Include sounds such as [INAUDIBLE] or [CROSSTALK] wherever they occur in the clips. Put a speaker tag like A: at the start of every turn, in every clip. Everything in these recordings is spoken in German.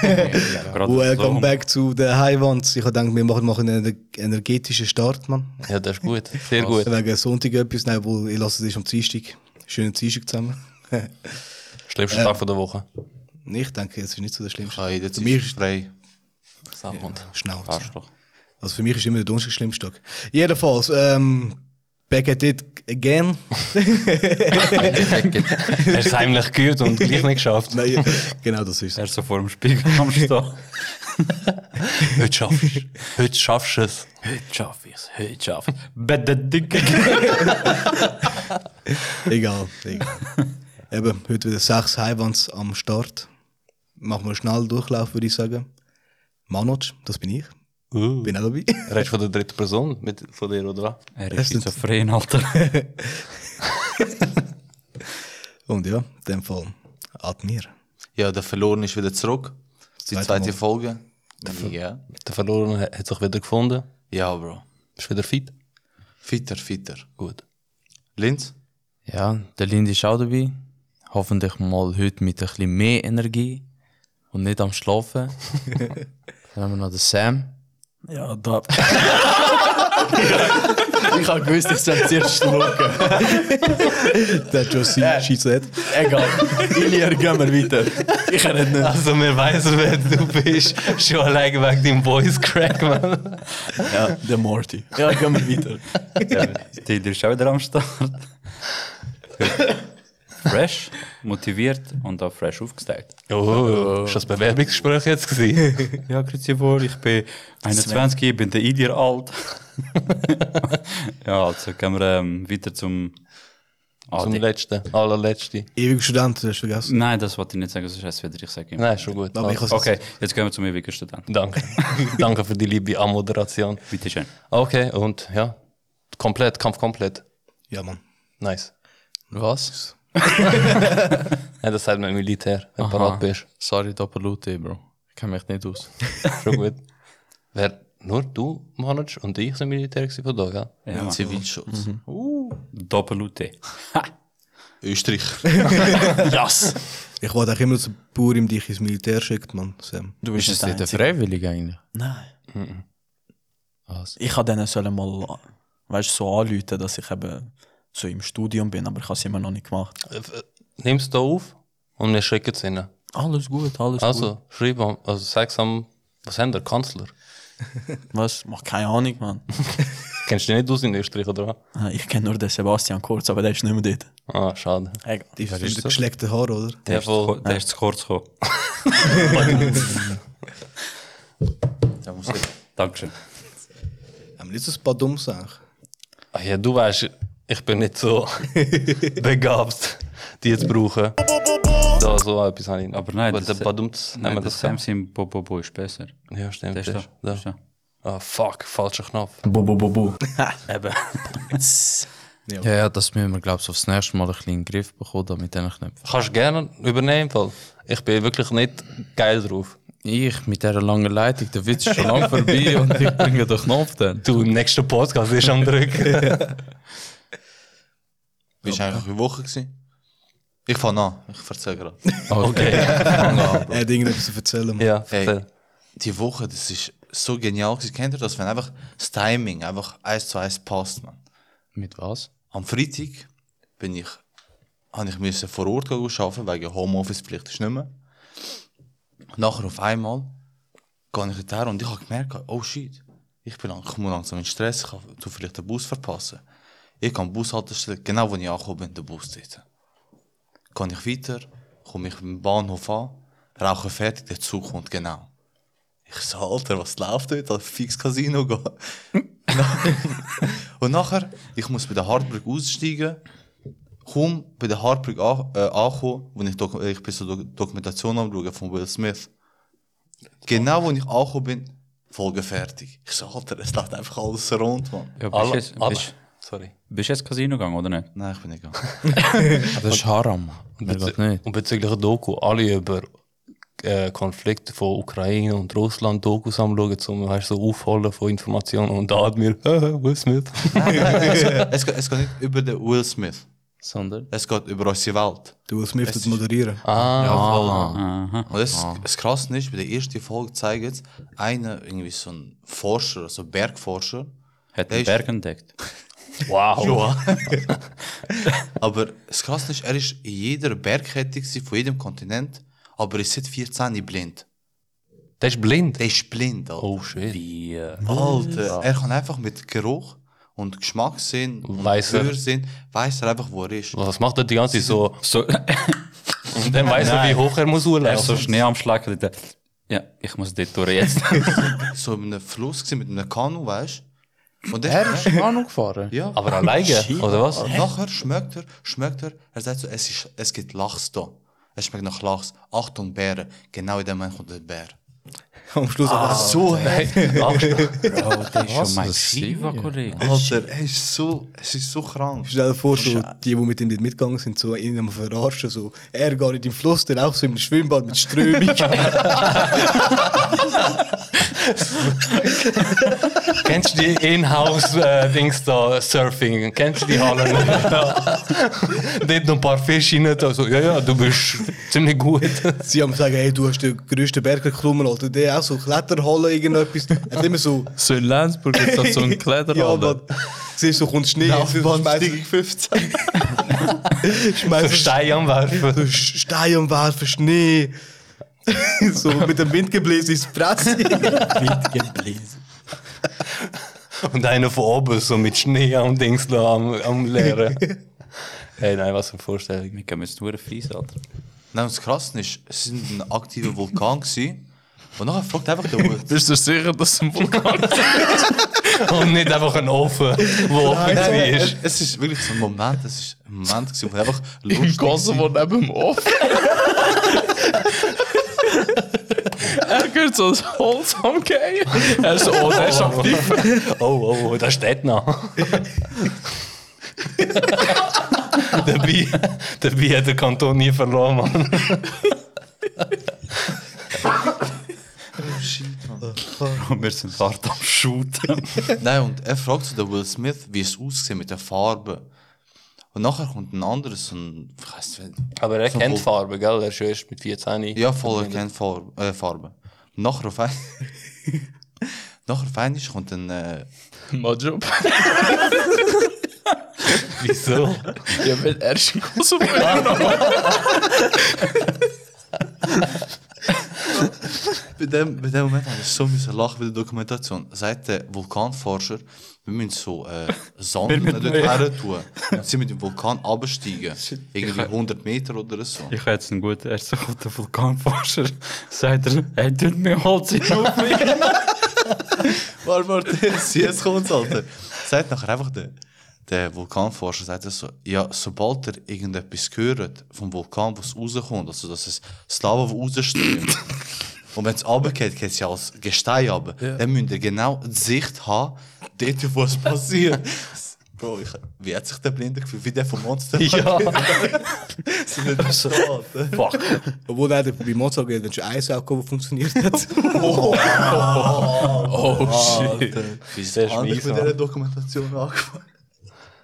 A: Gerade
B: Welcome
A: Also, so.
B: back to the High Ones. Ich habe gedacht, wir machen, machen einen energetischen Start, Mann.
C: [LAUGHS] Ja, das ist gut. Sehr gut.
B: Wegen Sonntag etwas, nein, wo ich lasse es ist am Dienstag. Schönen Dienstag zusammen.
C: Schlimmster Tag von der Woche.
B: ich denke, es ist nicht so das Schlimmste.
A: Hey, jetzt Ah.
B: Für mich
A: ist es frei.
C: Samenhund.
B: Schnauze.
C: Arschloch.
B: Also für mich ist immer der Donnerstag schlimmste Tag. Jedenfalls, ähm, back at it again. [LAUGHS]
C: er ist heimlich geübt und gleich nicht geschafft.
B: nein, ja, genau das ist
A: Er
B: es.
A: ist so vor dem Spiegel am Stehen.
C: Heute schaffst du es. Heute schaffst du es.
A: Heute schaff ich's, heute schaff ich's. Bededig.
B: Egal, egal.
A: [LAUGHS]
B: Eben, heute wieder sechs Heimwands am Start. Machen wir schnell Durchlauf, würde ich sagen. Manoj, das bin ich.
C: Uh.
B: Bin auch dabei.
C: Redest du von der dritten Person? Mit, von dir oder was?
A: Er ist schizophren, Alter.
B: Und ja, in dem Fall
D: [LAUGHS]
B: Admir.
A: Ja, der Verloren ist wieder zurück. Das ist die
B: Zweite
A: zweite
B: Mal.
A: Folge. Ja.
C: Der Verlorene hat hat sich wieder gefunden.
A: ja, Bro.
C: Ist wieder fit.
A: Fitter, fitter.
C: Gut.
A: Linz?
D: Ja, der Lind ist auch dabei. Hoffentlich mal heute mit ein bisschen mehr Energie und nicht am Schlafen. Dann haben wir noch den Sam.
E: Ja, da.
D: Ich habe gewusst, ich soll zuerst schlucken.
B: Der Josie, Scheiße.
C: Äh,
D: [LAUGHS] Egal. Ilir, gehen wir weiter. Ich kann nicht mehr.
C: Also, wir wissen, wer du bist. Schon allein wegen deinem Voice Crack, man.
D: Ja, der Morty. Ja, gehen wir weiter.
E: Ja, die ist auch wieder am Start. fresh, motiviert und auch fresh aufgesteigt.
C: Oh, ist das Bewerbungsgespräch jetzt gewesen?
E: [LAUGHS] Ja, grüezi wohl, ich bin 21, ich bin der Ilir alt.
C: [LAUGHS]
E: ja, also gehen wir ähm, weiter zum. Ah,
C: Zum
E: die-
C: letzten, allerletzten.
B: Ewiger Student, hast du vergessen.
E: Nein, das wollte ich nicht sagen, sonst ist wieder, ich sage immer.
C: Nein, schon gut.
B: Aber ich has-
E: Okay, jetzt gehen wir zum ewigen Studenten.
C: Danke.
D: [LAUGHS]
C: Danke für die liebe Anmoderation.
E: Bitte schön.
C: Okay, und ja. Komplett, Kampf komplett.
B: Ja, Mann.
C: Nice.
D: Was?
C: [LAUGHS] Ja, das sagt man im Militär, wenn du
D: Aha.
C: parat bist.
D: Sorry, Doppel-UT, Bro. Ich kenne mich nicht aus.
C: Schon gut. Wer nur du, Manoj, und ich sind Militär gewesen von da, gell?
E: Ja, Mann.
A: Zivilschutz.
E: Doppel-UT.
A: Österreich.
D: Yes!
B: Ich wollte auch immer zu Burim dich ins Militär schickt, Mann. Sam.
F: Du
D: Ist
F: bist
D: das
F: nicht
D: nicht der
F: der
D: Freiwillige eigentlich?
F: Nein.
D: Was?
F: Ich kann denen sollen mal, weißt du, so anrufen, dass ich eben so im Studium bin, aber ich habe es immer noch nicht gemacht.
C: Nimm's da auf und wir schicken es ihnen.
F: Alles gut, alles gut.
C: Also, schreib am, also sag's am, was haben der Kanzler?
F: Was? Mach keine Ahnung, [LAUGHS] Mann.
C: Kennst du dich nicht aus in Österreich, oder was?
F: Ah, Ich kenne nur den Sebastian Kurz, aber der ist nicht mehr dort.
C: Ah, schade.
F: Egal.
B: Die ja, mit den geschleckten Haar, oder?
C: Der, wo,
E: Der ist zu kurz gekommen.
A: Da muss ich.
E: Dankeschön.
B: Haben wir nicht so ein paar dumme Sachen?
C: ah, ja, du weißt, ich bin nicht so begabt, die jetzt brauchen. Da, so etwas habe ich nicht.
E: Aber nein,
C: das,
E: das-
C: der Badumts, nehmen wir
E: Nein, das
C: das
E: Äh, Sam
C: zusammen.
E: Sim Bobo ist besser.
C: Ja, stimmt.
E: Der ist da. Der
C: da.
E: ist da.
C: Ah, fuck, falscher Knopf.
F: Eben.
D: Ja, ja, das müssen wir, glaube ich, aufs nächste Mal ein bisschen in den Griff bekommen, damit diesen Knöpfen.
C: Kannst du gerne übernehmen, im Fall. Ich bin wirklich nicht geil drauf.
D: Ich mit dieser langen Leitung, der Witz ist schon lange vorbei und ich bringe den Knopf dann.
C: Du, im nächsten Podcast ist am Drücken.
A: Wie war eigentlich die Woche? Gewesen? Ich fange an. Ich
D: [LAUGHS]
A: erzähle gerade.
C: Okay.
B: Er hat irgendetwas zu erzählen, Mann.
C: ja,
A: Hey,
C: erzähl.
A: die Woche, das ist so genial. gewesen. Kennt ihr das, wenn einfach das Timing einfach eins zu eins passt, man?
D: Mit was?
A: Am Freitag bin ich, habe ich müssen vor Ort gehen arbeiten, wegen Homeoffice-Pflicht ist nicht mehr. Nachher auf einmal gehe ich her und ich habe gemerkt, oh shit, ich, bin, lang- ich muss langsam in Stress, ich kann tu vielleicht den Bus verpassen. Ich kann Bushaltestelle, genau wo ich angekommen bin, der Bus dort. Gehe ich weiter, komme ich im Bahnhof an, rauche fertig, der Zug kommt genau. Ich so, Alter, was läuft heute? Als fix Casino gehen. [LAUGHS] Und nachher, ich muss bei der Hartbrücke aussteigen. Kaum bei der Hartbrücke an, äh, ankommen, wo ich, Dok ich bin so Dok Dokumentation am schauen von Will Smith. Genau, wo ich angekommen bin, Folge fertig. Ich so, Alter, es läuft einfach alles rund, Mann.
E: Ja, bist,
C: Alle,
E: jetzt,
C: alle,
E: bist,
C: sorry.
E: bist jetzt Casino gegangen, oder nicht?
A: Nein, ich bin nicht gegangen.
D: Das ist Haram. Mir geht nicht.
C: Und bezüglich Doku, alle über äh, Konflikte von Ukraine und Russland Dokus am schauen, um weißt, so aufholen von [LAUGHS] Informationen und da hat mir Will Smith.
A: Nein, nein, es, geht- es geht nicht über den Will Smith.
D: Sondern?
A: Es geht über unsere Welt.
B: Du willst mir das moderieren.
D: Ah,
A: Ja, voll.
E: Aha.
A: Und das, das Krasse ist, bei der ersten Folge zeigt jetzt einer, irgendwie so ein Forscher, so ein Bergforscher.
E: Hat
A: Der
E: den
A: ist-
E: Berg entdeckt.
C: Wow.
A: [LAUGHS] Aber das Krasse ist, er ist in jeder Bergkette gewesen, von jedem Kontinent, aber er ist seit 14 blind.
C: Der ist blind.
A: Der ist blind, Alter.
C: Oh shit.
A: Alter, er kann einfach mit Geruch und Geschmackssinn und
C: Weiß er.
A: Hörsinn, weiß er einfach, wo er ist.
C: Also, Was macht er die ganze Zeit
E: [LAUGHS]
C: so?
E: So,
C: Und dann weiß er, wie hoch er muss Also,
E: er ist
C: hochlaufen.
E: so Schnee am Schlag. und der- Ja, ich muss dort
D: [LAUGHS]
E: durch jetzt.
A: So in einem Fluss gewesen, mit einem Kanu, weißt du? Und
D: Er
A: der
D: ist Kanu gefahren?
A: ja.
C: Aber alleine, [LAUGHS] oder was?
A: Und nachher schmeckt er, schmeckt er, er sagt so, es, ist, es gibt Lachs da. Es schmeckt nach Lachs. Achtung, Bären. Genau in dem Moment kommt der Bär.
B: Am Schluss
D: Ah,
B: aber
A: So
E: Bro, der ist schon
D: Was?
E: mein
D: Das ist Shiva,
E: Schieber.
D: Kollege.
A: Alter, er ist so, es ist so krank.
B: Stell dir vor, so, die, die mit ihm dort mitgegangen sind, so ihn am verarschen, so, er gar nicht im Fluss, dann auch so im Schwimmbad mit Strömung.
D: [LAUGHS]
C: Kennst du die Inhouse-Dings da, Surfing? Kennst du die Hallen? Ja.
E: [LAUGHS]
C: Dort noch ein paar Fische rein. da so, ja, ja, du bist ziemlich gut.
B: Sie haben gesagt, hey, du hast den grössten Berg geklommen, Alter. Der auch so Kletterhalle, irgendetwas. Er hat immer so,
D: So in Lenzburg gibt es [LAUGHS]
B: [LAUGHS]
D: so einen
B: ja,
D: Kleiderladen.
B: Mann, siehst du, kommt Schnee,
A: Laufbahnstieg 15.
B: [LAUGHS]
C: So
B: schmeißt
C: Stein am Werfen.
B: Stein am Werfen, Schnee. [LAUGHS] so mit dem Wind gebläsen ins
D: [LAUGHS]
B: Press.
C: Und einer von oben so mit Schnee am Dings da am,
E: [LAUGHS]
C: am Leeren. Hey, nein, was für eine Vorstellung.
E: Wir gehen jetzt nur Fries, Alter.
A: Nein, und das Krasse ist, es war ein aktiver Vulkan. Gewesen. Und nachher fragt einfach [LAUGHS] der Wut.
D: Bist du sicher, dass es ein
E: [LAUGHS]
D: Vulkan ist?
C: Und nicht einfach ein Ofen, der offen war.
A: Es, es ist wirklich so ein Moment, es ist ein Moment, gewesen, wo [LAUGHS] einfach
D: Im
A: lustig
D: Kosovo neben dem Ofen. er gehört so als Holz am Gehen. Er ist so, oh, der ist aktiv.
C: Oh, oh, oh, da steht noch. dabei, dabei hat der Kanton nie verloren, Mann.
E: Wir sind hart am Shooten.
A: Nein, und er fragt so den Will Smith, wie es aussieht mit der Farbe. Und nachher kommt ein anderes, so ein, ich weiss nicht.
C: Aber er
A: so
C: kennt
A: Farbe.
C: Farbe, gell? Er ist schon erst mit 14.
A: Ja, voll, er kennt Farbe. Äh, Farbe. Und nachher auf ein... [LAUGHS] nachher auf einmal kommt ein... Äh,
D: Majob.
C: Wieso?
D: Ja, wenn er ist im Kosovo. Ja,
A: bei, dem, bei dem Moment habe ich so müssen lachen bei der Dokumentation. Sagt der Vulkanforscher, wir müssen so äh, Sand dort her tun. Und sie mit dem Vulkan absteigen. Irgendwie 100 Meter oder so.
E: Ich habe jetzt einen guten, er ist so gut, der Vulkanforscher. Sagt er, hey, tut mir [LAUGHS] Holz in die Luft.
A: Warte, [LAUGHS] warte, jetzt kommt's, Alter. Sagt nachher einfach der, der Vulkanforscher, sagt er so, ja, sobald er irgendetwas hört vom Vulkan, was rauskommt, also dass es das Lava wo [LAUGHS] rausströmt, und wenn es runtergeht, geht es ja als Gestein runter, dann müsst ihr genau die Sicht haben, dort, wo es passiert. [LAUGHS] Bro, ich, wie hat sich der Blinde gefühlt? Wie der vom Monster?
C: ja.
A: [LAUGHS] Sind wir da schon, Alter?
B: Obwohl, nein, der- bei Mozart geht, wenn schon eins auch gekommen, funktioniert
D: [LAUGHS]
B: hat. [LAUGHS]
A: Wie ist
C: Der
A: der
C: ist
A: andere mit
C: mies,
A: dieser Dokumentation angefangen?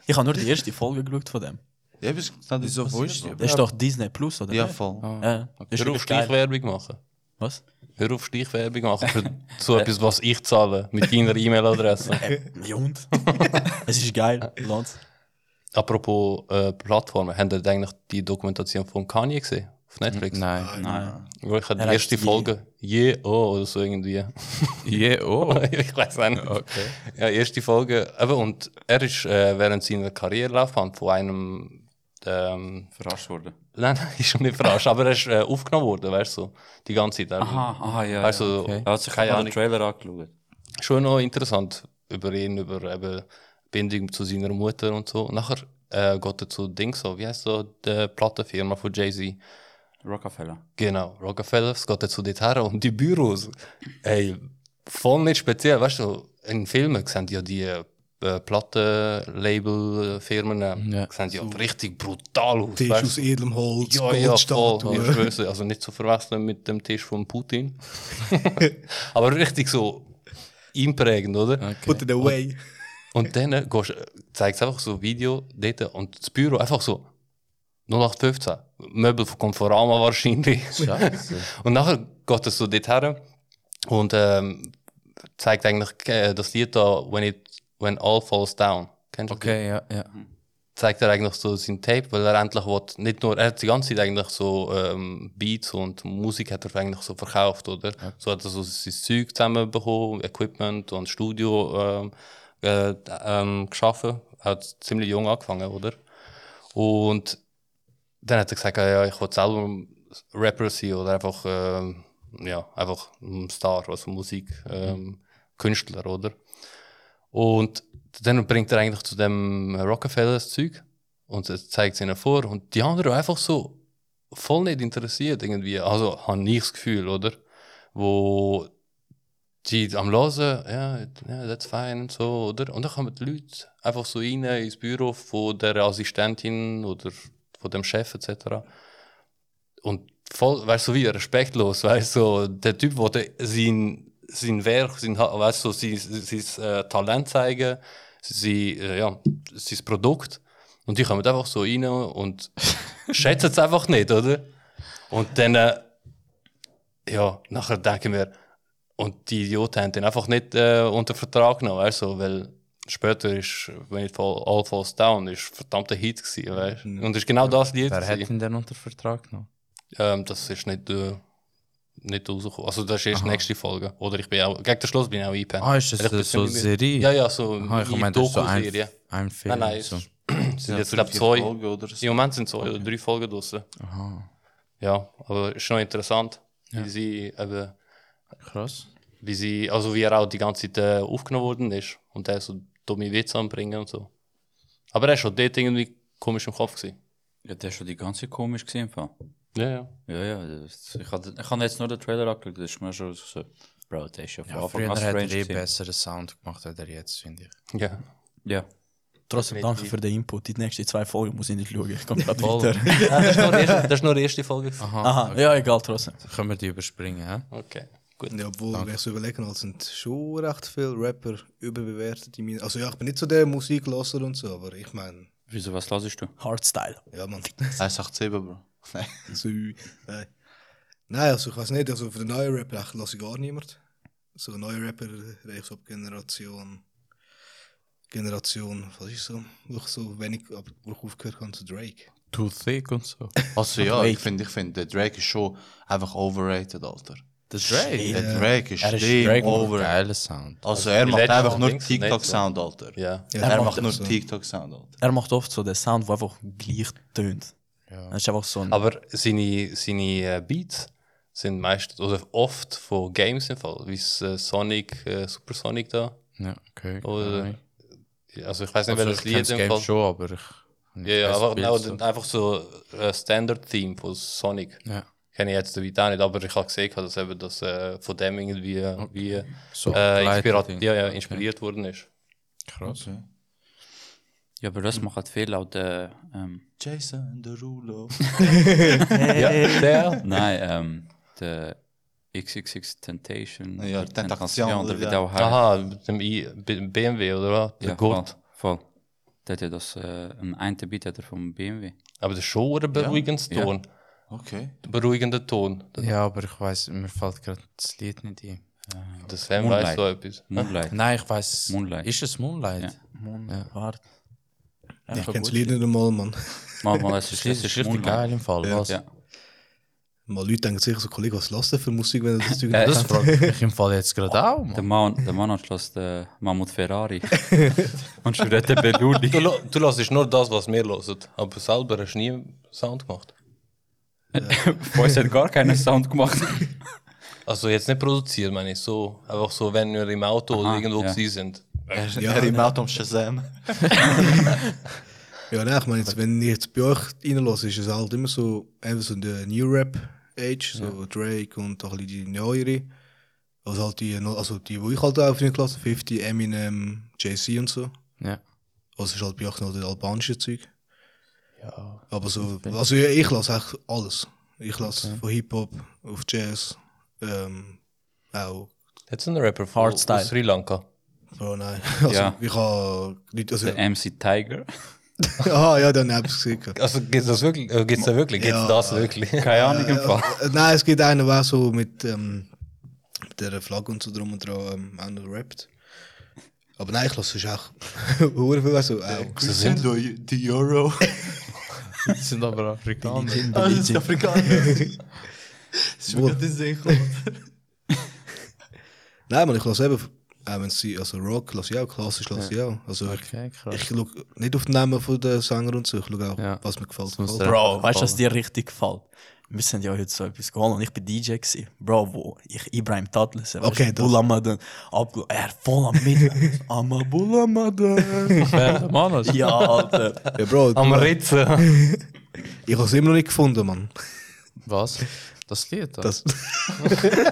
F: Ich habe nur die erste Folge geschaut von dem.
A: Ja, bis genau wieso, wo ist die?
F: Das ist doch Disney Plus, oder?
A: Ja,
F: nicht?
A: voll.
F: Äh, das ist
C: Hör auf,
F: wirklich geil.
C: Stichwerbung machen.
F: Was?
C: Hör auf, Stichwerbung machen für so etwas, was ich zahle, mit deiner [LAUGHS] E-Mail-Adresse.
F: Ja Äh, [LAUGHS] und? es ist geil, Lanz.
C: Apropos äh, Plattformen, habt ihr eigentlich die Dokumentation von Kanye gesehen? Auf Netflix?
D: Nein.
E: Nein.
C: Weil Ich habe die
F: Er hat
C: erste
F: die-
C: Folge, je, oh, oder so irgendwie.
D: Yeah,
C: [LAUGHS]
D: oh.
C: ich weiß auch nicht.
D: Okay.
C: Ja, erste Folge. Eben, und er ist äh, während seiner Karrierelaufbahn von einem. Ähm, [LAUGHS]
E: Verarscht worden.
C: nein, nein, ist schon nicht verarscht, aber er ist äh, aufgenommen worden, weißt du? So, die ganze Zeit.
E: Aha,
D: Ah,
E: aha, ja.
C: weißt du,
D: okay.
E: Er hat sich
C: keine
E: mal
C: Ahnung.
E: den Trailer angeschaut.
C: schon noch interessant über ihn, über eben Bindung zu seiner Mutter und so. Und nachher äh, geht er zu Dings, so, wie heißt so, der Plattenfirma von Jay-Z.
E: Rockefeller.
C: Genau, Rockefellers geht er zu dort her und die Büros. Ey, voll nicht speziell, weißt du, in Filmen sehen ja die äh, Plattenlabel-Firmen,
D: Ja.
C: ja. sehen ja richtig brutal aus.
B: Tisch
C: weißt
B: aus edlem Holz,
C: ja, ja, voll.
B: Goldstatue.
C: Ich schwör's, also nicht zu verwechseln mit dem Tisch
B: [LAUGHS]
C: von Putin. [LAUGHS] Aber richtig so einprägend, oder?
B: Put it away.
C: Und dann äh, gehst, äh, zeigst einfach so ein Video dort und das Büro einfach so 0815. Möbel von Conforama wahrscheinlich.
D: [LAUGHS] Scheiße.
C: Und nachher geht es so dort her und ähm, zeigt eigentlich äh, das Lied da, When, it, when All Falls Down. Kennst du das
D: Okay, ja, ja.
C: zeigt er eigentlich so sein Tape, weil er endlich will, nicht nur, er hat die ganze Zeit eigentlich so ähm, Beats und Musik hat er eigentlich so verkauft, oder? So hat er so sein Zeug zusammenbekommen, Equipment und Studio ähm, äh, ähm, geschaffen. Er hat ziemlich jung angefangen, oder? Und dann hat er gesagt, ja, ich will selber Rapper sein oder einfach, ähm, ja, einfach ein Star, also Musik, ähm, Künstler, oder? Und dann bringt er eigentlich zu dem Rockefeller das Zeug und es zeigt es ihnen vor. Und die anderen einfach so voll nicht interessiert irgendwie. Also habe ich das Gefühl, oder? Wo die am Hören, ja, ja, that's fine und so, oder? Und dann kommen die Leute einfach so rein ins Büro von der Assistentin oder von dem Chef etc. Und voll, weißt du, so wie respektlos, weißt du, so, der Typ wollte sein, sein Werk, sein, Ha- weißt du, so, sein, sein äh, Talent zeigen, sein, äh, ja, sein Produkt. Und die kommen einfach so rein und schätzen es einfach nicht, oder? Und dann, äh, ja, nachher denken wir, und die Idioten haben den einfach nicht äh, unter Vertrag genommen, weißt du, weil später ist, wenn ich fall, All Falls Down, ist verdammter Hit gewesen, weißt du? Und ist genau das Lied.
D: Wer hat
C: gewesen.
D: ihn denn unter Vertrag genommen?
C: Ähm, das ist nicht, äh, nicht rausgekommen. Also das ist erst nächste Folge. Oder ich bin auch, gegen den Schluss bin ich auch eingepennt.
D: Ah, ist das
C: Vielleicht
D: so-
C: bist du
D: so
C: nicht mehr-
D: Serie?
C: Ja, ja, so
D: Ah, ich
C: eine
D: meine, das ist so ein,
C: Doku-Serie.
D: ein
C: Nein,
D: Film.
C: nein, es
D: so.
C: es sind jetzt glaube zwei.
A: Folgen oder so.
C: Im Moment sind zwei oder drei Folgen draussen.
D: Aha,
C: Ja, aber ist noch interessant, wie sie eben,
D: krass.
C: wie sie, also wie er auch die ganze Zeit äh, aufgenommen worden ist und er so dumme Witze anbringen und so. Aber er ist schon dort irgendwie komisch im Kopf gewesen.
E: Ja, der ist schon die ganze Zeit komisch gesehen. im Fall.
C: Ja, ja.
E: Ja, ja. dus das- Ich habe ich hab jetzt nur den Trailer dus angeschaut. Das ist mir schon so. Bro, der ist ja von
D: Ja,
E: Anfang
D: früher
E: an
D: hat
E: strange.
D: er eh
E: gewesen.
D: besseren Sound gemacht, als er jetzt, finde ich.
C: Ja. [LAUGHS]
E: Ja.
F: Trotzdem danke für den Input. Die nächsten zwei Folgen muss ich nicht schauen. Ich komme gerade
D: Voll.
F: weiter.
C: das, ist nur die erste, das ist nur die erste Folge. gewesen.
D: Aha,
F: Aha, ja, egal, trotzdem.
D: können wir die überspringen, hä?
C: Okay, gut.
B: Ja, obwohl, wenn ich so überlege, halt sind schon recht viele Rapper überbewertet. In meinen, also ja, ich bin nicht so der Musiklosser und so, aber ich meine,
E: Wieso, was lasst du?
F: Hardstyle.
B: ja man. [LAUGHS] eh.
A: 187, Bro. Nein.
B: so, nein. nein, also ich weiß nicht, also für den neuen Rapper lasse ich gar niemand. So neue Rapper, ich so ab Generation, Generation, was ist so, wo ich so wenig, aber wo ich aufgehört habe zu Drake.
D: Too thick und so.
A: Also Oh, ja, ich finde, ich find, der Drake ist schon einfach overrated, Alter.
D: Der Drake.
A: Der Drake ist,
D: Er ist
A: schlimm
D: Drake over.
A: overrated.
D: Geiler Sound.
A: Also er
C: Die
A: macht
C: letzten
A: einfach nur
C: Dings nicht,
A: TikTok-Sound, Alter.
C: Ja.
A: Er,
F: Er
A: macht
F: macht
A: nur
B: so.
A: TikTok-Sound, Alter.
F: Er macht oft so den Sound, der einfach gleich tönt.
D: Ja.
F: Das ist einfach so ein.
D: Ah,
C: Aber seine, seine äh, Beats sind meist oder oft von Games im Fall, wie es, äh, Sonic, äh, Super Sonic da.
D: Ja, okay.
C: Oder-
D: okay.
C: Also ich weiß nicht,
D: Ah, Also, ich
C: welches
D: kenne
C: Lied
D: das
C: im
D: Game
C: Fall.
D: schon, aber ich...
C: Ja, ja,
D: kein
C: aber
D: Bild
C: nein,
D: so.
C: oder einfach so äh, Standard-Theme von Sonic.
D: Ja.
C: Kenne ich jetzt den Beat auch nicht, aber ich habe gesehen, dass eben das äh, von dem irgendwie wie,
D: So
C: äh,
D: abgeleitet
C: inspira-
D: Ding.
C: ja, ja, inspiriert worden ist.
D: Krass.
E: Ja, aber das macht viel auch der. Ähm,
A: Jason Derulo.
C: Ja, der.
E: nein, ähm, der XXX Temptation.
A: Ja, Tentation,
E: Ja, der wird
A: ja.
E: auch heiß.
C: Aha, mit dem I, B- BMW oder was? Der
E: Ja, genau. voll.
C: Gurt.
E: voll. Der hat ja das. Äh, ein einen Beat hat er vom BMW.
C: Aber das ist schon ein beruhigendes
E: Ja.
C: Ton.
A: Okay.
C: Beruhigender Ton.
D: Ja, aber ich weiß, mir fällt gerade das Lied nicht ein.
C: Das Sam
E: Moonlight.
C: weiß so etwas.
E: Moonlight.
D: Nein, ich weiß.
E: Moonlight.
D: Ist es Moonlight?
E: Ja.
D: Ja.
F: Hard.
B: ich kenne das Lied nicht einmal, man.
E: Mal, mal, es
D: Das
E: ist,
D: Lied
E: es
D: ist
E: ist
D: richtig geil
E: Moonlight.
D: im Fall. Was?
E: Ja.
B: Mal Leute denken sicher so, Kollege, was lasst ihr für Musik, wenn ihr das Zeug
D: Das frage ich mich im Fall jetzt gerade auch.
E: Der
D: Mann.
E: Mann, der Mann hat schloss den Mammut eh, Ferrari. Und Jurette Belluli.
C: Du, lo- du hörst nur das, was wir hören. Aber selber hast du nie Sound gemacht.
E: Von uns hat gar keinen Sound gemacht.
C: Also jetzt nicht produziert, meine ich. So, einfach so, wenn wir im Auto oder irgendwo
E: ja.
C: ja. sind.
A: Er, er im Auto um Shazam.
B: Ja, nein, ich meine, jetzt, wenn ich jetzt bei euch reinlasse, ist es halt immer so, einfach so der New Rap Age, so Drake und auch ein bisschen die neuere. Also halt die, also eh, die, wo ich halt auch auf den Klasse, 50, Eminem, Jay-Z und so.
D: Ja.
B: Also ist halt bei euch noch das albanische Zeug. Ja. Aber so, also ja, ich lasse eigentlich alles. Ich lasse von Hip-Hop auf Jazz, nou, ähm, auch
C: Jetzt ein Rapper von
F: Hardstyle.
C: aus Sri Lanka.
B: Bro, [LAUGHS] nein. Also,
E: Ja.
B: ich habe nicht. Also, [LAUGHS]
E: Der MC Tiger.
B: ah, ja, dann habe ich es gesehen.
C: Also gibt es das wirklich? Äh, gibt's da wirklich? Gibt's
B: Ja.
C: das
E: [LAUGHS]
C: wirklich?
E: Keine Ahnung im Fall.
B: Äh, Nein, es gibt einen, der so mit, ähm, mit der Flagge und so drum und dran ähm, auch noch rappt. Aber nein, ich lasse es [LAUGHS] auch. Hure viel, also, auch.
A: Cristiano die Euro.
D: Die sind aber Afrikaner.
A: Das ist Afrikaner. Das ist mir
B: Wohl.
A: gerade in den Sinn
B: [LAUGHS]
A: gekommen.
B: Nein, man, ich lasse eben, äh, wenn sie, also Rock lasse ich auch, klassisch lasse ich auch. Also,
D: Okay,
B: ich,
D: krass.
B: ich schaue nicht auf den Namen von der Sänger und so, ich schaue auch,
D: Ja.
B: was mir gefällt.
D: Das muss
B: gefällt.
D: der-
F: Bro, weißt du, was dir richtig gefällt? Wir sind ja heute so etwas geholt und ich bin DJ gewesen. Bro, wo ich Ibrahim Tatlis,
B: Okay, das-
F: Bulamadan, abge... Er voll am Mittel. Amma Bulamadan.
D: Manos.
F: ja, Alter.
B: Ja, Bro,
C: Am Ritzen.
B: ich habe es immer noch nicht gefunden, Mann.
D: Was? Das Lied da?
B: Das [LAUGHS]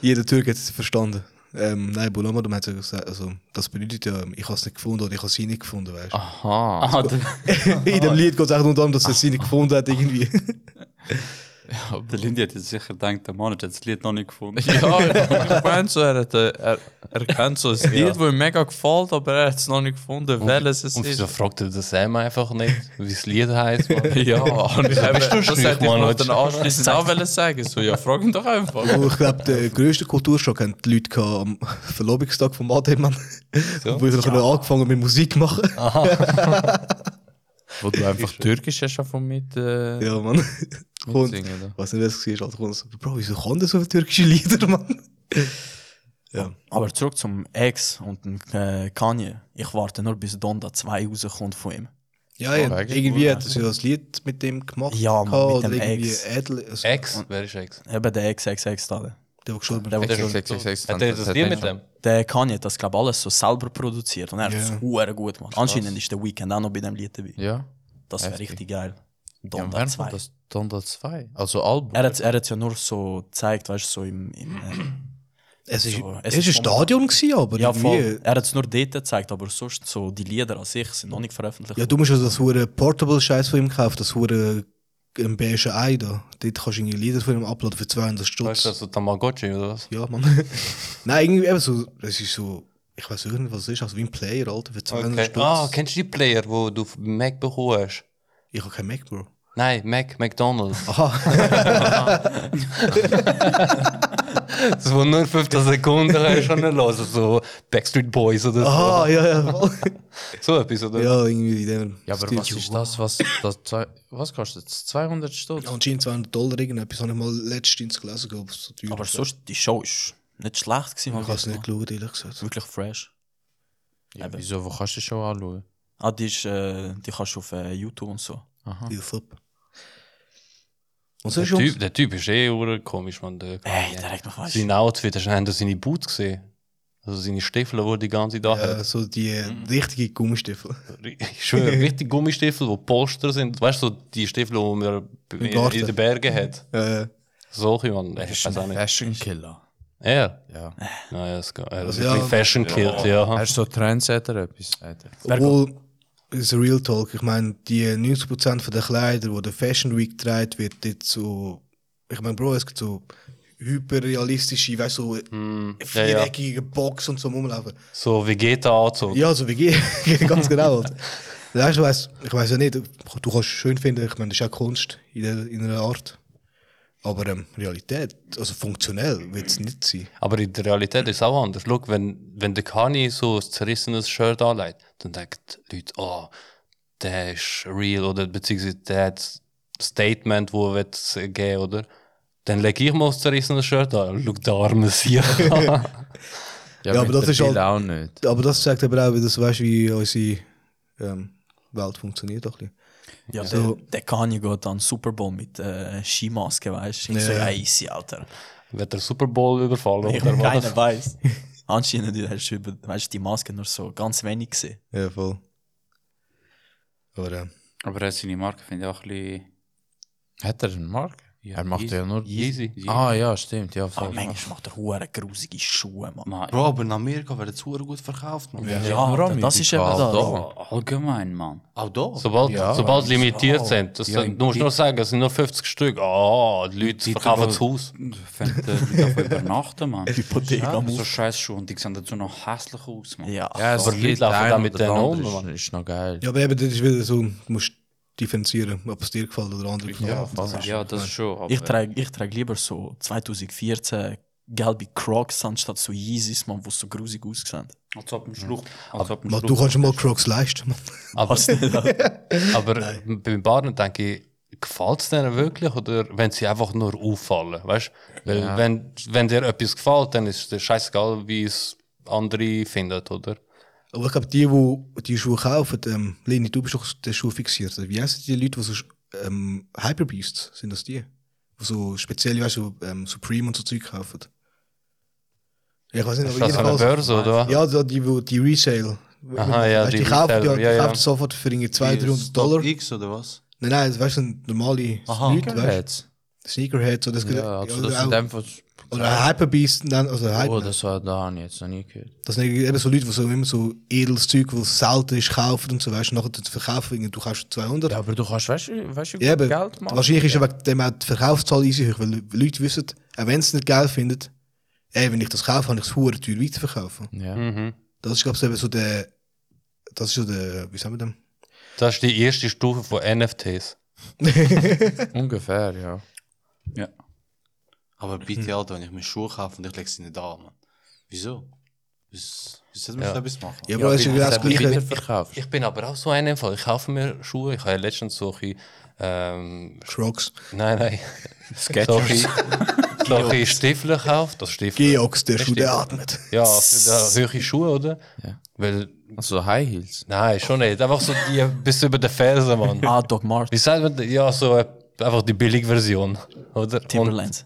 B: Jeder Türk hat es verstanden. Ähm, nein, Bulamadan hat ja gesagt, also, das bedeutet ja, ich habe es nicht gefunden oder ich habe sie nicht gefunden, weißt du.
D: Aha.
E: Ah, der-
B: [LAUGHS] In dem Lied geht es echt nur darum, dass er sie nicht gefunden hat,
F: [LAUGHS]
B: irgendwie.
E: der Lindy hat jetzt sicher gedacht, der Mann hat jetzt das Lied noch nicht gefunden.
D: Ja, ich meine so, er, hat, äh, er, er kennt so ein Lied, das ihm mega gefällt, aber er hat es noch nicht gefunden, welches es
C: Und
D: ist.
C: wieso fragt er den Sam einfach nicht, wie das Lied heisst? Mann?
D: [LAUGHS]
C: [LAUGHS]
D: Ja, und ich habe, das
C: schüchtern,
D: hätte ich
C: Mann,
D: noch
C: heute?
D: dann anschliessend auch wollen sagen. So, ja, frag ihn doch einfach.
B: Aber ich glaube, der grösste Kulturschock haben die Leute gehabt am Verlobungstag von Mademann. Wo sie dann angefangen mit Musik machen.
F: Ah.
D: Wo
C: [LAUGHS]
D: du einfach Türkisch hast von mit äh,
B: Ja, Mann. Und, ich
D: mitsingen.
B: weiß nicht, wer es war, Alter. Kommt so, Bro, wieso kann der so viele türkische Lieder, Mann?
F: Aber zurück zum Ex und dem, äh, Kanye. Ich warte nur, bis Donda 2 rauskommt von ihm.
B: Ja,
D: ja.
B: ja. Irgendwie hat er so ein Lied mit dem gemacht.
F: Ah, Ja, Mann,
B: gehabt,
F: mit dem
B: oder irgendwie
F: Ex.
B: Ädel, also,
C: Ex? Wer ist Ex?
F: Eben der Ex, Ex, Ex, da.
B: Der, der gestorben
F: Der,
B: ist.
F: der,
C: Hat
F: der,
D: Ex, Ex, Ex,
C: er das Lied mit dem?
F: der Kanye hat das, glaube ich, alles so selber produziert und er hat es
B: Ja.
F: yeah. gut gemacht. Anscheinend ist der Weekend auch noch bei dem Lied dabei.
D: Ja.
F: Das wäre
D: Heftig.
F: richtig geil.
D: Ja,
F: Donda
D: wer
F: 2.
D: war das? Donda 2. Also Album.
F: Er hat er hat's ja nur so gezeigt, weißt du, so im.
D: [CLEARS THROAT]
F: im äh,
B: Es ist, Also,
F: so,
B: es ist ein Stadion, gewesen, aber
F: Ja, voll.
B: irgendwie.
F: Er hat es nur dort gezeigt, aber sonst so die Lieder an sich sind noch nicht veröffentlicht.
B: Ja, du musst also das hure Portable-Scheiß von ihm kaufen, das hure ein beige Ei da. Dort kannst du irgendwie Lieder von ihm uploaden für 200 Stutz.
C: Weißt du, so Tamagotchi oder was?
B: Ja, Mann. [LAUGHS] Nein, irgendwie eben so, es ist so, ich weiß nicht, was es ist, also wie ein Player, Alter, für 200
C: Okay.
B: Stutz.
C: Ah, kennst du die Player, wo du auf dem Mac bekommen hast?
B: Ich habe kein Mac, Bro.
C: Nein,
B: [LAUGHS]
C: Mac, McDonalds.
B: Aha,
C: [LAUGHS] Das, wo nur 15 Sekunden kannst du schon hören. So Backstreet Boys oder so.
B: aha, ja, ja. voll.
C: So etwas,
B: [LAUGHS]
C: oder?
B: ja, irgendwie in dem.
D: ja, aber
B: Stil.
D: was ist das, was das zwei, was kostet es? 200 Stutz?
B: Anscheinend 200 Dollar irgendetwas, habe ich mal letztens gelesen, ob es so teuer
F: aber
B: ist.
F: sonst, die Show ist nicht schlecht gewesen.
B: Ich
F: hab
B: habe es
F: jetzt
B: nicht
F: mal.
B: geschaut, ehrlich gesagt.
F: Wirklich fresh.
D: Ja, wieso, wo kannst du schon anschauen?
F: Ah, die, ist, äh, die kannst du auf äh, YouTube und so.
D: Aha.
B: Viel Flip. Und
C: Der
B: sonst, Jungs,
C: typ, der typ ist eh ur komisch, man. Der
B: Äh,
F: Ey, der hat mich weißt du.
C: Sein Outfit, hast du hast du seine Boots gesehen? Also seine Stiefel, die er die ganze Zeit
B: äh,
C: hat.
B: so die äh,
C: Mhm.
B: richtige
C: [LAUGHS]
B: Gummistiefel. [LAUGHS]
C: Ich schwöre, richtig Gummistiefel, die Polster sind. Weißt du, so die Stiefel, die man in,
B: Garten.
C: in den Bergen hat.
B: Äh,
C: Solche, man. Ich weiß auch
D: Also
C: nicht.
D: Fashion Killer.
C: Er?
D: Ja.
C: Naja, es geht. Er ist
B: Also,
C: ein
B: ja.
C: bisschen Fashion Killed, ja.
D: Er ist so Trendsetter etwas. Alter.
B: obwohl, ist Real Talk, ich meine, die 90% von der Kleider, die der Fashion Week getragen wird, dort so, ich meine, Bro, es gibt so hyperrealistische, weißt du, so
C: Mhm. ja, ja.
B: viereckige Box und so rumlaufen.
C: So Vegeta-Anzug.
B: Ja, so wie [LAUGHS] geht, ganz genau. Alter. Weißt du, weiss, ich weiß ja nicht, du kannst es schön finden, ich meine, das ist auch Kunst in, der, in einer Art. Aber ähm, Realität, also funktionell, wird es nicht sein.
C: Aber in der Realität ist es auch anders. Schau, wenn, wenn der Kani so ein zerrissenes Shirt anlegt, dann denken die Leute, oh, der ist real oder beziehungsweise der hat ein Statement, wo er will es geben oder? Dann lege ich mal ein zerrissenes Shirt an. Schau, der arme Sieg.
D: Ja,
B: aber
D: mit
B: das
D: der
B: ist halt-
D: Bill auch nicht.
B: Aber das zeigt aber auch, wie das, weißt, wie unsere ähm, Welt funktioniert. Auch ein bisschen.
F: Ja,
B: So.
F: der, der Kanye geht an den Super Bowl mit äh, Skimaske, weißt du? Ich
B: Ja.
F: so, ja, easy, Alter.
C: Wird der Super Bowl überfallen
F: Ich
C: oder
F: keiner
C: was?
F: weiß. Anscheinend hast du über, weißt, du, die Maske nur so ganz wenig gesehen.
B: Ja, voll. Aber ähm,
E: Aber er hat seine Marke finde ich auch ein bisschen.
D: Hat er einen Markt? er macht ja nur.
C: Yeezy.
D: Ah ja, stimmt. Ja,
F: Aber
D: voll.
F: manchmal macht er hure grusige Schuhe, Mann.
E: Mann,
A: Bro, aber in Amerika werden sie verdammt gut verkauft, man.
F: Ja,
D: Rami,
F: das
D: die
F: ist eben
D: Kahl,
F: das.
D: doch.
E: allgemein, Mann.
A: Auch da.
C: Sobald,
D: Ja,
C: sobald limitiert sind. Das
E: Ja,
C: sind du musst
E: die-
C: nur sagen, es sind nur 50 Stück. Ah, die Leute
E: Die
C: verkaufen
E: Titel-
C: das Haus.
E: Fängt äh, die auf übernachten, Mann.
F: Hypothek am
E: So
F: Hof.
E: scheiß Schuhe und die sehen dazu noch hässlich aus, Mann.
F: Ja,
D: Ja, es
C: Aber die
D: gibt
C: laufen
D: einen
C: dann mit
D: oder
C: den
D: anderen,
C: Nomen,
D: ist- ist noch geil.
B: Ja, aber eben, das ist wieder so, du musst differenzieren, ob es dir gefällt oder andere gefällt.
D: Ja, voll.
E: Ja, das ist schon. Aber
F: ich trage ich trage lieber so 2014 gelbe Crocs anstatt so Yeezys, man, wo so grusig aussehen.
E: als ob ein Schluch. Als ob ein
B: Mann,
E: Schluch.
B: du kannst dir mal Crocs [LAUGHS] leisten. Mann.
C: Aber, aber beim Barnen denke ich, gefällt es denen wirklich oder wenn sie einfach nur auffallen? Weißt? Weil wenn, wenn dir etwas gefällt, dann ist es dir scheißegal, wie es andere finden, oder?
B: Aber ich glaube, die, die die Schuhe kaufen, ähm, Leni, du bist doch der Schuh fixiert. Wie heißen die Leute, die so ähm, Hyperbeasts sind das die? Die so speziell, weißt du, ähm, Supreme und so Zeug kaufen. Ja, ich weiß nicht,
C: Ist das so eine Börse, oder? was?
B: Ja, so die, die, die Resale.
C: Aha, ja,
B: weißt, die,
C: die
B: kaufen die,
C: Reseller,
B: die
C: ja, ja.
B: kaufen sofort für irgendwie 200, 300 Dollar. Nein,
A: X oder was?
B: nein, das sind normale
A: Aha.
B: Leute, weißt
D: Jetzt.
B: du? Sneakerheads oder, das-
D: Ja, also
B: oder,
D: das sind
B: auch-
D: einfach.
B: oder Hyperbeasts, nein, also Hyper.
D: Oh, das war da habe ich jetzt noch nie gehört.
B: Das sind eben so Leute, die so immer so edles Zeug, das selten ist, kaufen und so, weißt du, nachher zu verkaufen, irgendwie, du kaufst 200.
D: Ja, aber du kannst, weißt du, weißt du, wie
B: Ja,
D: gut
B: eben.
D: Geld machen.
B: Wahrscheinlich ist ja wegen dem auch die Verkaufszahl easy hoch, weil Leute wissen, auch wenn sie es nicht geil finden, ey, wenn ich das kaufe, kann ich es verdammt teuer weiterverkaufen.
D: Ja.
C: Mhm.
B: Das ist, glaube ich, eben so der, das ist so der, wie sagen wir dem?
C: Das ist die erste Stufe von NFTs.
D: Ungefähr, ja.
A: Aber bitte, Alter, wenn ich mir Schuhe kaufe und ich lege sie nicht an, man. Wieso? Wieso wieso sollte man
C: Ja.
A: so etwas machen?
B: Ja, aber das ist ja genau das
C: bin-
B: Gleiche.
D: Verkaufst.
C: Ich bin aber auch so ein Fall. Ich kaufe mir Schuhe. Ich habe letztens solche. Ähm,
B: Crocs.
C: nein, nein. Solche, solche Stiefel gekauft. Das Stiefel.
B: Geox, der
C: Das
B: Schuh, der
C: Stiefel.
B: atmet.
C: [LAUGHS] Ja, für die höhere Schuhe, oder?
D: Ja.
C: Weil,
D: Also High Heels.
C: nein, schon nicht. Einfach so die bis über den Fersen, Mann.
F: Ah, Doc
C: Wie
F: Martens,
C: sagt man, da- ja, so äh, einfach die billige Version, oder?
F: Timberlands.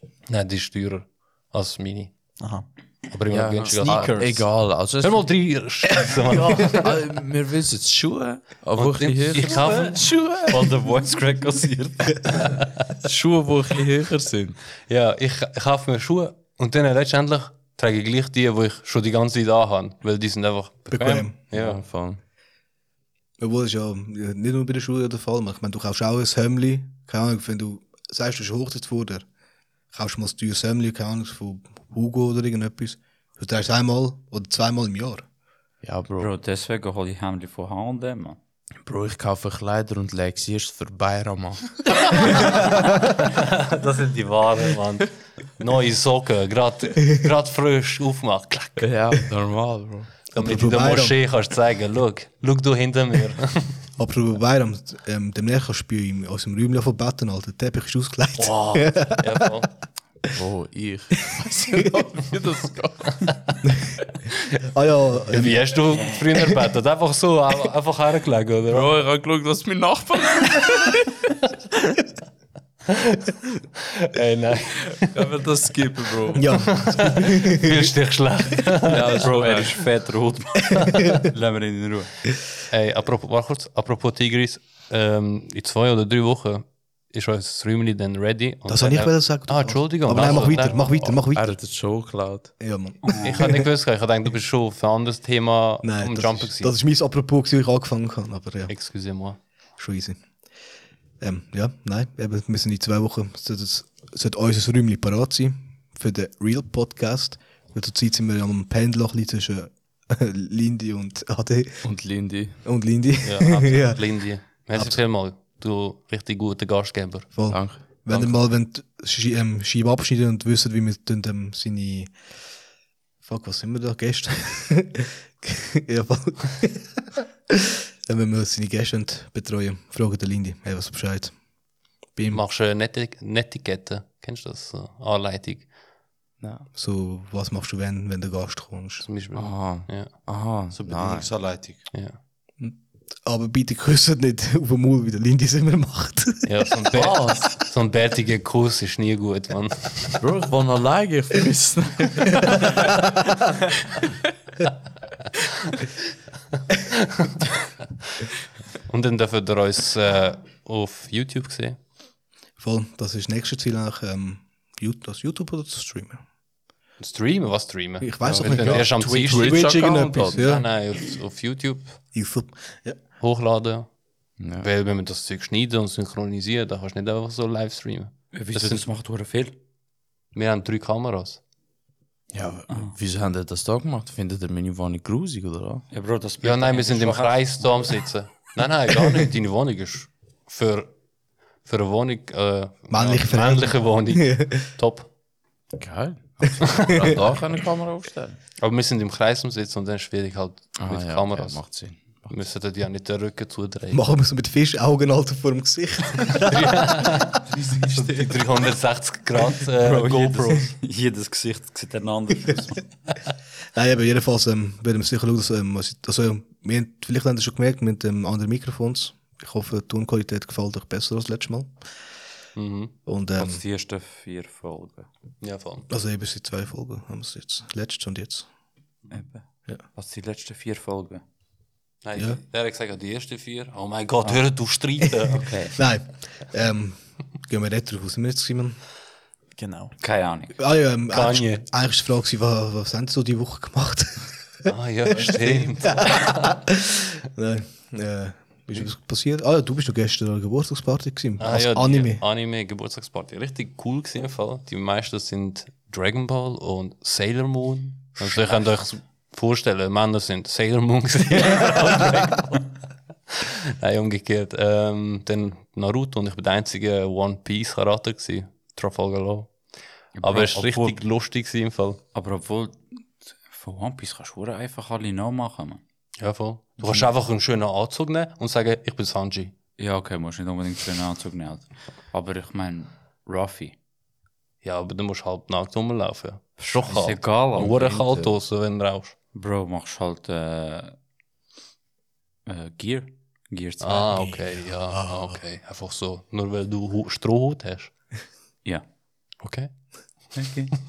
C: Und, nein, die ist teurer als meine.
F: Aha.
C: Aber immer noch günstiger. Ah, als-
F: Sneaker. Sneakers.
D: Ah, egal. Ah, Also, es,
C: Hör mal drei Scheiße, Mann.
D: Also,
C: [LAUGHS]
D: wir wissen es, Schuhe. Aber
C: Und
D: wo ich
C: ich
D: höher
C: kaufe
D: Schuhe.
E: Von der Voice Crack kassiert.
D: Schuhe, die ein bisschen höher sind.
C: Ja, ich, ich kaufe mir Schuhe und dann letztendlich trage ich gleich die, die ich schon die ganze Zeit anhabe, weil die sind einfach bequem.
B: Bequem.
C: Ja.
D: voll.
B: Obwohl, das ist ja nicht nur bei den Schuhen der Fall. Ich meine, du kaufst auch ein Hemdli, keine Ahnung, wenn du sagst, du hast Hochzeit vor dir, kaufst du mal ein teures Hemdli, keine Ahnung, von Hugo oder irgendetwas. Du trägst einmal oder zweimal im Jahr.
D: Ja, Bro. Bro.
E: Bro, deswegen hole ich Hemd von H&M, Mann.
D: ich kaufe Kleider und lege sie erst für Bayram an.
C: Das sind die Waren, Mann. Neue Socken, gerade frisch aufmachen. Klack.
D: ja, normal, Bro.
C: Damit du der
B: Bayram.
C: Moschee kannst zeigen, schau, schau du hinter mir.
B: Apropos Bayram, ähm, demnächst kannst du bei ihm aus dem Räumchen von Betten, Alter. Der Teppich ist ausgelegt.
C: Wow. Ja, voll.
D: Bro, ich. Weiss ich nicht, wie das geht.
B: [LAUGHS] Ah ja, ähm,
C: Wie hast du früher bettet? Einfach so, au- einfach hergelegt, oder?
D: Bro, ich habe geschaut, was mein Nachbar
C: Ey, nein.
D: Ich will das skippen, Bro.
B: ja.
C: Fühlst dich schlecht.
E: Ja, Bro, er ist fett rot,
D: [LAUGHS]
E: Mann. Lassen wir ihn in Ruhe.
C: Ey, apropos, warte kurz, apropos Tigris, ähm, in zwei oder drei Wochen ist unser Räumchen dann ready. und
B: Das habe ich
C: dann-
B: wollen sagen.
C: Ah, Entschuldigung.
B: Aber nein, mach
C: Also, Ah.
B: weiter, mach weiter, mach
D: Er
B: weiter.
D: hat es schon geklaut.
B: Ja,
C: [LAUGHS]
B: Mann.
C: Ich habe nicht gewusst, ich habe gedacht, du bist schon für ein anderes Thema am
B: Nein,
C: Jumpen
B: das ist,
C: gewesen.
B: das ist mein Apropos, gewesen, wie ich angefangen habe. Aber ja,
C: Excusez-moi.
B: schon easy. Ähm, ja, nein, eben, wir sind in zwei Wochen, sollte das- sollte unser Räumchen parat sein für den Real Podcast. Weil zurzeit sind wir am Pendeln ein bisschen zwischen äh, Lindy und AD
D: Und Lindy.
B: und Lindy.
C: Ja,
B: [LAUGHS] Ja.
C: absolut, Lindy. Merci vielmals, du richtig guter Gastgeber.
B: Voll.
D: Danke.
B: Wenn ihr mal wenn ähm, Scheibe abschneiden und wisst, wie wir tun, ähm, seine. Fuck, was sind wir da? Gäste? [LAUGHS] ja,
D: [LAUGHS]
B: voll. Dann wenn wir seine Gäste betreuen, fragen den Lindy, hey, was Bescheid. Bei ihm,
C: Machst du eine Neti- Netiquette? Kennst du das? So Anleitung
B: so, was machst du, wenn, wenn der Gast kommst?
C: zum Beispiel.
B: Ah.
D: Aha.
C: Ja,
D: Aha.
A: So
D: nice.
A: Bedienungsanleitung.
C: ja.
B: Aber bitte küsst nicht [LAUGHS] auf den Maul, wie der Lindy es immer macht. [LAUGHS]
C: ja so, ein Bär, so ein bärtiger Kuss ist nie gut, Mann.
D: Bro, ich wohne alleine, ich
C: [LAUGHS]
D: vermisse
C: Und dann dürfen ihr uns äh, auf YouTube sehen.
B: Voll, das ist das nächste Ziel eigentlich, ähm, Ju- das YouTube oder das Streamen.
C: Streamen, was streamen?
B: Ich weiß
C: Ja,
B: doch nicht,
C: wenn
B: ja.
C: du Erst am
B: Twitch-
C: Dienstag-
B: Twitch
C: Twitch-Account
B: irgendetwas,
C: laden.
B: ja.
C: Nein, nein, auf, auf YouTube
B: YouTube. Ja.
C: hochladen.
D: Ja.
C: Weil wenn man das Zeug schneiden und synchronisieren, dann kannst du nicht einfach so live streamen.
E: Wieso das, das macht verdammt viel?
C: Wir haben drei Kameras.
D: Ja, wieso haben die das da gemacht? Findet ihr meine Wohnung grusig oder was?
E: Ja, Bro, das
C: Ja, nein, wir
E: ist
C: sind im
E: schon-
C: Kreis da am Sitzen. Nein, nein, gar nicht. Deine Wohnung ist für, für eine Wohnung, äh,
B: Männliche
C: ja, männliche Wohnung. Top.
D: [LAUGHS] Geil. Gerade da kann eine Kamera aufstellen.
C: Aber wir sind im Kreis am Sitzen und dann ist schwierig halt mit
D: ja,
C: Kameras.
D: okay, macht Sinn.
C: wir sollten ja nicht den Rücken zudrehen.
B: Machen wir es mit Fischaugen Alter, vor dem Gesicht.
C: [LAUGHS] 360 Grad äh, GoPros.
E: Jedes, [LAUGHS] jedes Gesicht sieht ein anderes aus.
B: Nein, aber jedenfalls ähm, werden wir sicher schauen, dass ähm, was- also, wir, haben- vielleicht haben Sie schon gemerkt, mit ähm, anderen Mikrofons. Ich hoffe, die Tonqualität gefällt euch besser als letztes Mal. Und ähm,
E: Als die ersten vier Folgen.
C: Ja, voll.
B: also eben seit zwei Folgen haben wir es jetzt. Letztes und jetzt.
E: Eben.
B: Ja.
E: Als die letzten vier Folgen.
C: Nein,
B: Ja.
C: der hat gesagt, die ersten vier. Oh mein Gott, hör du streiten.
E: Okay.
B: Nein, ähm, gehen wir nicht drauf. Wo sind wir jetzt, Simon?
F: Genau.
E: Keine Ahnung.
B: Ah, ja, ähm,
C: Kanye.
B: eigentlich, eigentlich ist die Frage, gewesen, was, was haben Sie so die Woche gemacht? [LAUGHS]
C: ah ja, stimmt.
B: Nein, äh, ist was passiert? Ah ja, du bist doch gestern an der Geburtstagsparty gewesen.
C: Ah,
B: als
C: ja, die
B: Anime.
C: Anime Geburtstagsparty. Richtig cool gewesen im Fall. Die meisten sind Dragon Ball und Sailor Moon. Also ihr könnt euch vorstellen, Männer sind Sailor Moon gewesen. Dragon Ball. Nein, umgekehrt. Ähm, dann Naruto und ich bin der einzige One Piece Charakter gewesen. Trafalgar Law. Aber es war
E: obwohl-
C: richtig lustig gewesen im Fall.
E: Aber obwohl, von One Piece kannst du verdammt einfach alle nachmachen, man.
C: Ja, voll. Du kannst einfach einen schönen Anzug nehmen und sagen, ich bin Sanji.
E: Ja, okay, musst nicht unbedingt für einen Anzug nehmen. Alter. Aber ich meine, Ruffy.
C: Ja, aber du musst halb nackt rumlaufen. Schon
E: Ist
C: kalt.
E: egal, Alter.
C: Nur kalt draussen, wenn du rauchst.
E: Bro, machst halt äh, äh, Gear. Gear 2.
C: Ah, okay, ja, ah, okay. Einfach so. Nur weil du Hu- Strohhut hast.
E: Ja.
C: Okay.
E: Okay. [LAUGHS]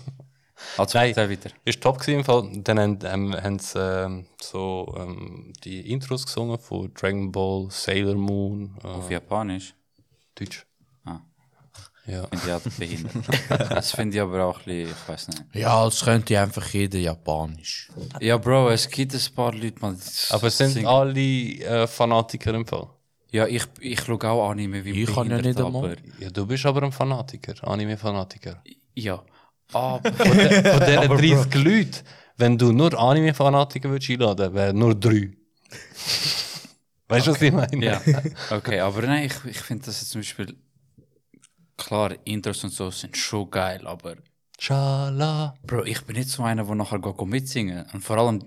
E: Also,
C: Nein.
E: weiter, weiter.
C: Ist top gewesen im Fall. Dann haben, ähm, haben sie ähm, so ähm, die Intros gesungen von Dragon Ball, Sailor Moon, äh,
E: Auf Japanisch
C: Deutsch.
E: Ah.
C: Ja.
E: finde ich halt behindert. das finde ich aber auch ein bisschen, ich weiß nicht.
D: Ja, als könnte einfach jeder Japanisch.
E: Ja, Bro, es gibt ein paar Leute, man. die
C: Aber es sind
E: singen-
C: alle äh, Fanatiker im Fall.
E: Ja, ich, ich schaue auch Anime wie
D: Ich kann ja
E: behindert,
D: nicht einmal.
E: aber-
C: Ja, du bist aber ein Fanatiker, Anime-Fanatiker.
E: Ja. Ah,
C: Von de- von diesen 30 Leuten, wenn du nur Anime-Fanatiker würdest einladen, wären nur drei. Weißt du, was ich
D: [LAUGHS]
C: meine?
E: ja. Okay, aber nein, ich, ich finde das jetzt zum Beispiel. Klar, Intros und so sind schon geil, aber.
C: Schala.
E: Bro, ich bin nicht so einer, der nachher geht mitsingen Und vor allem,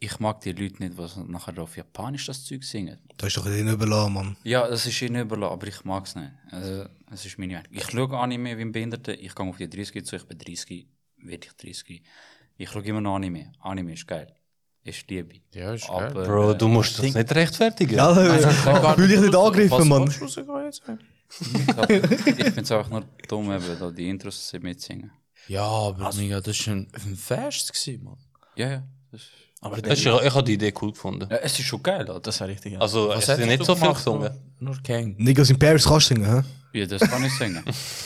E: ich mag die Leute nicht, die nachher auf Japanisch das Zeug singen.
B: Da ist doch den überlassen, Mann.
E: Ja, das ist ihnen überlassen, aber ich mag es nicht. Also, das ist meine Meinung. Ich schaue Anime wie ein Behinderter, ich gehe auf die 30 zu, ich bin 30, werde ich 30. Ich schaue immer noch Anime. Anime ist geil. Ist Liebe.
D: Ja, ist
E: aber,
D: geil.
C: Bro,
E: äh,
C: du musst das nicht rechtfertigen.
B: Ja, [LAUGHS] ich will dich nicht angreifen, Mann.
E: ich finde es einfach nur dumm, eben, da die Intros zu mitsingen.
D: Ja, aber mega, das war ein, ein Fest, gewesen, Mann.
E: Ja, ja. Das ist,
F: Aber
C: Das ist,
F: der-
C: ich habe die Idee cool gefunden.
E: ja es ist schon geil, Alter.
F: das ist ja richtig. Ja.
C: Also, es sind nicht so viel gesungen.
D: Nur, nur Gang.
B: Niggas in Paris kannst du singen, hä?
E: Ja, das kann ich
D: [LAUGHS]
E: singen.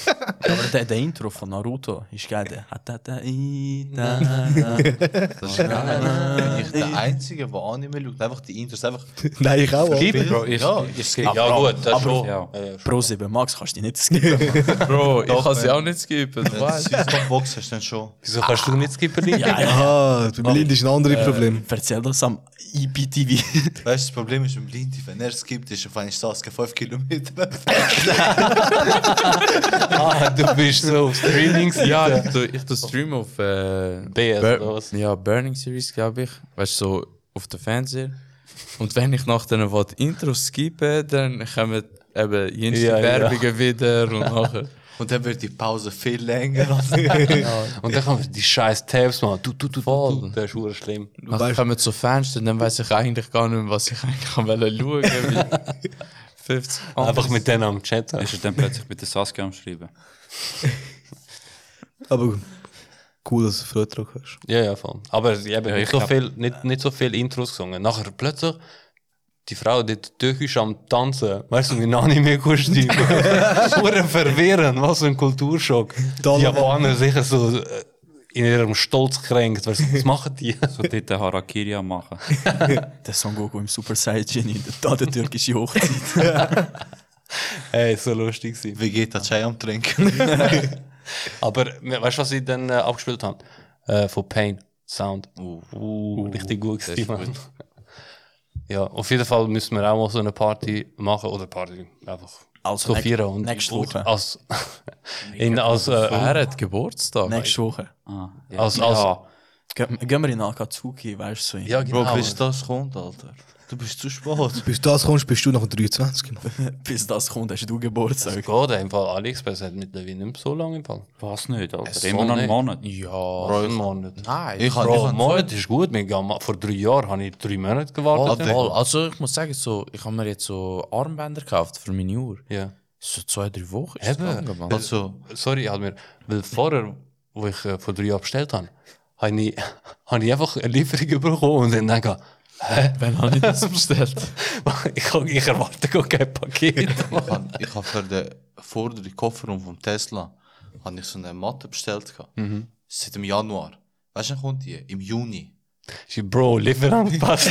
F: aber der, der Intro von Naruto ist geil. Der. Ah, da, da, i,
A: [LAUGHS]
F: da.
A: Das ist geil. Ich bin der Einzige, der Anime schaut. Einfach die Intros. Einfach
B: [LAUGHS] Nein, ich auch. Alter.
C: Bro,
E: ich-
A: ja,
E: ich-
A: es
C: Ja,
A: geht.
C: gut, das schon.
E: Ja.
F: Pro 7 Max kannst du dich nicht skippen.
A: [LAUGHS]
D: Bro, ich
A: kann
D: kann
A: sie
D: sie auch nicht skippen, du weißt.
A: Süßkopfbox hast du dann schon.
C: Wieso kannst du nicht skippen?
D: [LAUGHS]
C: ja,
B: Ah, bei Blind ist ein anderes Problem.
F: Erzähl das am IPTV.
A: Weißt du, das Problem ist, im Blind, wenn er es gibt, ist auf eine Straße 5 Kilometer.
C: ah, du bist so auf Streaming.
D: Ja, ich, tu- ich tu stream auf äh,
C: BS
D: Bur-
C: oder was?
D: Ja, Burning Series, glaube ich. Weißt du, so auf den Fernseher. Und wenn ich nach den was Intros skippe, dann kommen eben jüngste
C: Ja, ja.
D: Werbungen wieder und nachher.
A: Und dann wird die Pause viel [LAUGHS] länger. als-
C: Und dann kommen die scheiß Tabs, man. Du, du, du, du, du.
D: Voll.
C: Das ist hure schlimm.
D: Nachher kommen zu Fenster, dann weiß ich eigentlich gar nicht mehr, was ich eigentlich schauen wollte. wie 50
C: Einfach mit denen am Chat.
E: Ist er dann plötzlich mit der Saskia am Schreiben?
B: Aber cool, dass du Freude drauf hast.
C: Ja, ja, voll. Aber sie haben
E: Ja,
C: nicht,
E: ich
C: so
E: hab-
C: viel, nicht, nicht so viel Intros gesungen. Nachher plötzlich die Frau dort türkisch am Tanzen, weißt du,
E: [LAUGHS]
C: mit Anime-Kostüm. Hure verwirrend, was für ein Kulturschock.
B: Dollar.
C: Die Japaner sicher so äh, in ihrem Stolz kränkt, weißt du, was
E: [LAUGHS]
C: machen die?
E: So dort den Harakiri am machen.
F: [LAUGHS] Der Son Goku im Super Saiyan in der, an der
A: [LAUGHS]
F: türkischen Hochzeit.
C: Ey, so lustig gewesen.
A: Wie geht der Chai am Trinken?
C: Aber we- weißt du, was ich dann äh, abgespielt habe? Äh, von Pain, Sound.
A: Uh.
C: Uh, richtig gut
A: das
C: gewesen,
A: ist
C: Mann. Ja, auf jeden Fall müssen wir auch mal so eine Party machen oder Party einfach
F: Also
C: so
F: näch-
C: feiern. Und
F: nächste
C: und
F: Woche.
A: [LAUGHS]
C: Als, in, als, äh,
D: Er hat Geburtstag.
F: Nächste Woche.
E: Ah, ja.
C: als, als,
F: Gehen gehen wir in Akatsuki, weißt du, so in
C: ja, genau.
A: Bro, bis das kommt, Alter. Du bist zu spät.
B: Bis das kommst, bist du noch 23. Mann.
F: Bis das kommt, hast du Geburtstag.
C: Geht im Fall. AliExpress hat mittlerweile nicht mehr so lange im Fall.
E: Was nicht, Alter.
C: soll
E: Immer noch einen
C: nicht.
E: Monat.
D: Ja.
C: Bro, einen Monat.
D: Nein.
A: Ich habe
C: Bro,
A: nicht
C: ein Monat ist gut. Wir gehen mal- Vor drei Jahren habe ich drei Monate gewartet.
A: Alter.
D: Voll. Also ich muss sagen, so, ich habe mir jetzt so Armbänder gekauft für meine Uhr.
C: Ja.
D: So zwei, drei Wochen ist
C: Eben.
D: gegangen, Mann.
A: Also,
C: Sorry, ich habe mir, weil vorher, wo ich äh, vor drei Jahren bestellt habe, habe ich, [LAUGHS] habe ich einfach eine Lieferung bekommen und dann gedacht,
D: Wann habe ich das bestellt?
C: [LAUGHS] ich, habe- ich erwarte gar kein Paket.
D: [LAUGHS]
A: ich habe ich hab für den vorderen Kofferraum vom Tesla habe ich so eine Matte bestellt. gehabt. Seit dem Januar. Weißt du, wann kommt die? Im Juni.
C: Ich so, Bro, Lieferant passt.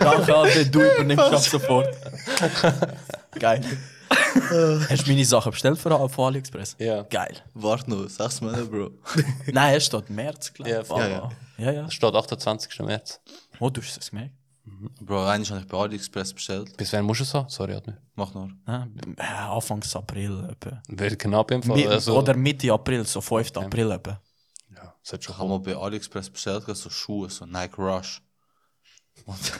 F: Danke, Alter, du übernimmst ab sofort. Geil. hast du meine Sachen bestellt von, von AliExpress?
C: Ja.
F: Geil.
A: Warte noch, sechs Monate, Bro.
F: Nein, es steht März, glaube ich.
C: Ja,
A: ja, ja.
F: ja. ja.
C: Es steht 28. März.
F: Oh, du hast es gemerkt.
A: Bro, eigentlich habe ich bei AliExpress bestellt.
C: Bis wann musst du es haben? Sorry, Admir.
A: Mach nur.
F: Ah, b- Anfangs April. Etwa.
C: Wird knapp im Fall.
F: Mi-
C: also,
F: Oder Mitte April, so 5. April. Etwa.
C: ja, sollte schon
A: Ich habe mal bei AliExpress bestellt, gehabt, so Schuhe, so eh, Nike Rush. Und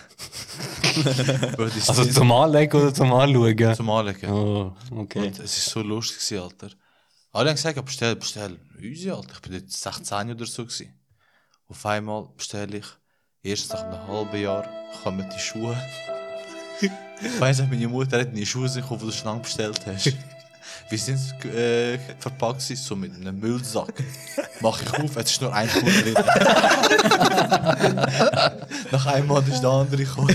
A: [LAUGHS] Bro, die
C: Also
A: sind
C: zum Anlegen oder zum Anschauen?
A: zum Anlegen.
C: Oh, okay.
A: Und es ist so lustig, gewesen, Alter. Alle haben gesagt, ja, bestell, bestell. Easy, Alter. Ich bin dort 16 oder so. Gewesen. Auf einmal bestelle ich, erst nach einem halben Jahr, kommen die [LAUGHS] Schuhe. ich weiss nicht, meine Mutter hat die Schuhe gekauft, die du schon lange bestellt hast. [LAUGHS] Wie sind sie äh, verpackt? gewesen? So mit einem Müllsack. Mach ich auf, jetzt ist nur ein Schuh [LAUGHS] drin. nach einem Monat ist der andere gekommen.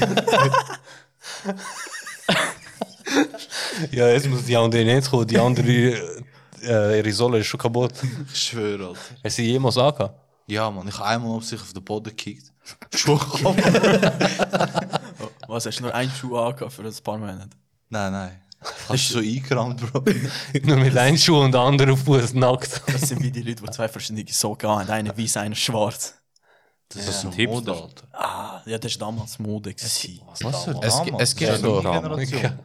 C: Ja, jetzt muss die andere nicht kommen. Die andere, äh, ihre Sohle ist schon kaputt.
A: Ich schwöre, Alter.
C: Hast du sie jemals angehört?
A: Ja, man, ich habe einmal auf sich auf den Boden gekickt. Schuhe gekommen.
F: Was, hast du nur einen Schuh angehabt für ein paar Monate?
A: Nein, [LAUGHS] nein. Hast du so eingerammt, Bro?
C: Nur mit einem Schuh und der andere auf Fuß nackt.
F: Das sind wie die Leute, die zwei verschiedene Socken haben. Einen weiß, einen schwarz.
A: Das ist
E: ein Hipster.
A: Alter.
F: Ah, ja, das war damals Mode. Gewesen.
A: Was für
D: Es, gi- es gibt so...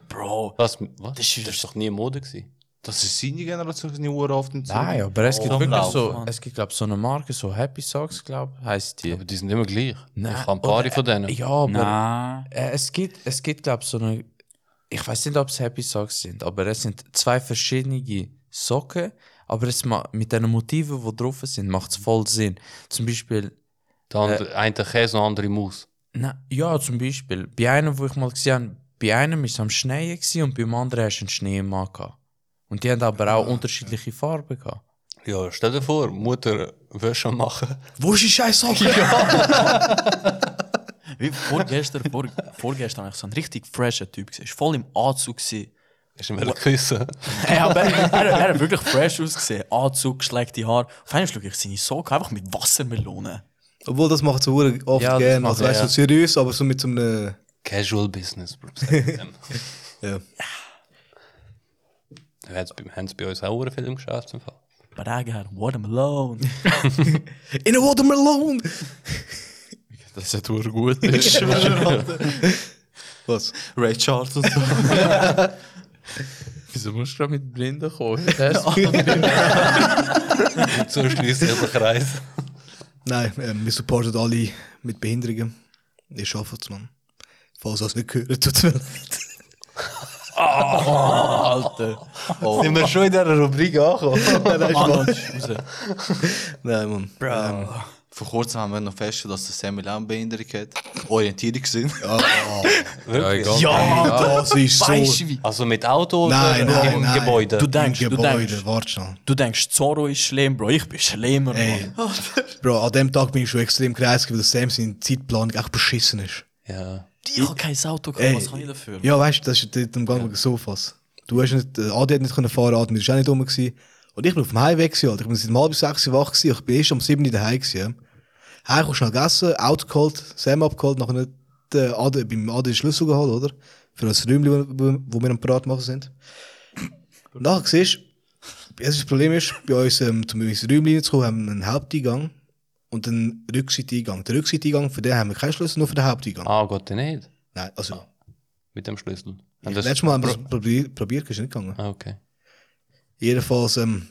F: Bro,
C: Was? was?
F: Das ist-
C: Das ist doch nie Mode gewesen.
A: Das ist seine Generation, die Uhr auf dem
D: Nein, aber es
A: Oh,
D: gibt wirklich
A: [LAUGHS]
D: so...
F: Mann.
D: Es gibt, glaube so eine Marke, so Happy Socks, glaube heisst die.
C: Aber die sind immer gleich.
D: Nein,
C: ich habe ein paar
D: oder-
C: von denen.
D: Ja, aber...
E: Nein.
D: Äh, Es gibt, es gibt glaube ich, so eine. Ich weiß nicht, ob es Happy Socks sind, aber es sind zwei verschiedene Socken, aber es ma- mit den Motiven, die drauf sind, macht es voll Sinn. Zum Beispiel,
C: Der andere, eine Käse und der andere Maus.
D: na, ja, zum Beispiel, bei einem, wo ich mal gesehen habe, bei einem ist es am Schnee gewesen und beim anderen hast du einen Schneemann gehabt. Und die haben aber auch unterschiedliche Farben gehabt.
C: Ja, stell dir vor, Mutter Wäsche machen.
B: Wo ist die scheiß Socke?
F: Wie vorgestern, vor, vorgestern habe ich so einen richtig freshen Typ gesehen. Voll im Anzug. [LAUGHS] Gewesen.
C: Ist mir küssen.
F: Hey, aber er, er, er hat wirklich fresh ausgesehen. Anzug, geschleckte Haare. Auf einmal schaue ich seine Socken einfach mit Wassermelone.
B: Obwohl, das macht so hure oft
D: Ja, das
B: gern.
D: macht
B: Also,
D: er,
B: weißt du,
C: ja.
B: seriös, aber so mit so einem. äh,
C: Casual Business, Bro. [LAUGHS] Wir
B: Ja.
C: haben es bei uns auch sehr viel im Geschäft. Im Fall.
F: But I got watermelon.
B: In a watermelon!
D: Das ist ja [LAUGHS] gut. ist.
B: Was?
A: Ray Charles und so.
D: Wieso musst du gerade mit Blinden kommen? Das
C: Und so schließt sich der [LAUGHS] Kreis.
B: Nein, ähm, wir supporten alle mit Behinderungen. Ich schaffe es, Mann. Falls ihr es nicht gehört, tut mir leid.
F: Alter.
A: Oh,
C: wir schon in dieser Rubrik angekommen?
F: Mann, und raus.
B: Nein, Mann.
F: Bro.
A: Vor kurzem haben wir noch festgestellt, dass der Sammy Lam Behinderung hat. Orientierungssinn.
B: Ah,
C: Wirklich?
D: egal.
B: das ist so.
F: Weißt du wie?
C: Also mit Auto
B: Nein,
C: oder
B: nein,
C: im
B: nein.
C: Gebäude?
F: Du denkst,
B: Im
F: du
B: Gebäude,
F: denkst,
B: warte schon.
F: du denkst, Zorro ist schlimm, Bro. Ich bin schlimmer,
B: Ey,
F: Mann.
B: Bro, an dem Tag bin ich schon extrem kreis, weil der Sam seine Zeitplanung echt beschissen ist.
C: ja.
F: Ich habe kein Auto gehabt,
B: Ey,
F: was kann ich dafür?
B: Ja, weißt du, das ist dort am Gang wegen Sofas. Du hast nicht, äh, Adi hat nicht können fahren, Adi war auch nicht rum. Gewesen. Und ich bin auf dem Highway, gewesen, Alter. ich bin seit um halb sechs Uhr wach, gewesen. ich bin erst um sieben Uhr daheim. Gewesen. ja. Heim, kommst schnell gegessen, Auto geholt, Sam abgeholt, nachher nicht äh, Adi, beim Adi den Schlüssel geholt, oder? Für das Räumchen, wo, wo wir am Parat machen sind. Und nachher siehst du, das Problem ist, bei uns, ähm, um in unser Räumchen zu kommen, haben wir einen Haupteingang und einen Rückseiteingang. Den Rückseiteingang, für den haben wir keinen Schlüssel, nur für den Haupteingang.
C: Ah, Gott, nicht.
B: Nein, also...
F: Ah.
C: Mit dem Schlüssel. Und
D: dus
C: das-
B: Letztes Mal haben wir es probiert, probiert, ist nicht gegangen.
C: Ah, okay.
B: Jedenfalls ähm,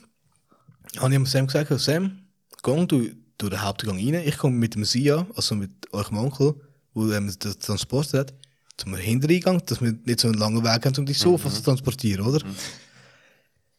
B: habe ich dem Sam gesagt, Sam, geh du durch den Hauptgang rein. Ich komme mit dem Sia, also mit eurem Onkel, wo ähm, das Transport hat, zum Hintereingang, dass wir nicht so einen langen Weg haben, um die Sofas zu transportieren, oder?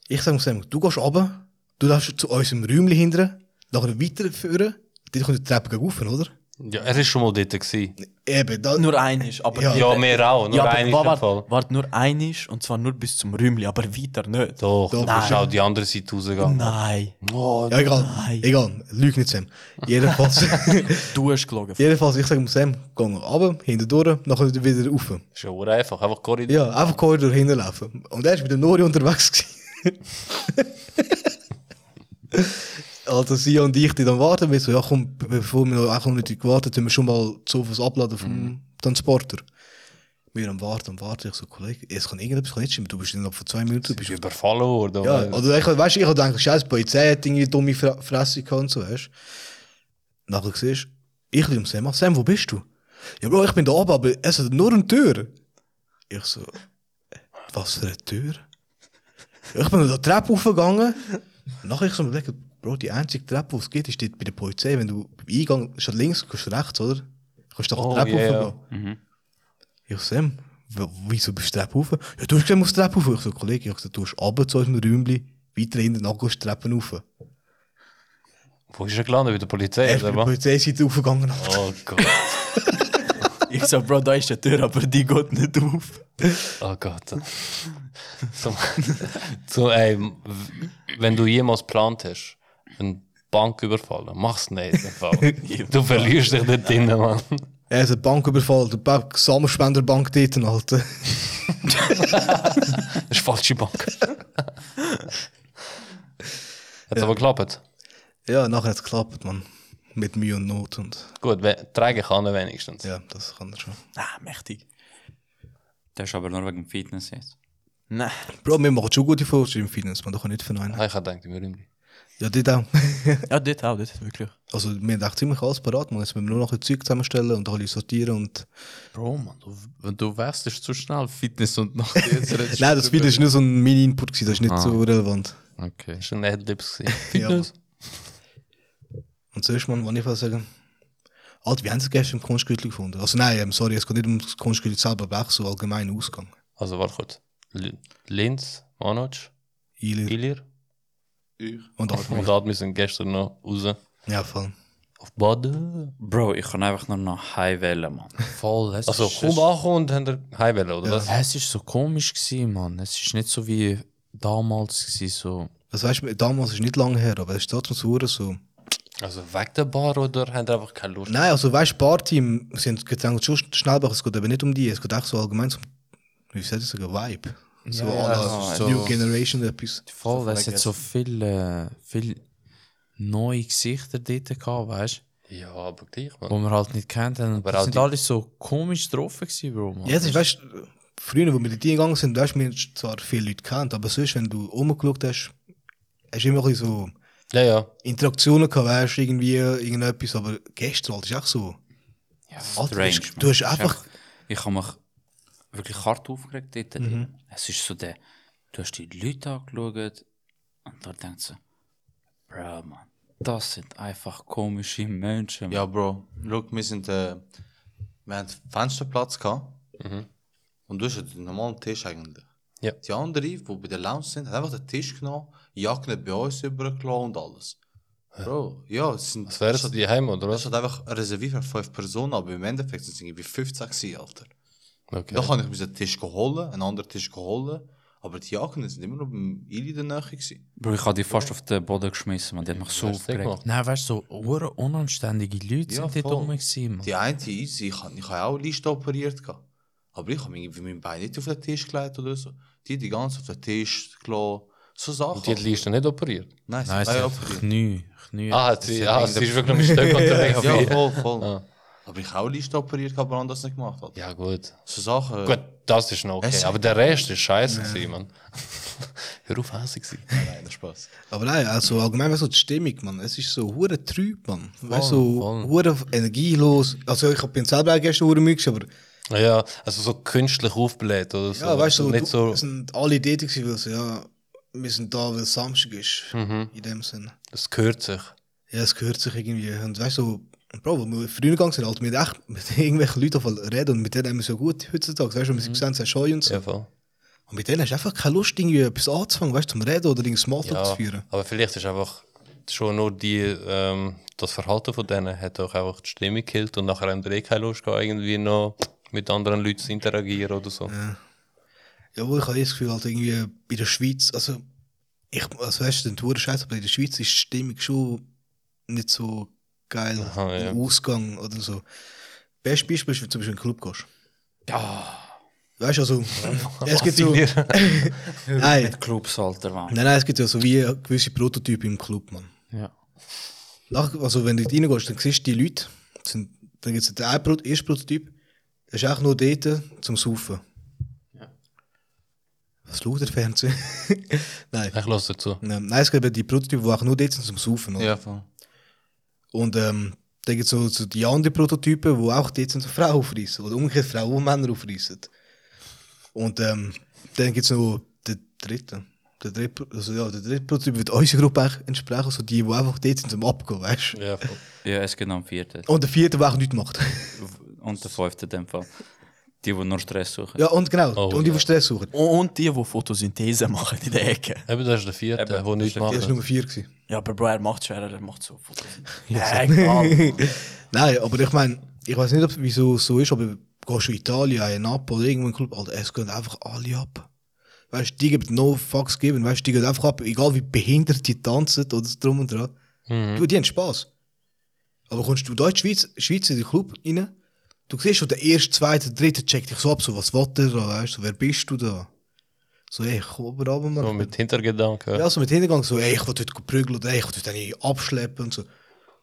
B: Ich sage Sam, du gehst runter, du darfst zu unserem Räumchen hindern, nachher weiterführen, dort kommt die Treppe gleich rauf, oder?
C: Ja, er war schon mal dort. Gewesen.
B: Eben, da,
F: Nur einisch, aber...
B: Ja.
C: Ja, mehr auch. Nur
F: Ja, aber
C: einer
F: wa-
C: ist der
F: wart,
C: Fall.
F: wart, nur einisch, und zwar nur bis zum Rümli, aber weiter nicht.
C: Doch, du
B: Nein.
C: bist auch die andere Seite rausgegangen.
F: Nein,
C: Oh,
B: ja, egal,
F: Nein.
B: egal, lüg nicht Sam. Jedenfalls,
F: du hast gelogen.
B: jedenfalls ich sage Sam, geh runter, hinterdurch, nachher wieder rauf.
C: ist ja verdammt einfach. Einfach Korridor.
B: Ja, einfach Korridor hinterlaufen. Und er war mit dem Nori unterwegs. [LAUGHS] gewesen. also sie und ich, die dann warten, wir so, ja komm, be- bevor wir noch eine Minute gewartet haben, wir schon mal so was abladen vom Transporter. Wir am Warten, am Warten. Ich so, Kollege, es kann irgendetwas kann nicht stimmen. Du bist innerhalb von zwei Minuten. Du bist
C: Bist überfallen worden.
B: ja,
C: oder?
B: oder ich, weißt du, ich habe gedacht, scheiße, die Polizei hat irgendwie dumme Fre- Fresse gehabt und so, weißt du. Nachher siehst du, ich bin am Sam, «Ach, Sam, wo bist du? Ja, Bro, ich bin da oben, aber es hat nur eine Tür. Ich so, was für eine Tür? Ja, Ich bin da die Treppe hochgegangen. Nachher ich so mir gedacht, Bro, die einzige Treppe, die es gibt, ist dort bei der Polizei. Wenn du beim Eingang, statt links, gehst du rechts, oder? Kannst du doch
C: Oh,
B: die Treppe
C: ja, ja.
B: hochgehen. Ich so, Sam, w- wieso bist du die Treppe rauf? Ja, du hast gesehen, musst die Treppe rauf. Ich so, Kollege, ich hab gesagt, du hast runter zu unserem Räumchen, weiter hinten, dann gehst du die Treppe rauf.
C: Wo ist er gelandet? Bei der Polizei?
B: Er ist
C: Oder
B: mit der
C: was?
B: Polizeiseite raufgegangen. Alter.
C: Oh Gott.
F: Ich so, Bro, da ist eine Tür, aber die geht nicht auf.
C: Oh Gott. So, so, ey, w- wenn du jemals geplant hast, eine Bank überfallen, mach's nicht. im Fall. Du verlierst dich dort drinnen, Mann.
B: Er ist eine Bank überfallen, der Bank, Samenspenderbank dort, Alter.
C: Das ist falsche Bank. Hat's aber geklappt.
B: [LAUGHS] Ja, nachher hat's geklappt, Mann. Mit Mühe und Not und,
C: Gut, we- tragen kann er wenigstens.
B: ja, das kann er schon.
F: Ah, mächtig.
E: Das ist aber nur wegen dem Fitness jetzt.
F: Nein.
B: Bro, wir machen schon gute Vorschläge im Finance, man, da kann nicht verneinen.
C: Ah, Ich habe gedacht, im Rümli.
B: Ja, dort auch.
F: Ja, dort auch, dort wirklich.
B: Also, wir haben echt ziemlich alles parat, man. Jetzt müssen wir nur noch ein Zeug zusammenstellen und alles sortieren und...
D: Bro, man, du, wenn du wechselst zu schnell Fitness und nach [LAUGHS] jetzt redest
B: Nein, das Video ist Ah. nur so ein Mini-Input, gewesen, das ist nicht so relevant.
D: Okay.
C: Das war ein Adlibs. Fitness?
B: Und zuerst mal, was ich will sagen. Alter, wie haben sie gestern im Kunstgürtel gefunden? Also nein, ähm, sorry, es geht nicht um das Kunstgürtel selber, aber auch so allgemein Ausgang.
C: Also, warte kurz. L- Linz, Manoc,
B: Ilir
C: Ilir
B: und Admir.
C: und Admi sind gestern noch raus.
B: Ja, voll.
C: Auf Baden.
E: Bro, ich kann einfach nur noch High wählen, Mann.
D: Voll. Es
C: Also,
D: ist,
C: komm ankommen und haben der Heimwelle, oder was?
D: es ist so komisch gewesen, Mann. Es ist nicht so wie damals gewesen, so.
B: Das Also, weißt du, damals ist nicht lange her, aber es ist trotzdem so. so.
C: Also weg der Bar oder haben die einfach keine Lust?
B: Nein, also weißt du, Barteam sind getränkt schon schnell, aber es geht eben nicht um die, es geht auch so allgemein zum, wie soll ich sagen, Vibe. So,
D: Ja,
B: à la
D: es ist so-
B: New Generation etwas.
D: Voll, es hat so viele, äh, viel neue Gesichter dort gehabt, weißt du?
C: Ja, aber gleich,
D: Wo
C: man.
D: wir halt nicht kennt haben.
C: Aber
D: Die
C: auch
D: sind
C: die-
D: alle so komisch drauf gewesen, Bro, Mann.
B: Jetzt ist, weißt du, früher, wo wir dort hingegangen sind, weißt du, wir haben zwar viele Leute gekannt, aber sonst, wenn du rumgeschaut hast, hast du immer ein bisschen so.
C: Ja, ja.
B: Interaktionen gehabt, weißt du, irgendwie, irgendetwas, aber gestern, Alter, ist auch so.
E: Ja,
B: Alter, du hast- du
E: Mann.
B: hast
E: Das ist
B: einfach-
E: echt- Ich habe mich wirklich hart aufgeregt dort.
D: Mhm.
E: Es ist so der, du hast die Leute angeschaut und da denkst du, Bro, Mann, das sind einfach komische Menschen.
A: Ja, Bro, schau, wir sind, äh, wir hatten Fensterplatz gehabt. Und du hast ja den normalen Tisch eigentlich.
C: Ja.
A: Die anderen, die bei der Lounge sind, haben einfach den Tisch genommen, Jacken bei uns übergelassen und alles. Bro, ja, es sind.
C: Das wäre so die Heim, oder
A: Das
C: was?
A: hat einfach reserviert für fünf Personen, aber im Endeffekt sind es irgendwie 15 gewesen, Alter.
C: Okay.
A: Da kann ich mir einen Tisch holen, einen anderen Tisch holen, aber die Jacken sind immer noch beim Ili in der Nähe gewesen.
E: Bro, ich habe die fast auf den Boden geschmissen, man. Die hat mich so
C: Hast du das
E: aufgeregt.
C: gemacht?
D: Nein, weißt du, so ure unanständige Leute
A: Ja,
D: sind dort
A: voll.
D: rum gewesen, Mann.
A: Die eine, die easy, ich habe ich hab auch Liste operiert. Gehabt. Aber ich habe irgendwie mein Bein nicht auf den Tisch gelegt oder so. Die hat die ganze auf den Tisch gelassen. So Sachen.
C: Und die hat die Liste nicht operiert?
A: Nein, sie
D: Nein,
A: hat
D: es
A: Bein
D: hat
A: operiert.
D: Knie. Knie.
C: Ah, hat sie, ah, sie ist wirklich noch ein [LAUGHS] Stück unterwegs.
A: Ja,
C: gewesen.
A: voll, voll.
C: Ah.
A: Aber ich habe auch Liste operiert, gehabt, aber anders nicht gemacht. Alter.
C: Ja, gut.
A: So Sachen.
C: Gut, das ist noch okay.
A: Es-
C: Aber der Rest ist scheiße gewesen, Mann. [LAUGHS] Hör auf, hässig gewesen.
A: Nein, Spaß.
B: Aber nein, also allgemein so die Stimmung, man. Es ist so hure trüb, man. Weißt du,
D: voll.
B: so hure energielos. Also ich bin selber auch gestern hure müde, gewesen, aber
C: Ja, also so künstlich aufbläht oder so. also
B: ja, weißt du,
C: nicht
B: so,
C: so,
B: du, es sind alle dort gewesen, weil so, ja, wir sind da, weil es Samstag ist.
C: Mhm.
B: In dem Sinne.
C: das gehört sich.
B: Ja, es gehört sich irgendwie. Und weißt du, so, Bro, wo wir früher gegangen sind, halt mit echt [LAUGHS] mit irgendwelchen Leuten auf einmal reden und mit denen haben wir so gut heutzutage, weißt du, wir sind gesehen, sehr scheu und so.
C: Mhm. Ja, voll.
B: Und mit denen hast du einfach keine Lust, irgendwie etwas anzufangen, weißt du, zum Reden oder irgendein Smalltalk zu
C: Ja,
B: führen.
C: aber vielleicht ist einfach schon nur die, ähm, das Verhalten von denen hat auch einfach die Stimmung gekillt und nachher haben die eh keine Lust gehabt, irgendwie noch mit anderen Leuten zu interagieren oder so.
B: Ja, wohl, ich habe eh das Gefühl, halt irgendwie bei der Schweiz, also, ich, also weißt du, den Touren scheiße, aber in der Schweiz ist die Stimmung schon nicht so geil.
C: Aha, ja.
B: Im Ausgang oder so. Bestes Beispiel ist, wenn du zum Beispiel in den Club gehst. Ja. Weißt du,
C: [LAUGHS]
B: also, es gibt so, nein, [LAUGHS] nein,
E: Mit Clubs, Alter, Mann.
B: nein, es gibt ja so wie gewisse Prototypen im Club, man.
D: Ja.
B: Nach, also wenn du dort reingehst, dann siehst du die Leute, das sind, dann gibt es den einen Pro- ersten Prototyp, der ist auch nur dort zum Saufen. Was schaut der Fernseher? [LAUGHS] Nein.
C: Ich lasse dazu.
B: Ähm, Nein, es gibt eben die Prototypen, die auch nur dort sind zum Saufen. oder?
A: Ja, voll.
B: Und ähm, dann gibt es so, so die anderen Prototypen, die auch dort sind, so Frauen aufreißen. Oder umgekehrt Frauen, die Männer aufreißen. Und ähm, dann gibt es noch den dritten. Der dritte, also ja, der dritte Prototyp wird unserer Gruppe eigentlich entsprechen, so die, die einfach dort sind zum Abgehen, weißt du?
C: Ja, voll.
E: Ja, es gibt noch einen vierten.
B: Und der vierte, der auch nichts macht. [LAUGHS]
D: Oh.
E: Und den fünften in dem Fall. Die, die nur Stress suchen.
B: ja, und genau.
C: Oh,
B: und die,
C: ja.
B: die Stress suchen.
F: Und die, die Photosynthese machen in der Ecke.
C: Eben, das ist der vierte,
E: Eben,
C: der
E: das ist
C: nichts
E: der
B: Das ist
C: macht.
B: Nummer vier. Gewesen.
F: Ja, aber Bro, er macht schwerer, er macht so Photosynthese. Ja,
B: [LAUGHS]
C: Also,
F: egal.
C: [LAUGHS]
B: Nein, aber ich meine, ich weiß nicht, ob, wieso es so ist, aber gehst du in Italien, in Napoli, irgendwo in den Club, Alter, es gehen einfach alle ab. Weißt du, die geben no fucks geben, weißt du, die gehen einfach ab, egal wie behindert die tanzen oder drum und dran.
C: Mhm.
B: Du, die haben Spass. Aber kommst du da in die Schweiz, Schweiz in den Club rein, du siehst schon, der erste, zweite, dritte checkt dich so ab, so was will der da, weißt du, so, wer bist du da? So, ey, komm aber runter, Mann.
C: So mit Hintergedanken.
B: Ja, so mit Hintergang, so, ey, ich will heute prügeln oder ey, ich will heute nicht abschleppen und so.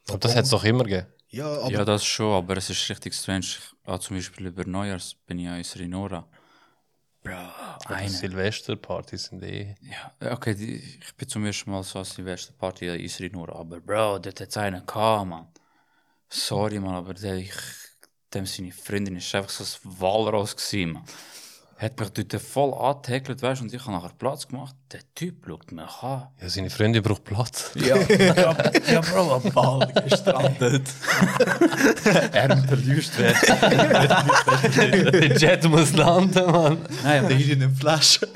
C: aber das hat es doch immer gegeben.
B: Ja, aber
E: ja, das schon, aber es ist richtig strange. Ich, ah, zum Beispiel über Neujahrs bin ich ja in Srinora. Bro,
C: Die
E: eine.
C: Silvesterpartys sind eh.
E: Ja, okay, die, ich bin zum ersten Mal so an Silvesterparty in Srinora, aber Bro, dort hat es einen gehabt, Mann. Sorry, Mann, aber der, ich, dem seine Freundin ist einfach so ein Walross gewesen, Mann. Hat mich dort voll angehäkelt, weißt du, und ich habe nachher Platz gemacht. Der Typ schaut mich an.
C: Ja, seine Freundin braucht Platz.
E: Ja,
F: ja, Bro, am Ball gestrandet.
E: er verliest werden.
C: der Jet muss landen, Mann.
E: Nein, aber
A: in eine
E: [LAUGHS]
A: Flasche.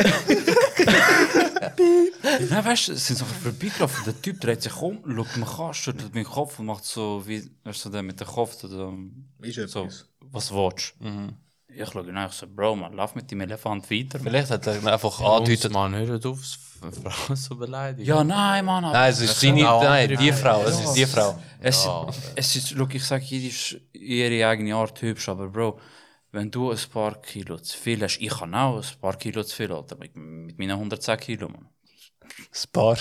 E: Nein, weißt du, es sind so vorbeigelaufen. Der Typ dreht sich um, schaut mich an, schüttelt meinen Kopf und macht so wie, weißt du, der mit dem Kopf oder ähm, so, was willst du? Ich schaue ihn an, ich so, nou, Bro, man, lauf mit dem Elefant weiter.
C: Vielleicht hat er ihn einfach
D: Uns,
C: angedeutet.
D: Mann, hört auf, s- Frauen so beleidigen.
E: Ja, nein, Mann, aber
C: Nein, es ist seine,
D: auch
C: nein,
D: andere
C: die
D: Frauen.
C: Frau, es ist die Frau.
E: es, es ist, schau, ich sage, jede ist ihre eigene Art hübsch, aber Bro, wenn du ein paar Kilo zu viel hast, ich kann auch ein paar Kilo zu viel, Alter, mit, mit meinen 110 Kilo, Mann.
C: Spar.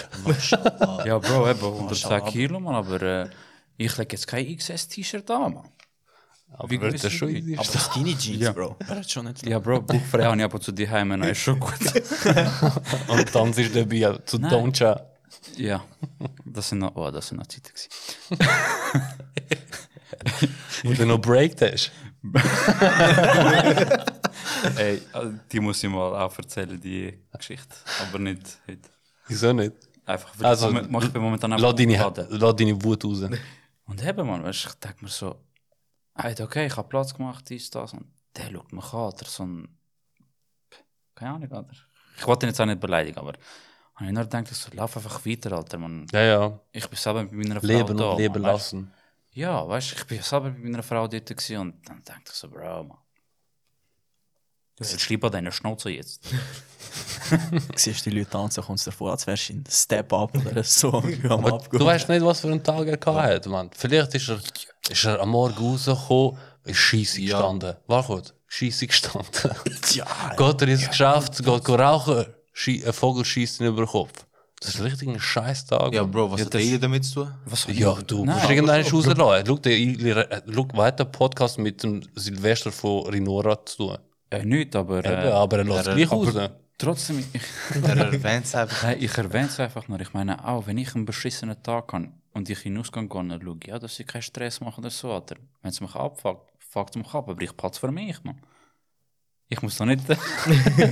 E: Ja, Bro, eben 110 Kilo, Mann, aber äh, ich lege jetzt kein XS-T-Shirt an, Mann.
C: Aber
E: Wie
C: wird
E: gewiss
C: das
E: die
C: schon
E: Leute?
C: ist.
F: Aber Skinny Jeans,
E: Ja.
F: Bro. Er hat schon nicht.
E: Ja, Bro, Buchfrei habe ich ab und zu die Heime, ist schon gut.
C: Und dann ist der Bier zu Doncha.
E: ja, das sind noch, oh, das sind noch Zeiten. gewesen.
C: Und dann noch Breakdash.
E: Ey, äh, die muss ich mal auch erzählen, die Geschichte. Aber nicht heute.
C: Wieso nicht?
E: Einfach, weil
C: Also,
E: also, mach ich bin momentan
C: Lass deine,
E: geladen.
C: lass deine Wut raus.
E: Und eben, man, weißt, du, ich denke mir so, halt, okay, ich habe Platz gemacht, dies, das. Und der schaut mich an, oder so ein. Keine Ahnung, oder? Ich wollte ihn jetzt auch nicht beleidigen, aber. Und ich nur gedacht, so, lauf einfach weiter, Alter, Mann.
C: Ja, ja.
E: Ich bin selber bei meiner Frau
C: Leben
E: da,
C: und leben
E: Mann, weißt-
C: lassen.
E: Ja, weißt du, ich bin selber bei meiner Frau dort gewesen und dann dachte ich so, Bro, Mann. Das ist lieber deine Schnauze jetzt.
F: Siehst die Leute tanzen, kommst du davor, als wärst du in Step-Up oder [LAUGHS] so. am
C: Aber
F: Abgehen.
C: du weißt nicht, was für einen Tag er gehabt hat, Mann. Vielleicht ist er, ist er am Morgen rausgekommen, ist scheisse gestanden. War gut, scheisse gestanden.
F: ja,
C: [LAUGHS] geht er ins Geschäft, geht go rauchen, schie- ein Vogel schießt ihn über den Kopf. Das ist richtig ein scheiß Tag.
A: Ja, Bro, was hat der Ehe damit zu tun?
E: [LAUGHS] Was
C: Ja, du
E: Nein.
C: musst irgendwann rauslassen. Schau dir äh, schau, was hat der Podcast mit dem Silvester von Rinora zu tun.
E: Ja, nicht, aber
C: Eben,
E: äh,
C: aber er lässt
A: äh,
C: gleich raus.
E: aber- trotzdem, ich,
A: Der erwähnt es einfach.
E: Nein, ich erwähne es einfach nur. Ich meine, auch wenn ich einen beschissenen Tag habe und ich hinausgehe und dann schaue, ja, dass sie keinen Stress machen oder so, Alter. Wenn es mich abfuckt, fuckt es mich ab, aber ich Platz für mich, Mann. Ich muss da nicht...
C: [LAUGHS]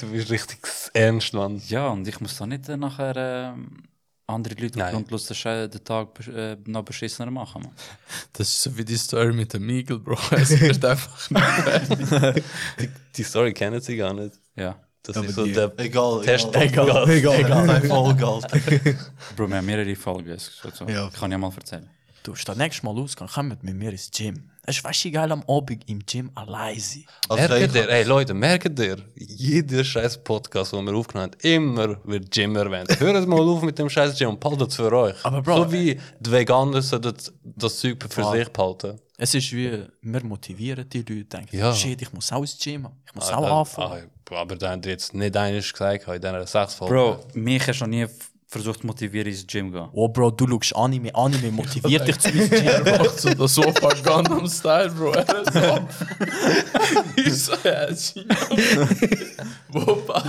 C: Du bist richtig ernst, Mann.
E: Ja, und ich muss da nicht äh, nachher ähm, andere Leute
C: Nein.
E: aufgrund loser Scheiße den Tag besch- äh, noch beschissener machen. Mann.
D: Das ist so wie die Story mit dem Eagle, Bro. [LAUGHS] Es wird einfach
C: Die Story kennen sie gar nicht.
E: Ja.
C: Das
B: Aber
C: ist so
B: die-
C: der
A: Egal,
C: Test.
A: egal. Egal, nein, voll egal.
E: Bro, wir haben mehrere Folgen. So, so.
B: Ja.
E: Ich kann ja mal erzählen.
F: Du, statt nächstes Mal ausgehen, kommt mit mir ins Gym. Es ist weißt du, geil am Abend im Gym allein sein.
A: Also,
C: merkt ihr,
A: ich-
C: ey Leute, merkt ihr, jeder scheiß Podcast, den wir aufgenommen haben, immer wird Jim erwähnt. Hört mal auf mit dem scheiß Jim und behaltet es für euch.
F: Aber Bro,
C: so wie die Veganer sollten das Zeug für
F: Fuck.
C: sich behalten.
F: Es ist wie, wir motivieren die Leute, denken,
C: Ja.
F: shit, ich muss auch ins Gym, ich muss
C: Äh,
F: auch anfangen.
C: äh, aber da habt ihr jetzt nicht eines gesagt in dieser sechs Folgen.
E: Bro, mich hast du noch nie f- versucht zu motivieren, ins Gym zu gehen.
F: Oh, Bro, du schaust Anime, Anime motiviert dich zu
C: [LAUGHS]
F: ins
D: [LAUGHS]
F: Gym. Bro.
D: so das Sofa Gundam Style, Bro. Er ist [LAUGHS] so. Ich so, ja, China. [LAUGHS] Wobei.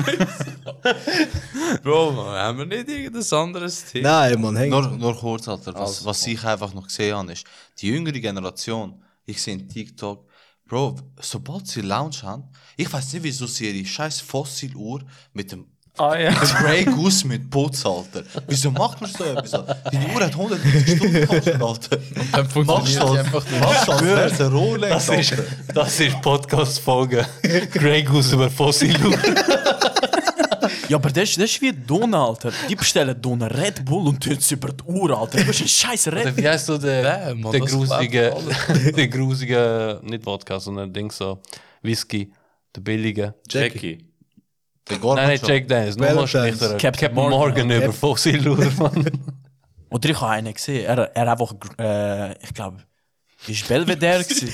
D: so. Bro, man, haben wir nicht irgendein anderes Thema?
B: Nein, man, hängt.
A: Nur, nur kurz, Alter. Was, was ich einfach noch gesehen habe, ist, die jüngere Generation, ich sehe in TikTok, Bro, sobald sie Lounge haben, ich weiß nicht, wieso sie ihre scheiß Fossil-Uhr mit dem
E: Ah ja.
A: mit dem Grey Goose mit Putz, Alter. Wieso macht man so etwas? Alter? Die Uhr hat 150 Stunden gekostet, Alter.
D: Dann
A: Machst du einfach nicht. Machst du als wär's ein Rolex,
C: das ist,
A: Alter.
C: das ist Podcast-Folge. Grey Goose über Fossil.
F: Ja, aber das, das ist wie Dona, Alter. Die bestellen Dona Red Bull und tun es über die Uhr, Alter. Du bist ein scheiß Red
C: Oder wie heißt du der,
D: Damn, Mann,
C: der
D: das
C: grusige, [LAUGHS] der grusige, nicht Wodka, sondern Ding so, Whisky, der billige.
E: Jackie.
A: Der
C: Nein, nicht
A: Gorbatschow.
C: Jack Daniels, nochmal
B: Valentine's.
C: schlechter. Captain,
F: Captain
C: Morgan,
F: Morgan,
C: über
B: Cap-
C: Fossil, oder, [LAUGHS] Mann.
F: Oder ich habe einen gesehen, er, er einfach, äh, ich glaube, ist Belvedere gewesen.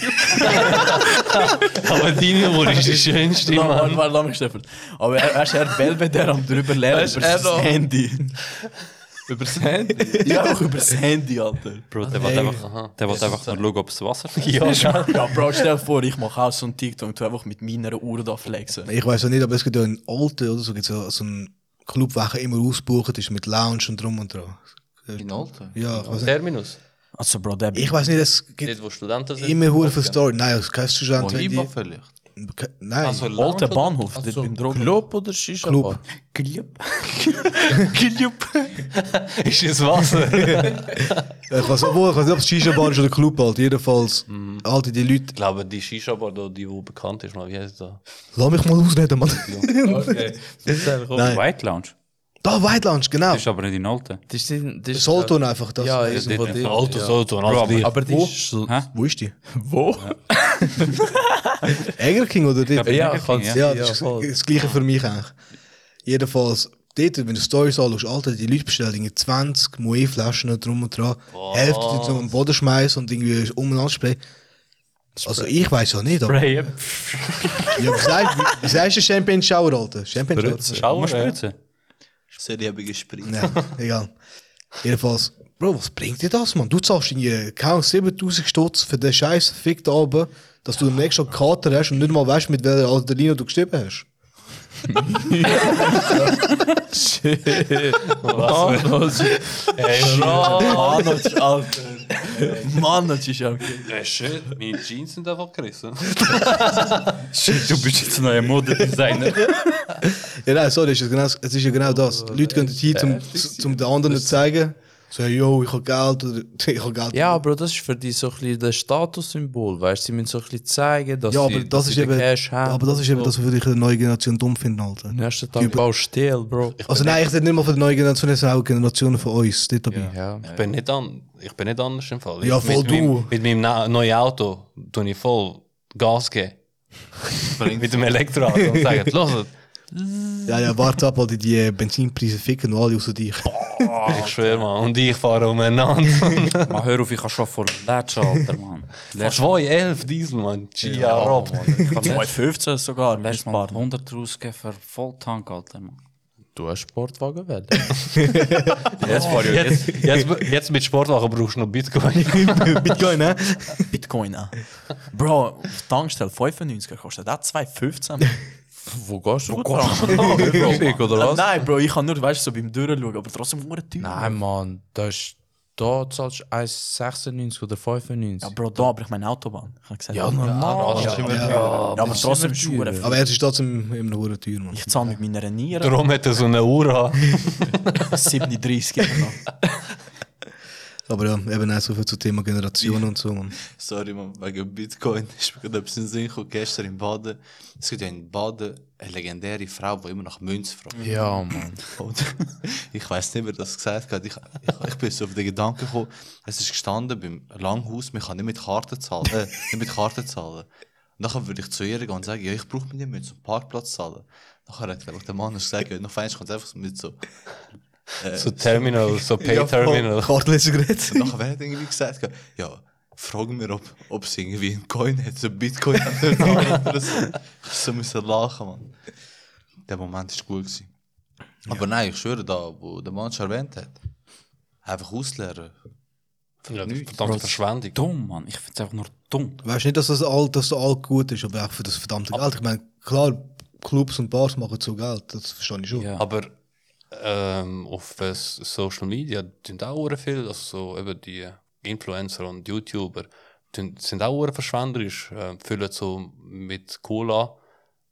C: Aber deine Uhr ist die schönste, [LAUGHS]
F: Lass mal,
C: Mann.
F: mal, lass mich Stefan. Aber er, er ist er Belvedere am drüber lernen
D: Weißt du,
F: über
D: er
F: das
D: noch-
F: Handy.
D: Über das Handy.
F: ja, auch über das Handy, Alter.
E: Bro, der wollte einfach, der wollte einfach nur schauen, ob es Wasser fließt.
F: Ja, ja, Bro, stell dir vor, ich mache auch so einen TikTok und tu einfach mit meiner Uhr da flexen.
B: Ich weiß auch nicht, aber es gibt ja einen alten oder so, gibt so, so einen Club, welcher immer ausgebucht ist mit Lounge und drum und dran.
A: In Alter.
B: Ja, ich weiß nicht.
C: Terminus.
F: Also, Bro, der
B: Ich weiß nicht, es
C: Dort,
B: gibt
C: wo Studenten sind.
B: immer hure für Story. Nein, es ist kein Student, wenn
A: Mohiba
B: die.
A: vielleicht.
B: Ke- Nein.
A: Also,
F: alte Bahnhof, dort beim Drogen.
D: Club oder Shisha?
B: Club.
D: Bar?
C: Ist es Wasser?
B: ich weiß obwohl, ich weiß nicht, ob es Shisha Bar dus ist oder Club halt. Jedenfalls,
D: Mm.
B: alte die Leute.
C: ich glaube, die Shisha-Bar, da, die wo bekannt ist, mal, wie heißt das?
B: Lass mich mal ausreden, Mann. [LAUGHS]
D: Okay.
B: Nein.
E: White Lounge. Dus
B: Da, White Lounge, genau. nou
E: Das ist aber nicht in Alten.
D: Das ist, nicht- das ist
B: Solton einfach. Das.
D: Ja,
B: ist,
D: irgendwo dort.
C: Altes
D: ja.
C: Auto, also und alles gleich.
D: Aber die ist so.
E: Hä?
B: wo ist die?
D: Wo?
B: Eger King oder dort?
E: Ja,
D: Ja,
E: Burger
D: kannst
E: King,
D: du-
B: Ja, dus das ist
D: voll.
B: das Gleiche für mich eigentlich. Jedenfalls, dort, wenn du Stories anschaust, Alter, dus die Leute bestellen irgendwie 20 Moe-Flaschen drum und dran, Hälfte die zum am Boden schmeißen und irgendwie umeinander sprayen. Also ich weiß ja nicht, aber... [LAUGHS]
E: Hey,
B: Ja, wie sagst- wie sagst du Champagne Shower, Alter? Champagne Shower?
E: Schau mal spritzen.
A: Serie habe ich gespritzt.
B: Nein, egal. Jedenfalls, Bro, was bringt dir das, Mann? Du zahlst irgendwie kaum 7000 Stutz für den scheiß Fick da oben, dass du am nächsten Tag Kater hast und nicht mal weißt, mit welcher Adrenalin du gestorben hast.
D: Was?
C: Ey,
F: Mann, das [LAUGHS] ist- Alter. Mann, das ist ja okay.
C: Ja, schön. Meine Jeans sind einfach gerissen.
E: Du bist jetzt ein neuer Modedesigner.
D: Oh,
B: Ja, nein, sorry, es ist, genau, es ist ja genau das. Die Leute gehen dorthin, um, zum den anderen zu zeigen, So, hey, yo, ich hab Geld oder [LAUGHS] ich hab Geld.
D: Ja, Bro, das ist für die so ein bisschen das Statussymbol, weißt du? Sie müssen so ein bisschen zeigen, dass
B: Ja, aber
D: sie,
B: das
D: dass
B: ist
D: sie den
B: eben,
D: Cash haben.
B: aber das ist eben das, was ich der neue Generation dumm finde, Alter.
D: Am nächsten Tag baust du still, Bro.
B: Also nein, ich rede nicht mal von der neuen Generation, es sind auch Generationen von uns dort dabei.
D: Ja.
C: Ich bin nicht, an, ich bin nicht anders im Fall.
B: Ja,
C: Ich-
B: voll
C: mit,
B: du.
C: meinem- Mit meinem na- neuen Auto tue ich voll Gas geben. mit dem Elektroauto und [LAUGHS] sagen, los,
B: Ja, ja, warte ab, weil die, die äh, Benzinpreise ficken und alle außer dich.
C: ich schwöre mal. Und ich fahre [LAUGHS] umeinander.
E: Man, hör auf, ich kann schon voll Lätschen, Alter, Mann. Letztes
C: 211 Diesel, man. Gia Rob.
E: ich
F: [LAUGHS]
E: hab letztes-
F: 215 sogar.
E: letztes
F: Letztes
E: Mal
F: Mal.
E: 100 rausgegeben für Volltank, Alter, Mann.
D: Du hast Sportwagen [LAUGHS] wählen.
C: Jetzt, jetzt, jetzt, jetzt mit Sportwagen brauchst du noch Bitcoin.
F: [LAUGHS]
B: Bitcoin, ne?
F: Bitcoin an. Bro, auf der Tankstelle 95 kostet das 2,15.
D: Wo gehst du? [LAUGHS]
F: [LAUGHS] Bro,
D: oder was?
F: Nein, Bro, ich kann nur, weißt du, so beim Dürren schauen, aber trotzdem nur teuer.
D: Nein, Mann, das ist, da zahlst du 1,96 oder 95.
F: Ja, Bro, da, aber ich meine Autobahn. Ich habe gesagt,
D: Ja, normal.
C: Ah, Das ist immer
F: Ja, aber trotzdem ist es
D: immer
F: verdammt viel.
B: Aber er ist trotzdem immer noch verdammt teuer, Mann.
F: Ich zahle mit meiner [LAUGHS] Niere
C: Darum hat er so eine Uhr an.
F: 37 immer noch.
B: Aber ja, eben auch so viel zum Thema Generationen und so, Mann.
A: Sorry, man, wegen Bitcoin [LAUGHS] ist mir gerade etwas in den Sinn gekommen. Gestern in Baden. Es gibt ja in Baden eine legendäre Frau, die immer nach Münz fragt.
D: Ja, Mann.
A: Und [LAUGHS] ich weiß nicht, wer das gesagt hat. Ich, ich, ich bin so auf den Gedanken gekommen, es ist gestanden beim Langhaus, man kann nicht mit Karte zahlen. Äh, nicht mit Karte zahlen. Nachher würde ich zu ihr gehen und sagen, ja, ich brauche mir nicht mehr zum Parkplatz zahlen. Nachher hat glaub ich, der Mann gesagt, ja, noch fein, kannst du einfach mit so.
C: So Terminal, so
A: Ja, voll.
C: Pay-Terminal.
A: [LAUGHS]
B: Kartenlesergerät.
A: Und nachher hat irgendwie gesagt, ja, frag mir, ob, ob sie irgendwie einen Coin hat, so Bitcoin hat oder so. Ich so müssen Dus lachen, man. Der Moment war gut. Gewesen. Aber nein, ich schwöre, da, wo der Mann schon erwähnt hat, einfach ausleeren.
C: Verdammt Verschwendung.
E: Dumm, Mann. Ich find's einfach nur dumm.
B: Weißt nicht, dass das all, dass all gut ist, aber auch für das verdammte Geld. Ich meine, klar, Clubs und Bars machen so Geld, das verstehe ich schon.
E: Ja.
C: Aber ähm, auf äh, Social Media sind auch sehr viel, also so eben die Influencer und YouTuber tun- sind auch sehr verschwenderisch, äh, füllen so mit Cola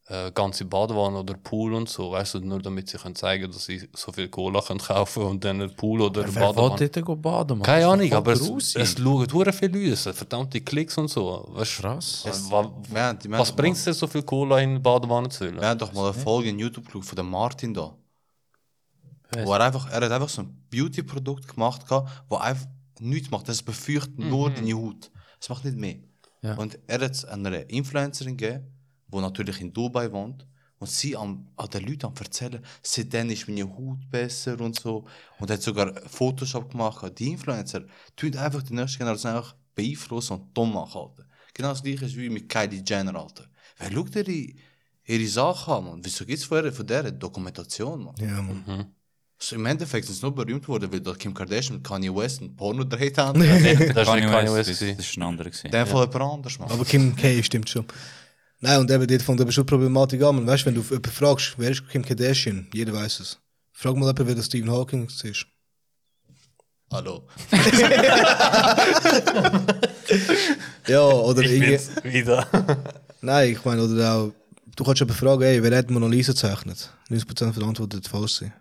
C: äh, ganze Badewanne oder Pool und so, weißt du, nur damit sie können zeigen, dass sie so viel Cola können kaufen und dann einen Pool oder eine
D: Wer will
C: Badewanne.
D: dort gehen baden, Mann?
C: Keine
D: Das ist
C: Ahnung,
D: voll
C: aber es,
D: grusig.
C: es schauen sehr viele Leute, es hat verdammte Klicks und so. Weißt, du,
D: Krass.
C: es- wa-
A: Wir haben- wir haben
C: was
A: doch
C: bringt es dir, so viel Cola in die Badewanne zu füllen?
A: Wir haben doch mal eine Folge in YouTube geschaut von dem Martin da. Wo er, einfach, er hat einfach so ein Beauty-Produkt gemacht, gehabt, wo einfach nichts macht. Das befeuchtet nur deine Haut. Es macht nicht mehr.
D: Ja.
A: Und er hat es einer Influencerin gegeben, die natürlich in Dubai wohnt. Und sie am, an den Leuten am erzählen, seitdem ist meine Haut besser und so. Und hat sogar Photoshop gemacht. Die Influencer tun einfach die nächste Generation einfach beeinflussen und dumm machen. Alter. Genau das gleiche ist wie mit Kylie Jenner. Alter. Wer schaut ihre, ihre Sachen an? Mann? Wieso gibt es von, ihrer- von der Dokumentation? Mann?
B: Ja, Mann.
A: So, Im Endeffekt sind sie nur berühmt worden, weil dort Kim Kardashian mit Kanye West ein Porno gedreht haben.
C: Das ist nicht Kanye West.
E: Das
C: gewesen.
E: ist ein anderer gewesen.
A: Der Fall jemand anders, Mann.
B: Aber Kim K stimmt schon. Nein, und eben dort fängt eben schon die Problematik an. Weißt wenn du auf jemanden fragst, wer ist Kim Kardashian? Jeder weiß es. Frag mal jemanden, wer der Stephen Hawking ist.
A: Hallo.
B: [LAUGHS] Ja, oder irgendwie.
C: Wieder.
B: Nein, ich meine, oder auch. Du kannst jemanden fragen, ey, wer hat Mona Lisa gezeichnet? 90% der Antworten wird falsch sein.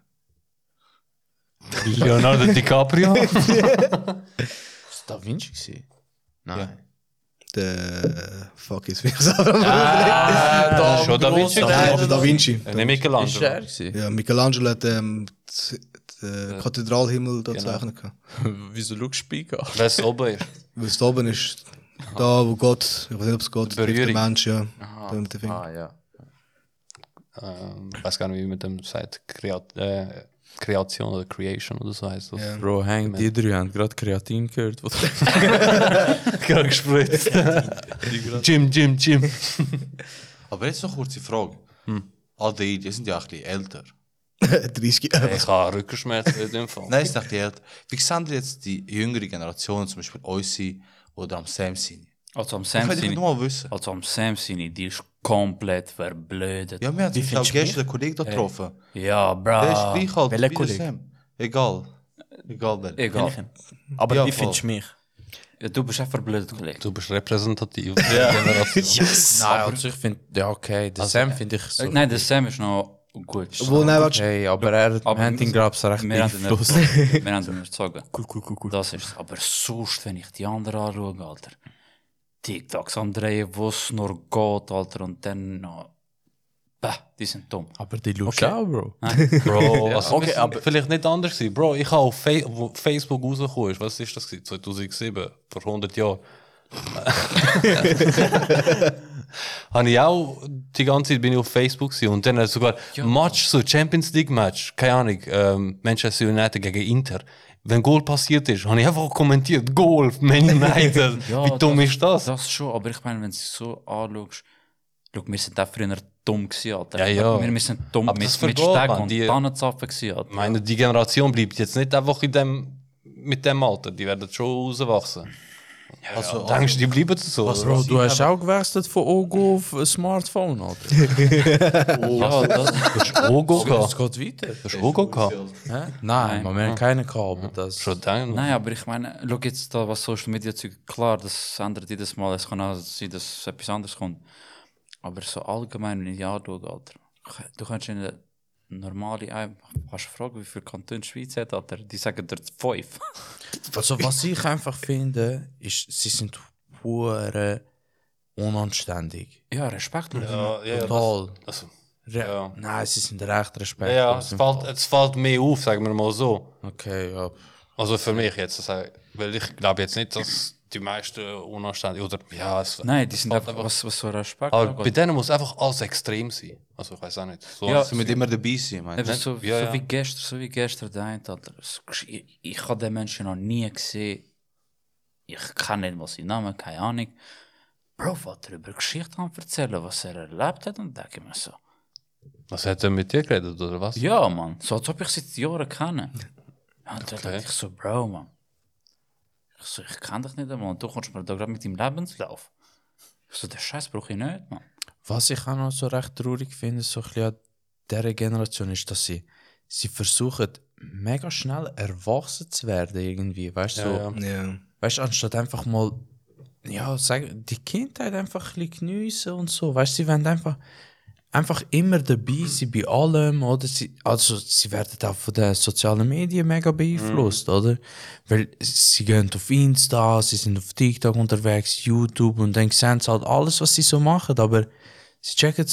C: Leonardo DiCaprio.
D: Ist Da Vinci gewesen? Nein.
B: Der. äh, Fuck, jetzt bin ich selber.
D: Äh,
C: das ist schon Da Vinci.
B: Nein, [LAUGHS] der Da Vinci.
C: Nicht
D: Ist äh, er
C: Michelangelo.
D: [LAUGHS] gewesen?
B: Ja, Michelangelo hat ähm, die- den Kathedralhimmel da gezeichnet.
D: Wieso schaust du Spiegel?
C: Wer es oben ist. [LAUGHS]
B: Weil es da oben ist, da wo Gott, ich weiß nicht, ob es Gott trifft, der
C: Berührung.
B: Mensch, ja. Da mit dem Finger.
D: Ah, ja.
C: Ähm, Ich weiß gar nicht, wie man dem sagt. Kreat äh, Kreation oder Creation oder so heißt das.
B: Ja.
D: Bro, hang, die drei haben gerade Kreatin gehört.
F: [LAUGHS]
D: wo-
C: [LAUGHS] Gerade gespritzt. Jim, Jim, Jim.
A: Aber jetzt noch eine kurze Frage. All die, die sind ja auch ein bisschen älter.
B: [LAUGHS] 30 Jahre.
C: Ich habe Rückenschmerzen in dem Fall.
A: Nein, ist nicht älter. Wie sehen die jetzt die jüngere Generation, zum Beispiel Oisi oder am Sam Sini?
E: Also am
A: Ich
E: Sam
A: könnte
E: seine,
A: nur mal wissen.
E: also am Sam seine, die ist komplett verblödet. Ja,
A: Ja, wir haben zum Beispiel auch
F: findest du
A: gestern einen Kollegen da getroffen. Der ist
E: bra.
A: gleich alt
F: welcher
A: wie der
F: Kollege?
A: Sam. Egal. Egal wer.
E: Egal.
F: Aber
A: Ja,
F: wie
A: voll.
F: findest du mich?
E: Ja, du bist ein verblödet, Kollege.
C: Du bist repräsentativ. Ja. [LAUGHS] Generation.
D: Nou, Nein, also ich finde, ja, okay. Den Sam finde ich so.
E: Äh, Nein, der Sam ist noch Gut.
B: Obwohl, nein, warte.
D: Hey, aber er hat
E: Aber wir
D: Hunting
E: müssen-
D: Grabs recht
E: Wir haben ihn
D: beeinflusst.
E: überzogen. Wir haben ihn überzogen.
F: Cool, cool, cool, cool.
E: Das ist es. Aber sonst, wenn ich die anderen anschaue, Alter, TikToks am Drehen, wo es nur geht, Alter, und dann noch. Bah, die sind dumm.
F: Ah.
D: Aber die schaust okay. auch, Bro.
C: [LAUGHS] Bro, also
F: okay,
C: wir sind
F: aber-
C: vielleicht nicht anders gewesen. Bro, ich habe auf Fa wo Facebook rausgekommen ist, was ist das gewesen? 2007, vor 100 [LAUGHS] Jahren. habe ich auch, die ganze Zeit bin ich auf Facebook gewesen. und dann sogar Match, so Champions League Match, keine Ahnung, ähm, Manchester United gegen Inter. Wenn Goal passiert ist, habe ich einfach kommentiert, Goal, [LAUGHS] Man United. Wie dumm ist das?
E: Das schon, aber ich meine, wenn du es so anschaust, schau, wir sind auch früher dumm gewesen, Alter.
C: Ja, ja.
E: Wir, wir sind dumm
C: Aber
E: mit, mit
C: das
E: Steg
C: vergeht, man,
E: und
C: die-
E: Tannenzapfen gewesen, Alter.
C: Ich meine, die Generation bleibt jetzt nicht einfach in dem, mit dem Alter, die werden schon rauswachsen.
A: Also,
C: Denkst du, die bleiben so? oder
D: Bro,
C: was?
D: du hast auch gewechselt von Ogo auf ein Smartphone, Alter.
C: Oh. [LAUGHS]
E: ja, das,
C: Das ist Ogo
D: Es
C: gehabt.
D: geht weiter.
C: Das ist Ogo gehabt.
D: Hä? Nein, man, wir haben keine Kabel. Das
C: Schon dann.
E: nein, aber ich meine, schau jetzt da, was Social Media Zeug, klar, das ändert jedes Mal, es kann auch sein, dass etwas anderes kommt. Aber so allgemein, wenn ich anschaue, Alter, du kannst in eine normale App, kannst du fragen, wie viele Kantone die Schweiz hat, Alter, die sagen dir fünf. [LAUGHS]
D: Also, was ich einfach finde, ist, sie sind hure unanständig.
E: ja, respektlos.
C: Ja, ja, das,
D: Total.
C: also,
D: Re
C: ja.
D: Nein, sie sind recht respektlos.
C: ja es, fällt, es fällt mehr auf, sagen wir mal so.
D: Okay, ja.
C: Also für mich jetzt. das heißt, Weil ich glaube jetzt nicht, dass die meisten unanständig oder ja, es,
E: Nein, die sind einfach, was, was so Respekt
C: aber
E: angeht.
C: bei denen muss einfach alles extrem sein. Also ich weiß auch nicht. So,
E: Ja.
A: Sie mit immer dabei sein, meinst
E: Eben
A: du?
E: so,
C: Ja,
E: so
C: ja.
E: dus wie gestern, so wie gestern der eine, Alter. Es- Ich, ich habe den Menschen noch nie gesehen. Ich kann nicht mal seinen Namen, keine Ahnung. Bro, was er über Geschichte am erzählen, was er erlebt hat, und denke ich mir so.
C: was hat er mit dir geredet oder was?
E: Ja, Mann, so als ob ich sie seit Jahren kenne. Und dann dachte ich so, Bro, Mann. Ich so, ich kann dich nicht einmal. Und du kommst mir da gerade mit deinem Lebenslauf. Ich so, den Scheiß brauche ich nicht, Mann.
D: Was ich auch noch so recht traurig finde, so ein bisschen an dieser Generation, ist, dass sie, sie versuchen, mega schnell erwachsen zu werden, irgendwie. Weißt du, so,
C: ja.
B: Ja.
D: weißt, du, anstatt einfach mal, ja, sagen, die Kindheit einfach ein bisschen geniessen und so, weißt du, sie werden einfach, einfach immer dabei sein bei allem, oder? Sie, also, sie werden auch von den sozialen Medien mega
C: Mhm.
D: beeinflusst, oder? Weil sie gehen auf Insta, sie sind auf TikTok unterwegs, YouTube und dann sehen sie halt alles, was sie so machen, aber sie checken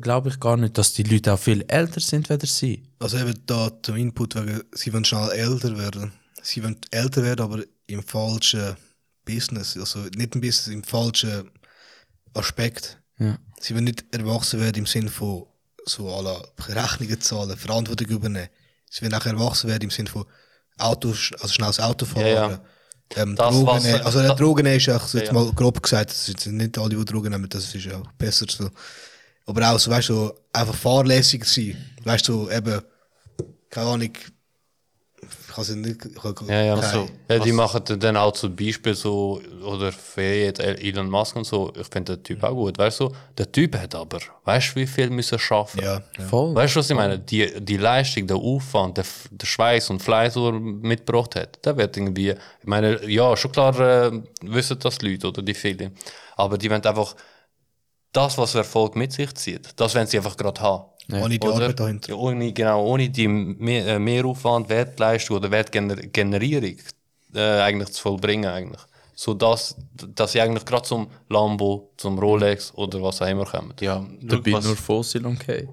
D: glaube ich, gar nicht, dass die Leute auch viel älter sind, als sie.
B: Also eben da zum Input, wegen, sie wollen schnell älter werden. Sie wollen älter werden, aber im falschen Business. Also nicht im Business, im falschen Aspekt.
D: Ja.
B: Sie wollen nicht erwachsen werden im Sinne von so alle Rechnungen zahlen, Verantwortung übernehmen. Sie wollen auch erwachsen werden im Sinne von Auto, sch- also schnelles Auto fahren.
C: Ja, ja.
B: Ähm,
C: Das,
B: Drogen,
C: was-
B: nehmen. also
C: da-
B: Drogen nehmen ist auch, so jetzt
C: Ja.
B: mal grob gesagt, das sind nicht alle, die Drogen nehmen, das ist dus, ja besser so. Aber auch so, weißt du, so einfach fahrlässig sein. Weißt du, so eben, keine Ahnung, ich kann es nicht. Ich kann,
C: Ja, ja,
B: keine-
C: so. ja die machen dann auch zum Beispiel so, oder für jetzt Elon Musk und so, ich finde den Typ auch gut, weißt du, der Typ hat aber, weißt du, wie viel müssen schaffen?
B: Ja, ja.
D: Voll.
C: Weißt du, was ich meine? Die, die Leistung, der Aufwand, der, F- der Schweiß und Fleiß, den er mitgebracht hat, der wird irgendwie, ich meine, ja, schon klar äh, wissen das die Leute oder die viele, aber die wollen einfach das, was Erfolg mit sich zieht, das wollen sie einfach gerade haben.
B: Ohne die
C: Oder?
B: Arbeit dahinter.
C: Ja, ohne, genau, ohne die Mehr, äh, Mehraufwand, Wertleistung oder Wertgenerierung äh, eigentlich zu vollbringen. Eigentlich. So dass, dass sie eigentlich gerade zum Lambo, zum Rolex oder was auch immer kommen.
A: Ja,
D: Dabei
A: was,
D: nur Fossil und okay.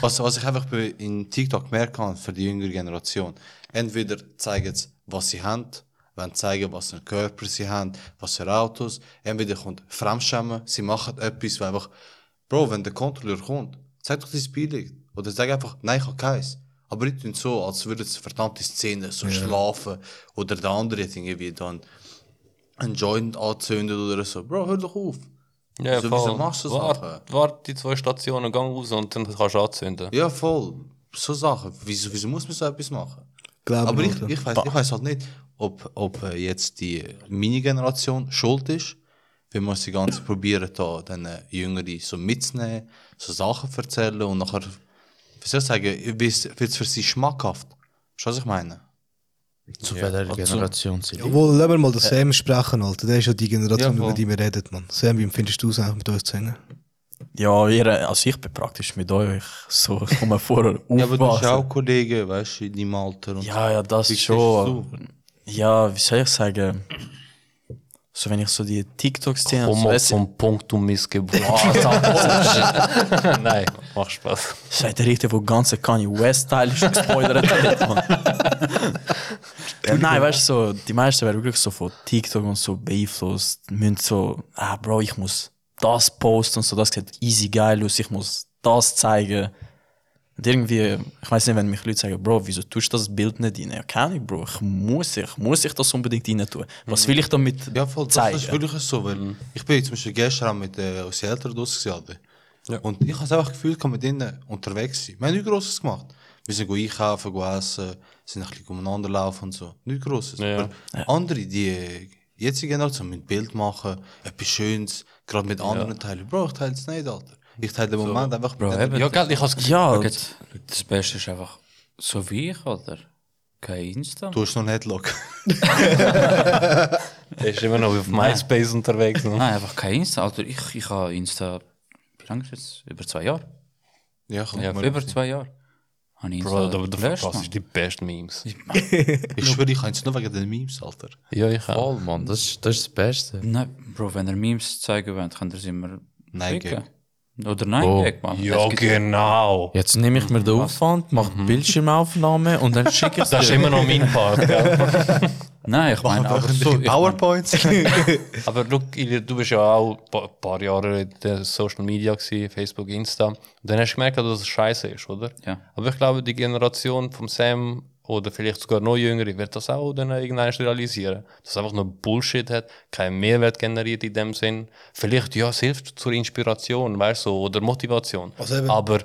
A: was, was ich einfach bei, in TikTok merken kann für die jüngere Generation, entweder zeigen sie, was sie haben, wenn sie zeigen, was für Körper sie haben, was für Autos, entweder kommt Fremdschämen, sie machen etwas, weil einfach, Bro, wenn der Kontrolleur kommt, zeig doch dein Beileg. Oder sag einfach, nein, ich habe keins. Aber die tun so, als würden sie verdammte Szene so schlafen oder der andere hat irgendwie dann einen Joint anzündet oder so. Bro, hör doch auf.
C: Ja,
A: so,
C: voll.
A: wieso machst du das? nachher?
C: Wart, wart die zwei Stationen, gang raus und dann kannst du anzünden.
A: Ja, voll. So Sachen. Wieso, wieso muss man so etwas machen?
B: Glauben
A: Aber ich,
B: oder?
A: ich weiß ich weiß halt nicht, ob, ob äh, jetzt die Mini-Generation schuld ist, wenn man sie ganz probieren, da den äh, Jüngeren so mitzunehmen, so Sachen zu erzählen und nachher, wie soll ich sagen, wird es für sie schmackhaft. Weißt du, was ich meine?
D: Zu welcher
C: also
D: Generation sind die?
B: Obwohl, lassen wir mal den Sam sprechen, Alter. Der ist ja die Generation,
A: Ja, voll.
B: über die wir reden, Mann. Sam, wie empfindest du es eigentlich mit uns zu hängen?
F: Ja, eh, ihr, also ich bin praktisch mit euch so, ich komme vor,
A: Ja, aber du hast ja
F: aufwachsen.
A: auch Kollegen, weißt du, in deinem Alter. Und
F: Ja, ja, das
A: Wie siehst
F: schon.
A: du?
F: Ja, wie soll ich sagen? So, wenn ich so die TikToks sehe,
C: Komm
F: so,
C: mal
F: es,
C: zum Punkt, du Missgeburt. [LAUGHS] Nein, macht Spaß.
F: seid ihr richtig, wo ganze Kanye West-Teil ist gespoilert wird, Mann. ja, nein, weißt du, so, die meisten werden wirklich so von TikTok und so beeinflusst. Müssen so, ah, Bro, ich muss das posten und so, das sieht easy geil aus, ich muss das zeigen. Und irgendwie, ich weiß nicht, wenn mich Leute sagen, Bro, wieso tust du das Bild nicht rein? Ja, keine Ahnung, Bro, ich muss, ich muss ich das unbedingt rein tun. Was will ich damit
A: Mhm. Ja, voll, das
F: zeigen?
A: ist wirklich so, weil ich bin zum Beispiel gestern auch mit äh, unseren Eltern draussen gewesen, Alter. Und ich habe einfach Gefühl, gehabt, mit ihnen unterwegs sein. Wir haben nichts Grosses gemacht. Wir sind go einkaufen, go essen, sind ein bisschen umeinander laufen und so. Nichts Grosses. Aber andere, die äh, jetzige Generation, mit Bild machen, etwas Schönes, gerade mit anderen teilen. Bro, ich teile es nicht, Alter. Ich teile den Moment einfach mit den-
E: Ja, gell, ich hab's gesehen.
F: Ja,
E: Schau jetzt, das Beste ist einfach, so wie ich, oder? Kein Insta.
A: Du hast noch nicht Lock.
C: Er ist immer noch auf MySpace unterwegs. Ne?
E: Nein, Ah, einfach kein Insta. Alter, ich, ich habe Insta, wie lange ist es? Über zwei Jahre.
A: [LAUGHS] ja, komm,
E: Ja,
A: mal.
E: über zwei Jahre. Habe ich Insta
C: Bro, aber du
E: gelöscht,
C: verpasst
E: Mann.
C: die besten Memes.
A: Ich schwöre, ich kann es nur wegen den Memes, Alter.
C: Ja, ich auch.
D: Voll, Mann, das ist, das ist das Beste.
E: Nein, Bro, wenn ihr Memes zeigen wollt, könnt ihr sie immer
A: Nein,
E: schicken. Oder nein,
D: Oh.
E: Gag, Mann.
C: Ja,
E: Es gibt-
C: genau.
D: Jetzt Mhm. nehme ich mir den Aufwand, mache Bildschirmaufnahme und dann schicke [LAUGHS] ich es
C: Das ist
D: dir.
C: immer noch mein Part. [LAUGHS] Gell?
E: Nein, ich meine, aber so, ich mein,
A: PowerPoints.
C: Aber look, Ilya, du bist ja auch ein paar- paar Jahre in der Social Media, gewesen, Facebook, Insta. Und dann hast du gemerkt, dass es scheiße ist, oder?
E: Ja.
C: Aber ich glaube, die Generation von Sam oder vielleicht sogar noch jüngere wird das auch dann irgendwann realisieren. Dass es einfach nur Bullshit hat, keinen Mehrwert generiert in dem Sinn. Vielleicht, ja, es hilft zur Inspiration, weißt du, so, oder Motivation.
B: Also eben-
C: Aber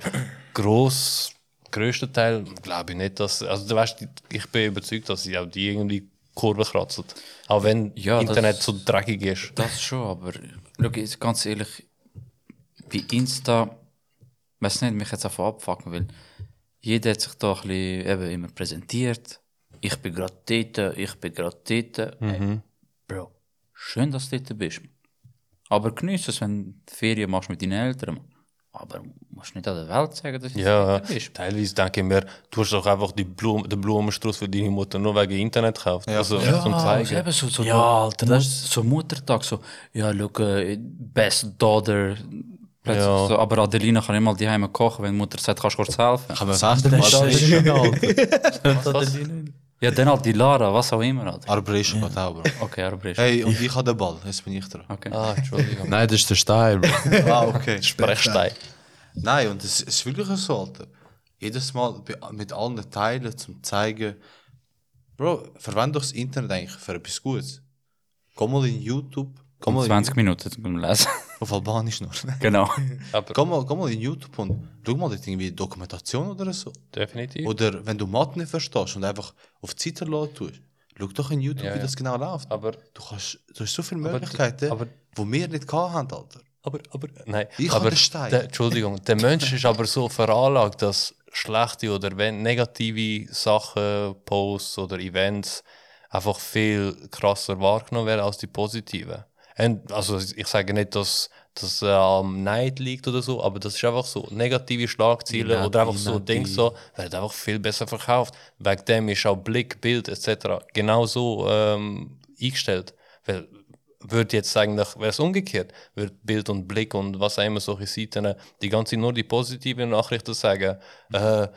C: gross, größter Teil glaube ich nicht, dass. Also, du weißt, ich bin überzeugt, dass sie auch die irgendwie Kurve kratzen. Auch wenn
E: Ja, das-
C: Internet so dreckig ist.
E: Das schon, aber schau, jetzt ganz ehrlich, bei Insta, weiß nicht, mich jetzt einfach abfucken, weil jeder hat sich da ein bisschen eben immer präsentiert. Ich bin gerade dort, ich bin gerade dort. Ey, Bro, schön, dass du dort bist. Aber geniess es, wenn du Ferien machst mit deinen Eltern. Aber du musst nicht an der Welt dus sagen, dass du
C: Ja,
E: dort bist.
C: teilweise denke ich mir, du hast doch einfach die Blumen, den Blumenstrauß für deine Mutter nur wegen Internet gekauft. Also, zum
E: also
C: Zeigen.
E: eben so, so,
F: Ja, Alter,
E: Mut,
F: das
E: so Muttertag, so, ja, schau, äh, best daughter. Plötzlich
C: Ja.
E: So, aber Adelina kann nicht mal die Heime kochen, wenn die Mutter sagt, kannst du kurz helfen. Ja, dann halt die Lara, was auch immer. Alter.
A: Arbeition geht auch, Bro.
E: Okay, aber ist.
A: Ah. Hey, und ich habe den Ball, jetzt bin ich dran.
E: Okay.
C: Ah, Entschuldigung.
D: Nein, das ist der Stein, Bro.
A: Ah,
C: [LAUGHS]
A: okay.
C: Brechstein.
E: [LAUGHS]
A: Nein, und es ist wirklich so, Alter. Jedes Mal bei- mit allen Teilen zum zeigen, Bro, verwende doch das Internet eigentlich für etwas Gutes. Komm mal in YouTube, komm mal in,
E: 20 Minuten zum Lesen.
A: auf Albanisch
C: [LAUGHS]
A: nur.
E: [LAUGHS] genau.
A: komm, mal, komm mal in YouTube und schau mal dort irgendwie Dokumentation oder so.
C: Definitiv.
A: Oder wenn du Mathe nicht verstehst und einfach auf die Seite lassen tust, schau doch in YouTube,
C: Ja,
A: wie
C: ja.
A: das genau läuft.
C: Aber,
A: Du, kannst, du hast so viele
C: Aber d-
A: Möglichkeiten,
C: aber-
A: die wir nicht gehabt haben, Alter.
C: aber, aber, nein.
A: Ich hab
C: aber,
A: den Stein.
C: der- Entschuldigung, der Mensch ist aber so veranlagt, dass schlechte oder wenn negative Sachen, Posts oder Events einfach viel krasser wahrgenommen werden als die positiven. Und, also ich sage nicht, dass das äh, am Neid liegt oder so, aber das ist einfach so. Negative Schlagzeilen
E: Neid,
C: oder einfach so
E: Neid.
C: Dinge so, werden einfach viel besser verkauft. Wegen dem ist auch Blick, Bild etc. genau so ähm, eingestellt. Weil würde jetzt eigentlich, wäre es umgekehrt, würde Bild und Blick und was auch immer solche Seiten äh, die ganze nur die positiven Nachrichten sagen. Äh,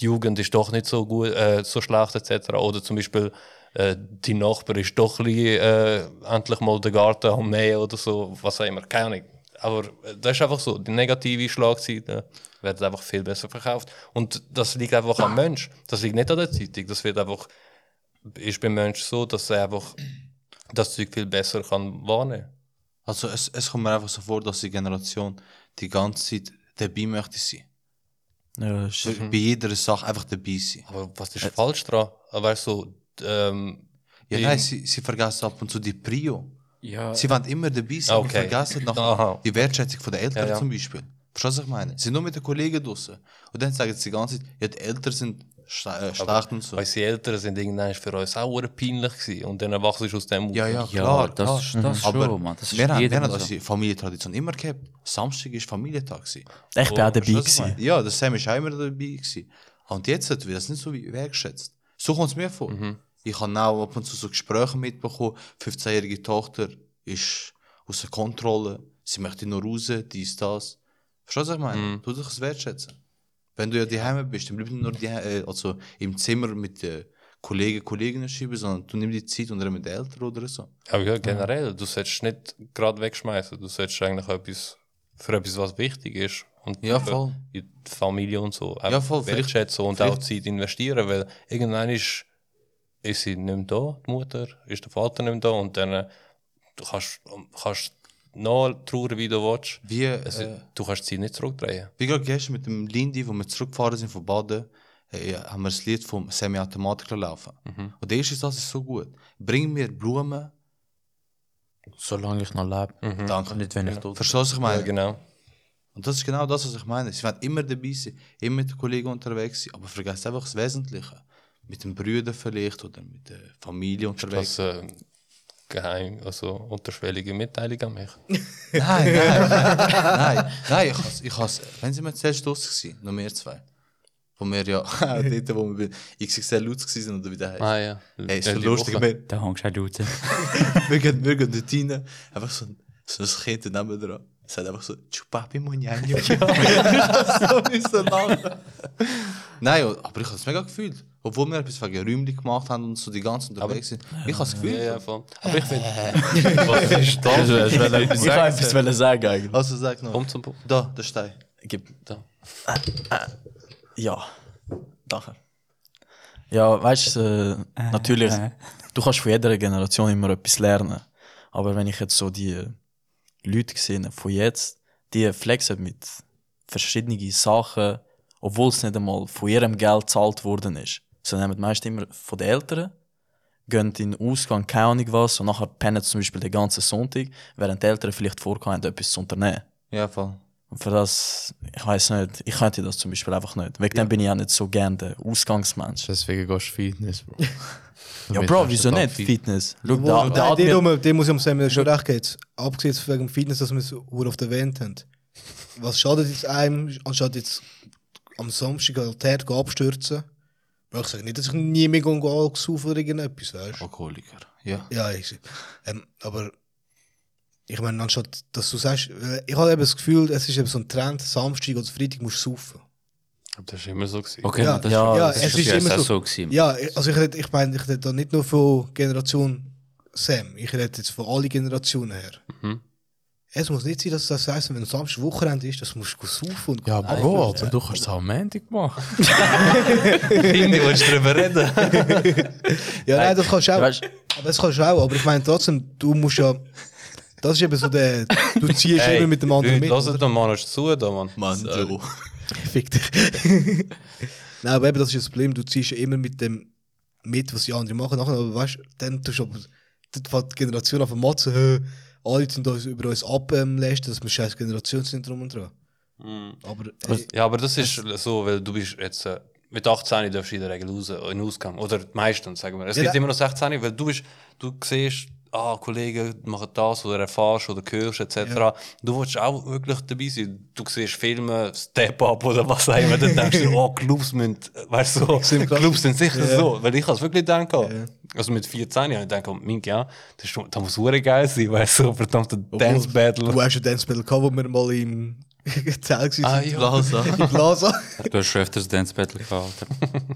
C: die Jugend ist doch nicht so gut, äh, so schlecht etc. Oder zum Beispiel äh, die Nachbar ist doch ein bisschen, äh, endlich mal der Garten am Mähen oder so, was auch immer, keine Ahnung. Aber äh, das ist einfach so, die negative Schlagseiten werden einfach viel besser verkauft. Und das liegt einfach am Mensch, das liegt nicht an der Zeitung, das wird einfach, ist beim Mensch so, dass er einfach das Zeug viel besser kann wahrnehmen kann.
A: Also es, es kommt mir einfach so vor, dass die Generation die ganze Zeit dabei möchte sein.
F: Ja, das ist-
E: Mhm.
A: Bei jeder Sache einfach dabei sein.
C: Aber was
A: Äh,
C: ist falsch daran? Weißt du, ähm,
A: Ja,
C: die-
A: nein, sie, sie vergessen ab und zu die Prio.
E: Ja,
A: Sie wollen immer dabei sein
C: Okay.
A: und vergessen nachher
C: Aha.
A: die Wertschätzung von der Eltern
C: Ja, ja.
A: zum Beispiel. Verstehst du, was ich meine? Sie sind nur mit den Kollegen draußen. Und dann sagen sie die ganze Zeit, ja, die Eltern sind schle äh, schlecht und so.
C: Unsere Eltern sind irgendwann für uns auch verdammt peinlich gewesen. Und dann wachst du aus dem
A: Ja, ja,
C: raus.
A: klar.
E: das
A: klar.
E: ist- das
A: Aber
E: schon, Mann. Das ist
A: wir haben, wir
E: jedem
A: haben
E: so.
A: unsere Familientradition immer gehabt. Samstag war Familientag. gewesen.
F: Ich bin auch dabei.
A: Weißt du, was ich
F: gewesen.
A: meine? Ja, der Sam war auch immer dabei. Gewesen. Und jetzt wird das nicht so wie- wertschätzt. So kommt es mir vor. Ich habe auch ab und zu so Gespräche mitbekommen. 15-jährige Tochter ist außer Kontrolle. Sie möchte nur raus, dies, das. Verstehst du, was ich meine? Tu dich es wertschätzen. Wenn du ja daheim bist, dann bleib nicht nur die, äh, also im Zimmer mit den Kollegen, Kolleginnen schreiben, sondern du nimm die Zeit und rede mit den Eltern oder so.
C: Aber ja, generell, du solltest nicht gerade wegschmeißen. Du solltest eigentlich etwas für etwas, was wichtig ist. Und
A: Ja,
C: für-
A: voll.
C: In die Familie und so.
A: Ja, voll, vielleicht-
C: Wertschätzen und
A: vielleicht-
C: auch Zeit investieren, weil irgendwann ist, ist sie nicht mehr da, die Mutter, ist der Vater nicht mehr da und dann äh, du kannst, kannst noch trauern, wie du willst.
A: Wie,
C: Also,
A: äh,
C: Du kannst sie nicht zurückdrehen.
A: Wie gerade gestern mit dem Lindy, wo wir zurückgefahren sind von Baden, äh, ja, haben wir das Lied vom Sammy Automatiker laufen.
C: Mhm.
A: Und der erste Satz ist so gut. Bring mir Blumen.
D: Solange ich noch lebe.
A: Danke.
D: Und nicht, wenn ich tot bin.
A: Verstehst du, was ich meine?
C: Mhm. Ja, genau.
A: Und das ist genau das, was ich meine. Sie werden immer dabei sein, immer mit den Kollegen unterwegs sein, aber vergesst einfach das Wesentliche. Mit den Brüdern vielleicht oder mit der Familie unterwegs.
C: Das äh, geheim, also unterschwellige Mitteilung an mich.
A: Nein, nein, nein, nein, nein, ich has, ich has, wenn sie mir zuerst draus gewesen, nur wir zwei. Wo wir ja, [LAUGHS] dort, wo wir bei XXL Lutz gewesen sind oder wie der heißt.
C: Ah ja.
A: Ey, ist
C: Ja,
A: so
C: die
A: lustig,
C: Woche.
A: wir,
E: Da hängst du auch raus.
A: wir gehen, wir gehen dort rein, einfach so ein, so ein Kind neben dran. Es hat einfach so Chupapi
C: [LAUGHS]
A: Munyanyo. ich hab [LAUGHS] so müssen lachen. Nein, und- aber ich habe es mega gefühlt. Obwohl wir etwas wegen Räumchen gemacht haben und so die ganzen unterwegs sind. Ich habe das Gefühl.
C: Ja,
A: [LAUGHS]
C: ja, voll. Aber ich finde, was ist das?
F: Ich wollte etwas ich wollte etwas sagen. eigentlich.
A: Also sag noch.
C: Komm zum Punkt.
A: Da, der Stein.
F: Gib-
C: Da.
F: Äh, Ja. Danke. Ja, weißt du, äh, natürlich, du kannst von jeder Generation immer etwas lernen. Aber wenn ich jetzt so die äh, Leute sehe von jetzt, die flexen mit verschiedenen Sachen, obwohl es nicht einmal von ihrem Geld gezahlt worden ist. Sie nehmen meist immer von den Eltern, gehen in den Ausgang, keine Ahnung was, und nachher pennen sie zum Beispiel den ganzen Sonntag, während die Eltern vielleicht vorhaben, etwas zu unternehmen.
A: Ja, voll.
F: Und für das, ich weiß nicht, ich könnte das zum Beispiel einfach nicht. Wegen dem bin ich auch nicht so gern der Ausgangsmensch.
D: Deswegen gehst du Fitness, Bro.
F: Ja, Bro, wieso nicht? Fitness. Schau, da,
B: Obwohl,
F: da
B: Nein,
F: hat
B: die
F: mir,
B: Dumme, die muss ich am Sam schon recht geben. Abgesehen jetzt wegen dem Fitness, dass wir es wohl auf der Wand haben. Was schadet jetzt einem, anstatt jetzt am Samstag an den Herd abstürzen? Weil ich sage nicht, dass ich nie mehr gehe, gehe Alkohol saufen oder irgendetwas, weißt du?
A: Alkoholiker. Ja.
B: Ja, ich, ähm, aber ich meine, anstatt dass du sagst, äh, ich habe eben das Gefühl, es ist eben so ein Trend, Samstag oder Freitag musst du saufen.
C: Das war immer so. Gewesen.
E: Okay,
B: Ja,
E: aber das
F: ja,
E: das
B: es
E: ist
B: ist
E: bei uns
B: immer
E: auch
B: so.
E: gewesen.
B: Ja, ich- also ich rede, ich meine, ich rede da nicht nur von Generation Sam, ich rede jetzt von allen Generationen her. Es muss nicht sein, dass das heisst, wenn es Samstag Wochenende ist, das musst du saufen und
D: [LAUGHS] Ja, Bro, aber du kannst es auch am Montag machen.
A: Lindy, willst du drüber reden?
B: Ja, nein, das kannst du auch.
F: Weißt-
B: aber das kannst du auch, aber ich meine trotzdem, du musst ja. Das ist eben so der. Du ziehst
C: Hey,
B: immer mit dem anderen mit.
C: Leute, hört doch mal zu, da, Mann.
A: Mann, Joe.
B: Fick dich. [LAUGHS] Nein, aber eben, das ist ja das Problem. Du ziehst ja immer mit dem mit, was die anderen machen. Nachher, aber weißt du, dann tust du aber, dann fängt die Generation an von Matzen, hö, alle sind uns über uns ablästern, dass wir scheiß Generation sind drum und dran.
C: Mhm.
B: Aber äh, ey,
C: Ja, aber das ist so, weil du bist jetzt äh, mit 18 darfst du in der Regel raus, äh, in den Ausgang. Oder meistens, sagen wir. Es
B: Ja,
C: gibt
B: da-
C: immer noch 16, weil du bist, du siehst, ah, Kollegen machen das oder erfährst oder hörst etc. Du willst auch wirklich dabei sein. Du siehst Filme, Step Up oder was auch immer. Dann denkst du, oh, Clubs müssen, weißt du, so,
B: sind krass.
C: Clubs sind sicher
B: Ja.
C: so. Weil ich habe es wirklich gedacht. Also mit 14 habe ich gedacht, oh, mein, ja, das, ist, das muss hure geil sein, weißt du, so verdammte Dance Battle.
B: du hast ja Dance Battle gehabt, wo wir mal im [LAUGHS] Zelt waren.
C: Ah,
B: in [LAUGHS]
C: ja.
A: Blaser.
B: der Plaza.
E: Du hast schon öfters Dance Battle gehabt, Alter.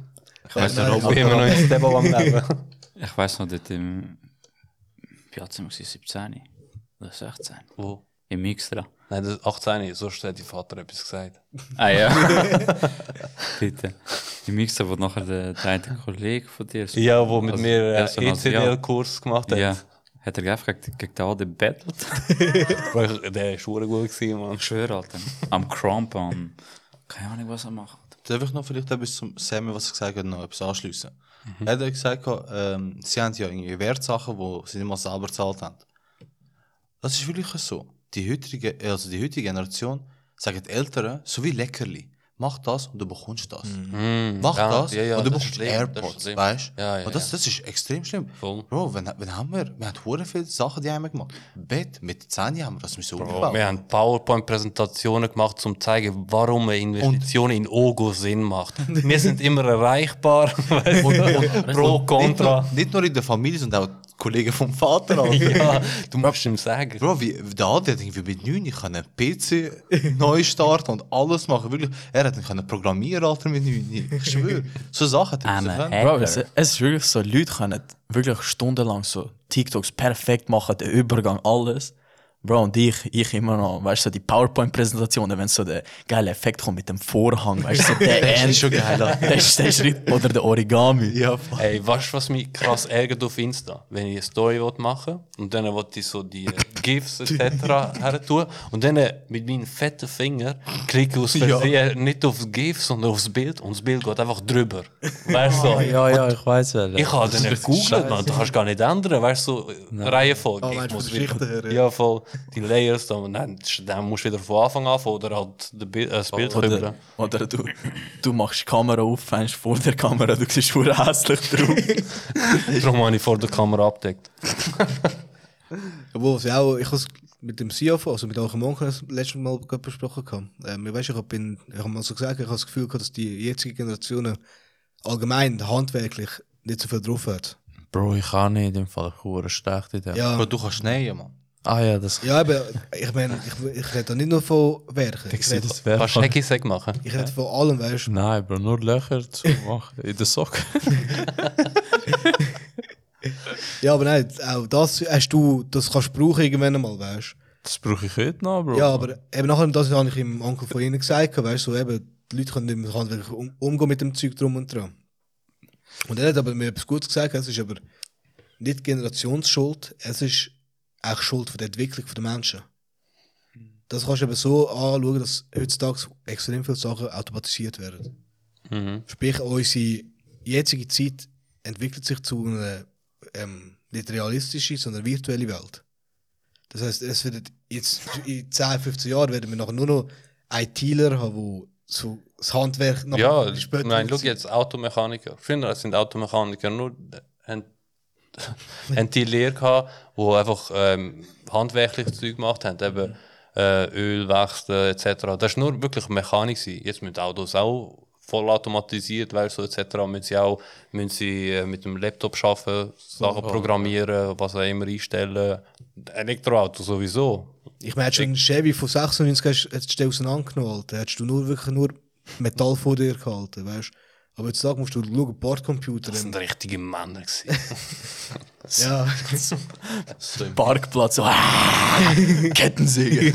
E: Ich weiss
B: nein,
E: noch,
C: Ich bin immer noch in Step Up am Leben.
E: ich weiss noch, dort im Piazza war ich 17 oder 16.
C: Wo?
E: Im Mixtra.
C: Nein, das 18, sonst hätte die Vater etwas gesagt.
E: [LAUGHS] Ah ja. [LAUGHS] Bitte. Im Mixtra, wo nachher der, der eine Kollege von dir...
C: Ja, wo mit
E: Also,
C: mir äh, E
E: ja,
C: einen
E: so ein Asiat.
C: ECDL-Kurs gemacht hat.
E: Ja. Hat er gleich gegen, gegen den Aden battelt?
C: Weil ich- Der war schon gut, gewesen,
E: [LAUGHS]
C: Mann.
E: Ich schwöre, Alter. Am Crump, am... Keine Ahnung, was er macht.
A: Darf ich noch vielleicht etwas zum Sammy, was er gesagt hat, noch etwas anschliessen?
C: Mhm.
A: Er hat ja gesagt, ähm, sie haben ja irgendwie Wertsachen, die sie nicht mal selber gezahlt haben. Das ist wirklich so. Die heutige, also die heutige Generation sagen die Eltern, so wie Leckerli. mach das und du bekommst das. Mach
C: Mhm. Ja,
A: das
C: ja, ja,
A: und du
C: das
A: bekommst
C: ist schlimm, das ist
A: AirPods,
C: schlimm.
A: weißt
C: Ja, ja,
A: Und das,
C: ja.
A: das ist extrem schlimm.
C: Voll.
A: Bro, wenn, wenn haben wir, wir haben hure viele Sachen, die haben wir gemacht. Bett, mit 10 haben wir das müssen
C: Bro,
A: aufbauen.
C: wir haben PowerPoint-Präsentationen gemacht, um zu zeigen, warum eine Investition in Ogo Sinn macht. Wir sind immer erreichbar. [LAUGHS] weißt du? Pro,
A: Nicht nur,
C: Contra.
A: nicht nur in der Familie, sondern auch die Kollegen vom Vater.
C: [LAUGHS]
A: Alter.
C: Ja, du musst ihm sagen.
A: Bro, wie, der Adi hat irgendwie mit 9 ich kann einen [LAUGHS] PC neu starten und alles machen. Wirklich, er hat ihn können programmieren Alter, mit 9. Ich schwöre. So Sachen hat er
E: Ein
A: müssen lernen.
F: Bro,
E: Hacker.
F: es, es ist wirklich so, Leute können wirklich stundenlang so TikToks perfekt machen, den Übergang, alles. Bro, und ich, ich immer noch, weißt du, so die PowerPoint-Präsentationen, wenn so der geile Effekt kommt mit dem Vorhang, weißt
A: [LAUGHS]
F: du, so der
A: Das
F: End,
A: ist schon geil. Alter.
F: der, ist- der Schritt oder der Origami.
A: Ja, fuck.
C: Ey, weißt du, was mich krass ärgert auf Insta? Wenn ich eine Story will machen und dann will ich so die äh, GIFs etc. her tun und dann äh, mit meinen fetten Finger klicke ich aus Versehen nicht auf die GIFs, sondern aufs Bild und das Bild geht einfach drüber. Weißt du?
D: [LAUGHS] Ja, ja, ich weiß wel.
C: Ich habe dann gegoogelt, man, du kannst gar nicht ändern, weißt du, so, Reihenfolge.
B: Ah,
C: ich
B: meinst du
C: muss
B: von der
C: wieder,
B: Geschichte her, ja.
C: ja. voll, die Layers, dann, dann, dann musst du wieder von Anfang an anfangen oder halt de Bi- äh, das Bild
F: Oder, [LAUGHS]
C: kümmern.
F: oder du, du machst die Kamera auf, fängst vor der Kamera, du siehst voll hässlich drauf.
C: Darum habe ich vor der Kamera abgedeckt.
B: Obwohl, was ja auch, ich habe mit dem CFO, also mit Alke Monken, das letzte Mal gerade besprochen. gehabt. Ähm, ich weiß, ich habe ihn- ich habe mal so gesagt, ich habe das Gefühl gehabt, dass die jetzige Generation allgemein handwerklich nicht so viel drauf hat.
D: Bro, ich kann nicht, im Fall ich hure schlecht in dem.
A: Bro,
B: Ja,
A: du kannst nähen, Mann.
D: Ah ja, das
B: ja aber ich meine, ich, ich rede da nicht nur von Werken. Ich
D: sehe
B: rede,
D: das Hm. wäre.
C: Kannst du Hacky-Sack machen?
B: ich rede von allem, weißt du.
D: Nein, Bro, nur Löcher [LAUGHS] zu machen in den Socken.
B: Ja, aber nein, auch das hast du, das kannst du brauchen irgendwann mal, weißt du.
D: Das brauche ich heute noch, Bro.
B: Ja, aber eben nachher, das habe ich im Onkel von ihnen gesagt, weißt du, so eben, die Leute können nicht mehr handwerklich um, umgehen mit dem Zeug drum und dran. Und er hat aber mir etwas Gutes gesagt, es ist aber nicht Generationsschuld, es ist auch Schuld von der Entwicklung der Menschen. Das kannst du eben so anschauen, dass heutzutage extrem viele Sachen automatisiert werden.
C: Mhm.
B: Sprich, unsere jetzige Zeit entwickelt sich zu einer ähm, nicht realistische, sondern virtuelle Welt. Das heißt, es wird jetzt in 10, 15 Jahren werden wir nachher nur noch ITler haben, wo so das Handwerk noch
C: Ja,
B: später
C: nein, schau
B: wird.
C: jetzt Automechaniker. Früher sind Automechaniker nur [LAUGHS] ein, ein die Lehre gehabt, wo einfach ähm, handwerkliches Zeug gemacht haben, eben äh, Öl wechseln etc. Das ist nur wirklich Mechanik gewesen. Jetzt müssen Autos auch vollautomatisiert werden so etc. Müssen sie auch müssen sie äh, mit dem Laptop schaffen, Sachen programmieren, was auch immer einstellen. Elektroauto sowieso.
B: Ich meine, hättest du einen Chevy von 96 hast, hättest du den auseinandergenommen, Alter. Hättest du nur wirklich nur Metall vor dir gehalten, weißt du. Aber jetzt musst du schauen, Bordcomputer.
C: Das sind richtige Männer gewesen.
B: Ja.
F: Parkplatz, so, [LAUGHS] ah, Kettensäge.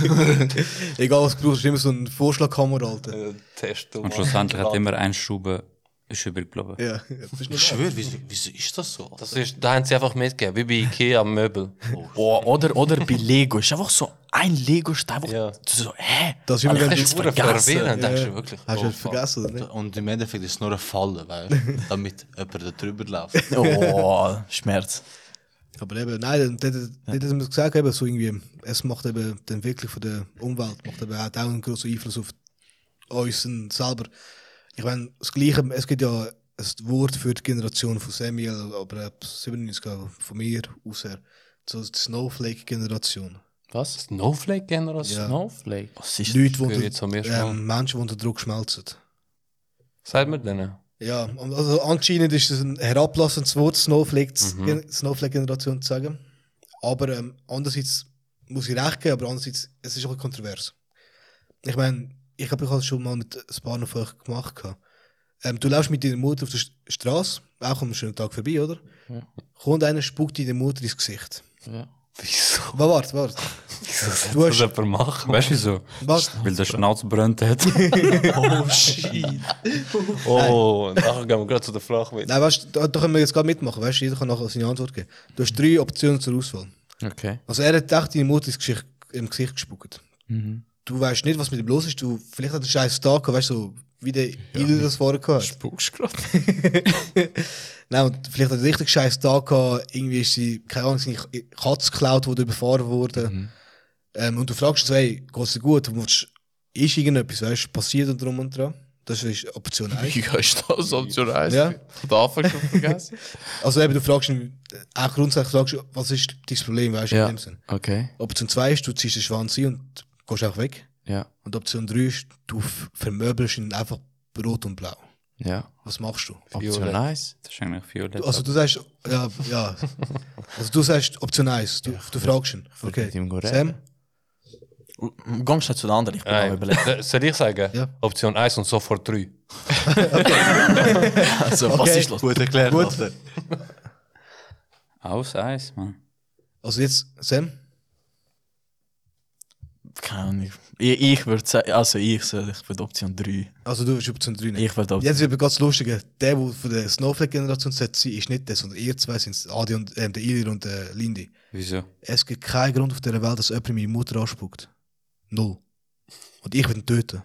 B: Egal was du brauchst, ist immer so ein Vorschlaghammer, Alter.
C: Test
E: Und schlussendlich hat immer ein Schuben ist übrig geblieben.
B: Ja, das ist
A: Ich schwöre, wieso, wieso ist das so?
C: Das ist, da haben sie einfach mitgegeben, wie bei Ikea am Möbel.
F: Boah, Oh, oder, oder bei Lego. Ist einfach so ein Lego-Stein, einfach
C: Ja.
F: so, hä?
B: Das ist immer,
F: Alter,
B: wenn
C: Das
F: hast
C: ist
F: du
C: super verwirrend, denkst du
B: Ja.
C: wirklich.
B: Hast du
C: oh,
B: das vergessen, oder nicht?
A: Und im Endeffekt ist es nur eine Falle, weißt du? Damit jemand da drüber [LAUGHS] läuft.
F: Oh, Schmerz.
B: Aber eben, nein, das, das, das haben wir gesagt, eben, so irgendwie, es macht eben die Entwicklung von der Umwelt, macht eben, hat auch einen großen Einfluss auf uns und selber. Ich meine, das Gleiche, es gibt ja ein Wort für die Generation von Samuel, aber ab 97, glaube ich, von mir aus her, so die Snowflake-Generation.
C: Was? Snowflake-Generation?
B: Ja.
D: Snowflake.
F: Was ist
B: Leute, die
C: gehöre
B: unter,
C: jetzt zum ersten Mal.
B: ähm, Menschen, die unter Druck schmelzen.
C: Sagt mir denen.
B: Ja, und also anscheinend ist es ein herablassendes Wort, Snowflake, Gen- Snowflake-Generation zu sagen. Aber ähm, andererseits muss ich recht geben, aber andererseits, es ist auch ein kontrovers. Ich meine, ich habe es schon mal mit ein paar von euch gemacht. gehabt. Ähm, du läufst mit deiner Mutter auf der Sch- Straße, auch am schönen Tag vorbei, oder? Kommt einer, spuckt deine Mutter ins Gesicht.
C: Wieso
B: Wa- Warte, warte. Du
C: soll das
B: hast,
C: jemand machen?
E: Weißt du wieso?
B: warte.
E: Weil der Schnauz brennt hat. [LAUGHS]
C: Oh, shit. Oh, nachher gehen wir gerade zu der Frage mit.
B: Nein, weißt, du, da, da können wir jetzt gerade mitmachen, weißt du? Jeder kann nachher seine Antwort geben. Du hast drei Optionen zur Auswahl.
D: Okay.
B: Also er hat echt deine Mutter ins Gesicht, im Gesicht gespuckt.
D: Mhm.
B: Du weißt nicht, was mit ihm los ist. Du, vielleicht hat er einen scheiß Tag gehabt, weißt du, so, wie der Ilder das vorher gehabt hat.
D: Spuckst gerade.
B: [LAUGHS] Nein, und vielleicht hat er einen richtig scheiß Tag gehabt. Irgendwie ist sie, keine Ahnung, seine Katze geklaut, die überfahren wurde.
D: Mhm.
B: Ähm, und du fragst dich so, hey, geht's dir gut? Du musst, ist irgendetwas, weißt du, passiert und drum und dran. Das ist Option 1.
A: Wie kannst du das Option 1?
B: Ja.
A: Ich habe den Anfang schon vergessen.
B: Also eben, du fragst ihn, auch grundsätzlich fragst du, was ist dein Problem, weißt du,
D: [LAUGHS] Ja.
B: in dem Sinn.
D: Okay.
B: Option 2 ist, du ziehst den Schwanz ein und gehst auch weg.
D: Ja.
B: Und Option 3 ist, du f- vermöbelst ihn einfach rot und blau.
D: Ja.
B: Was machst du?
D: Option
C: Violett.
D: nice.
E: Das ist eigentlich violett.
B: Also du sagst, ja, ja. Also du sagst Option 1, du, du fragst ihn.
D: würde
B: Okay.
D: mit ihm reden.
B: Sam?
F: Komm schnell zu den anderen, ich bin am
C: Nein.
F: überlegen.
C: Äh, Soll ich sagen?
B: Ja.
C: Option 1 und sofort 3.
F: Also, was
B: Okay.
F: ist los?
A: Gut erklärt.
B: Gut.
E: Aus Eis, Mann.
B: Also jetzt, Sam?
F: Keine Ahnung. Ich, ich würde sagen, also ich, soll- ich würde Option 3.
B: Also du bist Option 3 nicht.
F: Ich würde Option
B: Jetzt wird ganz lustig. Der, der von der Snowflake-Generation sollte sein, ist nicht der, sondern ihr zwei sind Adi und ähm, der Ilir und der Lindy.
E: Wieso?
B: Es gibt keinen Grund auf dieser Welt, dass jemand meine Mutter anspuckt. Null. Und ich würde ihn töten.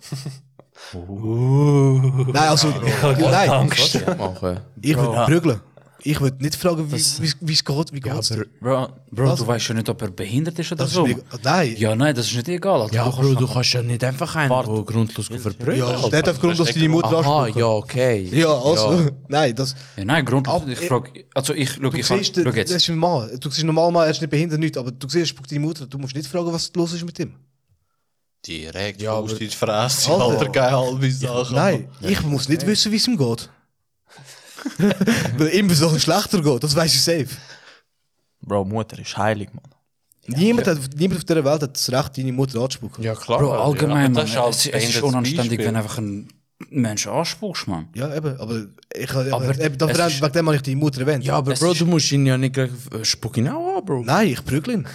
B: Nein, also, nein,
D: Was soll ich machen?
B: ich würde
F: Bro.
B: ihn prügeln. Ich würde nicht fragen, wie wie- wie es geht, wie geht's dir.
F: Bro,
E: Bro,
B: Was?
E: du weißt ja nicht, ob er behindert ist oder
B: Das ist
E: so.
B: mir, nein.
E: Ja, nein, das ist nicht egal. Alter.
D: Ja,
E: Du kannst
D: Bro,
E: schon-
D: du kannst ja nicht einfach einen wo grundlos verprügeln.
B: Ja, nicht aufgrund, dass deine Mutter
D: Aha,
B: anspuckt.
D: ja, okay.
B: Ja, also, [LAUGHS] nein, das...
E: Ja, nein, grundlos.
B: Ab-
E: Ich frage. Also, ich schau,
B: Du
E: ich
B: siehst,
E: schau
B: den- das
E: jetzt.
B: ist ein Mann. Du siehst normal, Mann, er ist nicht behindert, nichts, aber du siehst, er spuckt deine Mutter, du musst nicht fragen, was los ist mit ihm.
A: Direkt ja, Oh. aus die Fresse,
B: Alter.
A: Alter, keine halbe Sache.
B: Nein, ich muss nicht wissen, wie es ihm geht. Weil ihm es noch schlechter geht, das weiß ich safe.
F: Bro, Mutter ist heilig, Mann.
B: Niemand, hat, niemand auf dieser Welt hat das Recht, deine Mutter anzuspucken.
A: Ja, klar.
E: Bro, allgemein,
C: aber das
E: Mann.
C: ist halt
E: Es, es ist
C: behindertes
E: unanständig,
C: Beispiel.
E: wenn einfach ein Mensch anspuckst, Mann.
B: Ja, eben, aber ich
E: Aber
B: aber eben, da
E: es
B: verrennt-
E: ist-
B: wegen dem habe ich deine Mutter erwähnt.
D: Ja, aber
E: Es
D: Bro,
E: ist-
D: du musst ihn ja nicht gleich äh, spuck ihn auch an, Bro.
B: Nein, ich prügle ihn.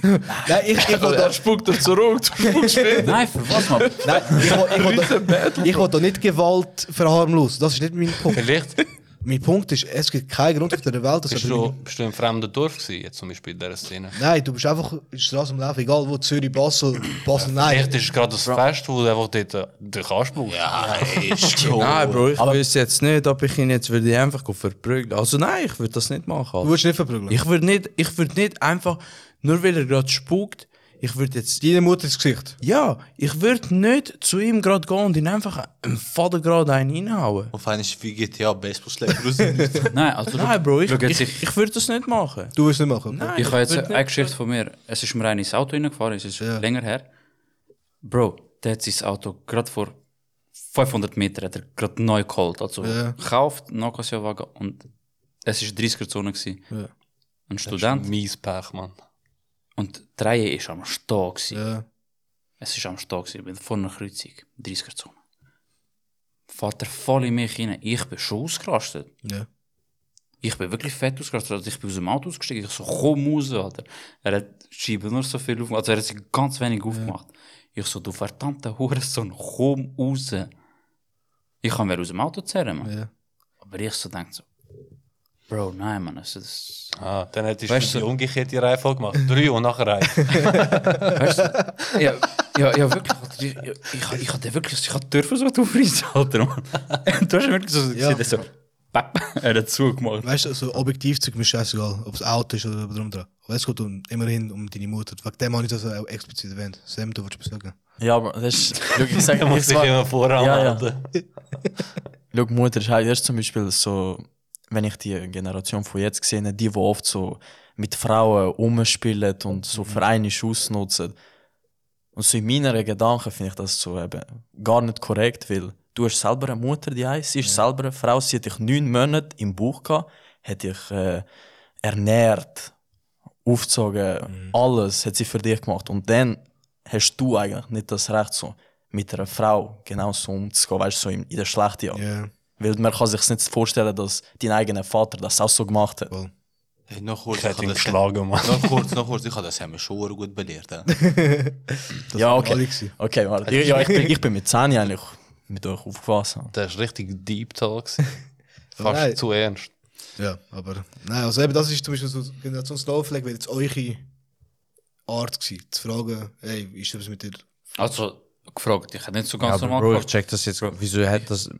B: Nein, ich, ich will da,
A: spuckt er zurück, du spuckst wieder.
E: Nein, für was, Mann?
B: nein, ich will, ich will da, ich will da nicht Gewalt verharmlosen. Das ist nicht mein
C: [LAUGHS]
B: Punkt.
C: Vielleicht
B: mein Punkt ist, es gibt keinen Grund auf dieser Welt, dass
C: bist
B: er-
C: du, bist du im fremden Dorf gewesen, jetzt zum Beispiel in dieser Szene.
B: Nein, du bist einfach in der Straße am Laufen, egal wo, Zürich, Basel, Basel, nein.
C: Vielleicht ist es gerade das Fest, wo du einfach dort äh, dich
A: [LAUGHS]
C: anspuckst.
A: Ja, ist cool.
D: Nein, Bro, ich
F: Aber-
D: weiß jetzt nicht, ob ich ihn jetzt würde einfach verprügeln. Also nein, ich würde das nicht machen.
B: Du
D: Alter.
B: willst nicht verprügeln.
D: Ich würde nicht, ich würde nicht einfach, nur weil er gerade spukt, ich würde jetzt
B: Deine Mutter ins Gesicht.
D: Ja, ich würde nicht zu ihm gerade gehen und ihn einfach im Vater gerade einen reinhauen.
A: Auf einmal ist wie GTA Baseball schlägt [LAUGHS] raus. Nein,
E: Nein, also.
D: Nein, Bro, ich,
E: schau jetzt,
D: ich, ich, würde das nicht machen.
B: Du willst nicht machen.
D: Nein,
E: Ich habe jetzt
D: würd
E: eine Geschichte von mir. Es ist mir ein ins Auto reingefahren, es ist
B: Ja.
E: länger her. Bro, der hat sein Auto gerade vor 500 Metern hat er gerade neu geholt. Also
B: Ja.
E: gekauft, Nakasia-Wagen und es war 30er-Zone. gewesen.
B: Ja.
E: Ein Student
C: Mies Pech, Mann.
E: und die Reihe war am Stau. gewesen.
B: Ja.
E: Es war am Stau, gewesen, ich bin vor einer Kreuzung, 30er-Zone. Fährt er voll in mich rein. Ich bin schon ausgerastet.
B: Ja.
E: Ich bin wirklich fett ausgerastet. Also ich bin aus dem Auto ausgestiegen. Ich so, komm raus, Alter. Er hat die Scheibe nur so viel aufgemacht. Also er hat sich ganz wenig aufgemacht. Ich so, du verdammter Hurensohn, komm raus. Ich kann mir aus dem Auto zerren, Mann.
B: Ja.
E: Aber ich so denke so, Bro, nein, Mann. Also das,
C: Ah, dann hättest
E: Weißt
C: du die
E: du-
C: umgekehrte Reihenfolge gemacht. Drei und nachher eins.
E: weißt du, ja, ja, ja, wirklich. Alter. Ich, ich, ich, ich hatte wirklich, ich hatte dürfen so aufreißen, Alter, Mann. Du hast wirklich so,
B: Ja.
E: gesehen, so, Papp, er hat zugemacht.
B: Weißt du, so objektiv zu mir scheißegal, ob es Auto ist oder drum dran. Aber es geht um, immerhin um deine Mutter. Wegen dem habe ich das auch explizit erwähnt. Sam, du wolltest was sagen.
F: Ja, aber das ist. Schau,
C: [LAUGHS]
F: ich sage
C: Muss
F: ich
C: ich
F: war,
C: immer voranmelden.
F: Schau, Mutter ist heilig. Das ist zum Beispiel so, wenn ich die Generation von jetzt sehe, die, die oft so mit Frauen rumspielen und so Vereine ausnutzen. Und so in meinen Gedanken finde ich das so eben gar nicht korrekt, weil du hast selber eine Mutter, die heißt, sie ist selber eine Frau, sie hat dich neun Monate im Bauch gehabt, hat dich äh, ernährt, aufgezogen, alles hat sie für dich gemacht. Und dann hast du eigentlich nicht das Recht, so mit einer Frau genau so umzugehen, weißt du, so in, in der schlechten Jahr.
B: Ja.
F: Weil man kann sich nicht vorstellen, dass dein eigener Vater das auch so gemacht hat.
A: Hey, noch kurz,
C: Ich hätte ihn
A: das-
C: geschlagen, Mann.
A: Noch kurz, noch kurz, ich habe das Hemd schon gut belehrt. [LAUGHS] hä?
F: ja, okay.
B: alle gewesen.
F: Okay, warte. Ich, ja, ich, bin, ich bin mit 10 eigentlich mit euch aufgewachsen.
C: Das war richtig Deep Talk. gewesen. Fast
B: Nein.
C: zu ernst.
B: Ja, aber. Nein, also eben, das ist zum Beispiel so die Generation Snowflake, wäre jetzt eure Art gewesen, zu fragen, hey, wie ist das mit dir?
E: Also, gefragt, ich habe nicht so
D: Ja,
E: ganz
D: aber
E: normal
D: Bro, ich
E: gefragt.
D: check das jetzt. Wieso hat das...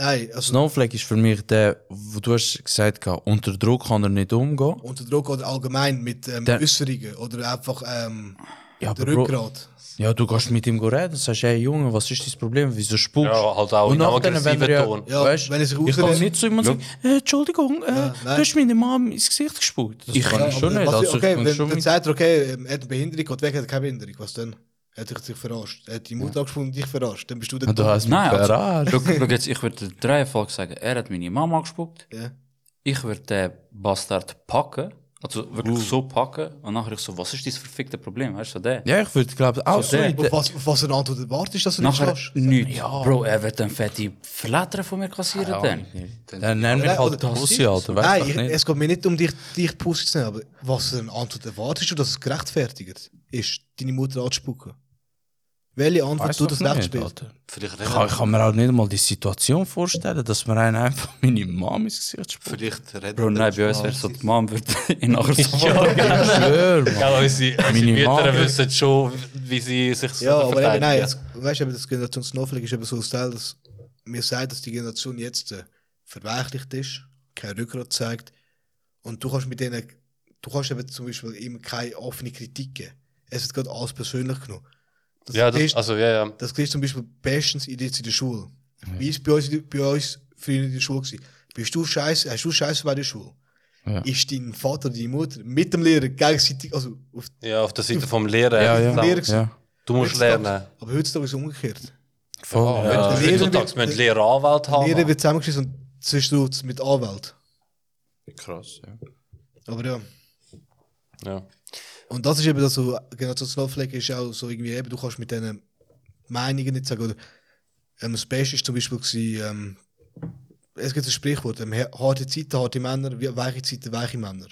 B: Nein, also
D: Snowflake ist für mich der, wo du hast gesagt, gehabt, unter Druck kann er nicht umgehen.
B: unter Druck oder allgemein mit ähm,
D: Der-
B: Äußerungen oder einfach ähm,
D: Ja,
B: Der
D: aber Bro,
B: Rückgrat.
D: ja, du gehst mit ihm reden und sagst, hey Junge, was ist dein Problem? Wieso spuckst
C: Ja, halt auch in
D: und
C: einem
D: nachdem,
C: aggressiven
D: wenn er ja-
C: Ton.
B: Ja,
D: weißt,
B: wenn er sich
D: ich kann
B: ausredet-
D: nicht zu jemandem sagen, äh, Entschuldigung, äh, du
B: nein.
D: hast meine Mom ins Gesicht gespuckt. Das ich kann
B: Ja,
D: ich schon
B: aber
D: nicht.
B: was-
D: Also,
B: okay,
D: ich kann
B: wenn
D: schon
B: dann
D: mit-
B: sagt er, okay, ähm, er hat eine Behinderung, geht weg, er hat keine Behinderung. Was denn? Er hat dich- sich verarscht. Er hat die Mutter angesprochen und dich verarscht. Dann bist du der
D: du hast mich
E: Nein, Nou also,
D: verarscht.
E: schau, schau jetzt, ich würde den Dreifach sagen, er hat meine Mama gespuckt,
B: Ja.
E: ich würde den eh, Bastard packen, also wirklich so packen, und nachher ich so, was ist dein verfickte Problem, weißt du, so der.
D: Ja, ich würde, glaube auch so.
E: der-
D: in
B: Auf
D: der-
B: was, auf was für eine Antwort erwartest du, dass du nicht
E: Nachher
B: verarscht?
E: nichts. Bro, er wird dann fette Flatter von mir
D: Ah,
E: kassieren dann.
D: Dann nenn mich
B: Nein,
D: halt
B: oder-
D: Pussy, Alter. Weißt
B: Nein,
D: du
B: ich,
D: nicht?
B: es geht mir nicht um dich, dich Pussy zu nehmen, aber was für eine Antwort erwartest du, dass es gerechtfertigt ist, deine Mutter anzuspucken? Welche Antwort
D: Weiss
B: du
D: doch
B: das
D: nicht,
B: wegspielst?
D: Alter.
A: Vielleicht,
D: Ich kann, ich kann mir auch nicht mal die Situation vorstellen, dass mir einer einfach meine Mom ins Gesicht spuckt.
A: vielleicht redet
E: Bro, nein, bei uns wäre so, die Mom wird ihn nachher [LAUGHS] so
D: Ich schwör, Mann.
C: Ja, unsere, unsere
D: Minimal.
C: Mütter wissen schon, wie sie sich
B: Ja, aber eben,
C: verteidigen.
B: nein, es, weißt du, eben, das Generation Snowflake ist eben so ein Teil, dass mir sagt, dass die Generation jetzt äh, verweichlicht ist, kein Rückgrat zeigt und du kannst mit denen, du kannst eben zum Beispiel ihm keine offene Kritik geben. Es wird gerade alles persönlich genommen. Das
C: Ja, das,
B: ist-
C: also, ja, ja.
B: Das kriegst du zum Beispiel bestens in der, in der Schule. Wie ist bei uns, bei uns früher in der Schule gewesen? Bist du scheiße, hast du scheiße bei der Schule?
D: Ja.
B: Ist dein Vater, deine Mutter mit dem Lehrer gegenseitig, also auf
C: Ja, auf der Seite vom Lehrer.
D: Ja, ja.
B: Lehrer gewesen.
D: ja.
C: Du musst
B: Heutzutage-
C: lernen.
B: Aber heutzutage ist es umgekehrt.
D: Voll. Ja.
C: Ja,
B: Der Lehrer
C: heutzutage
B: wird-
C: müssen Lehrer Anwalt
B: Der Lehrer
C: haben.
B: wird zusammengeschissen und zwischendurch mit Anwalt.
D: Krass, ja.
B: Aber ja.
C: Ja.
B: Und das ist eben das so, Generation Snowflake ist auch so irgendwie eben, du kannst mit diesen Meinungen nicht sagen, oder ähm, das Beste ist zum Beispiel gewesen, ähm, es gibt ein Sprichwort, ähm, her- harte Zeiten, harte Männer, wie- weiche Zeiten, weiche Männer.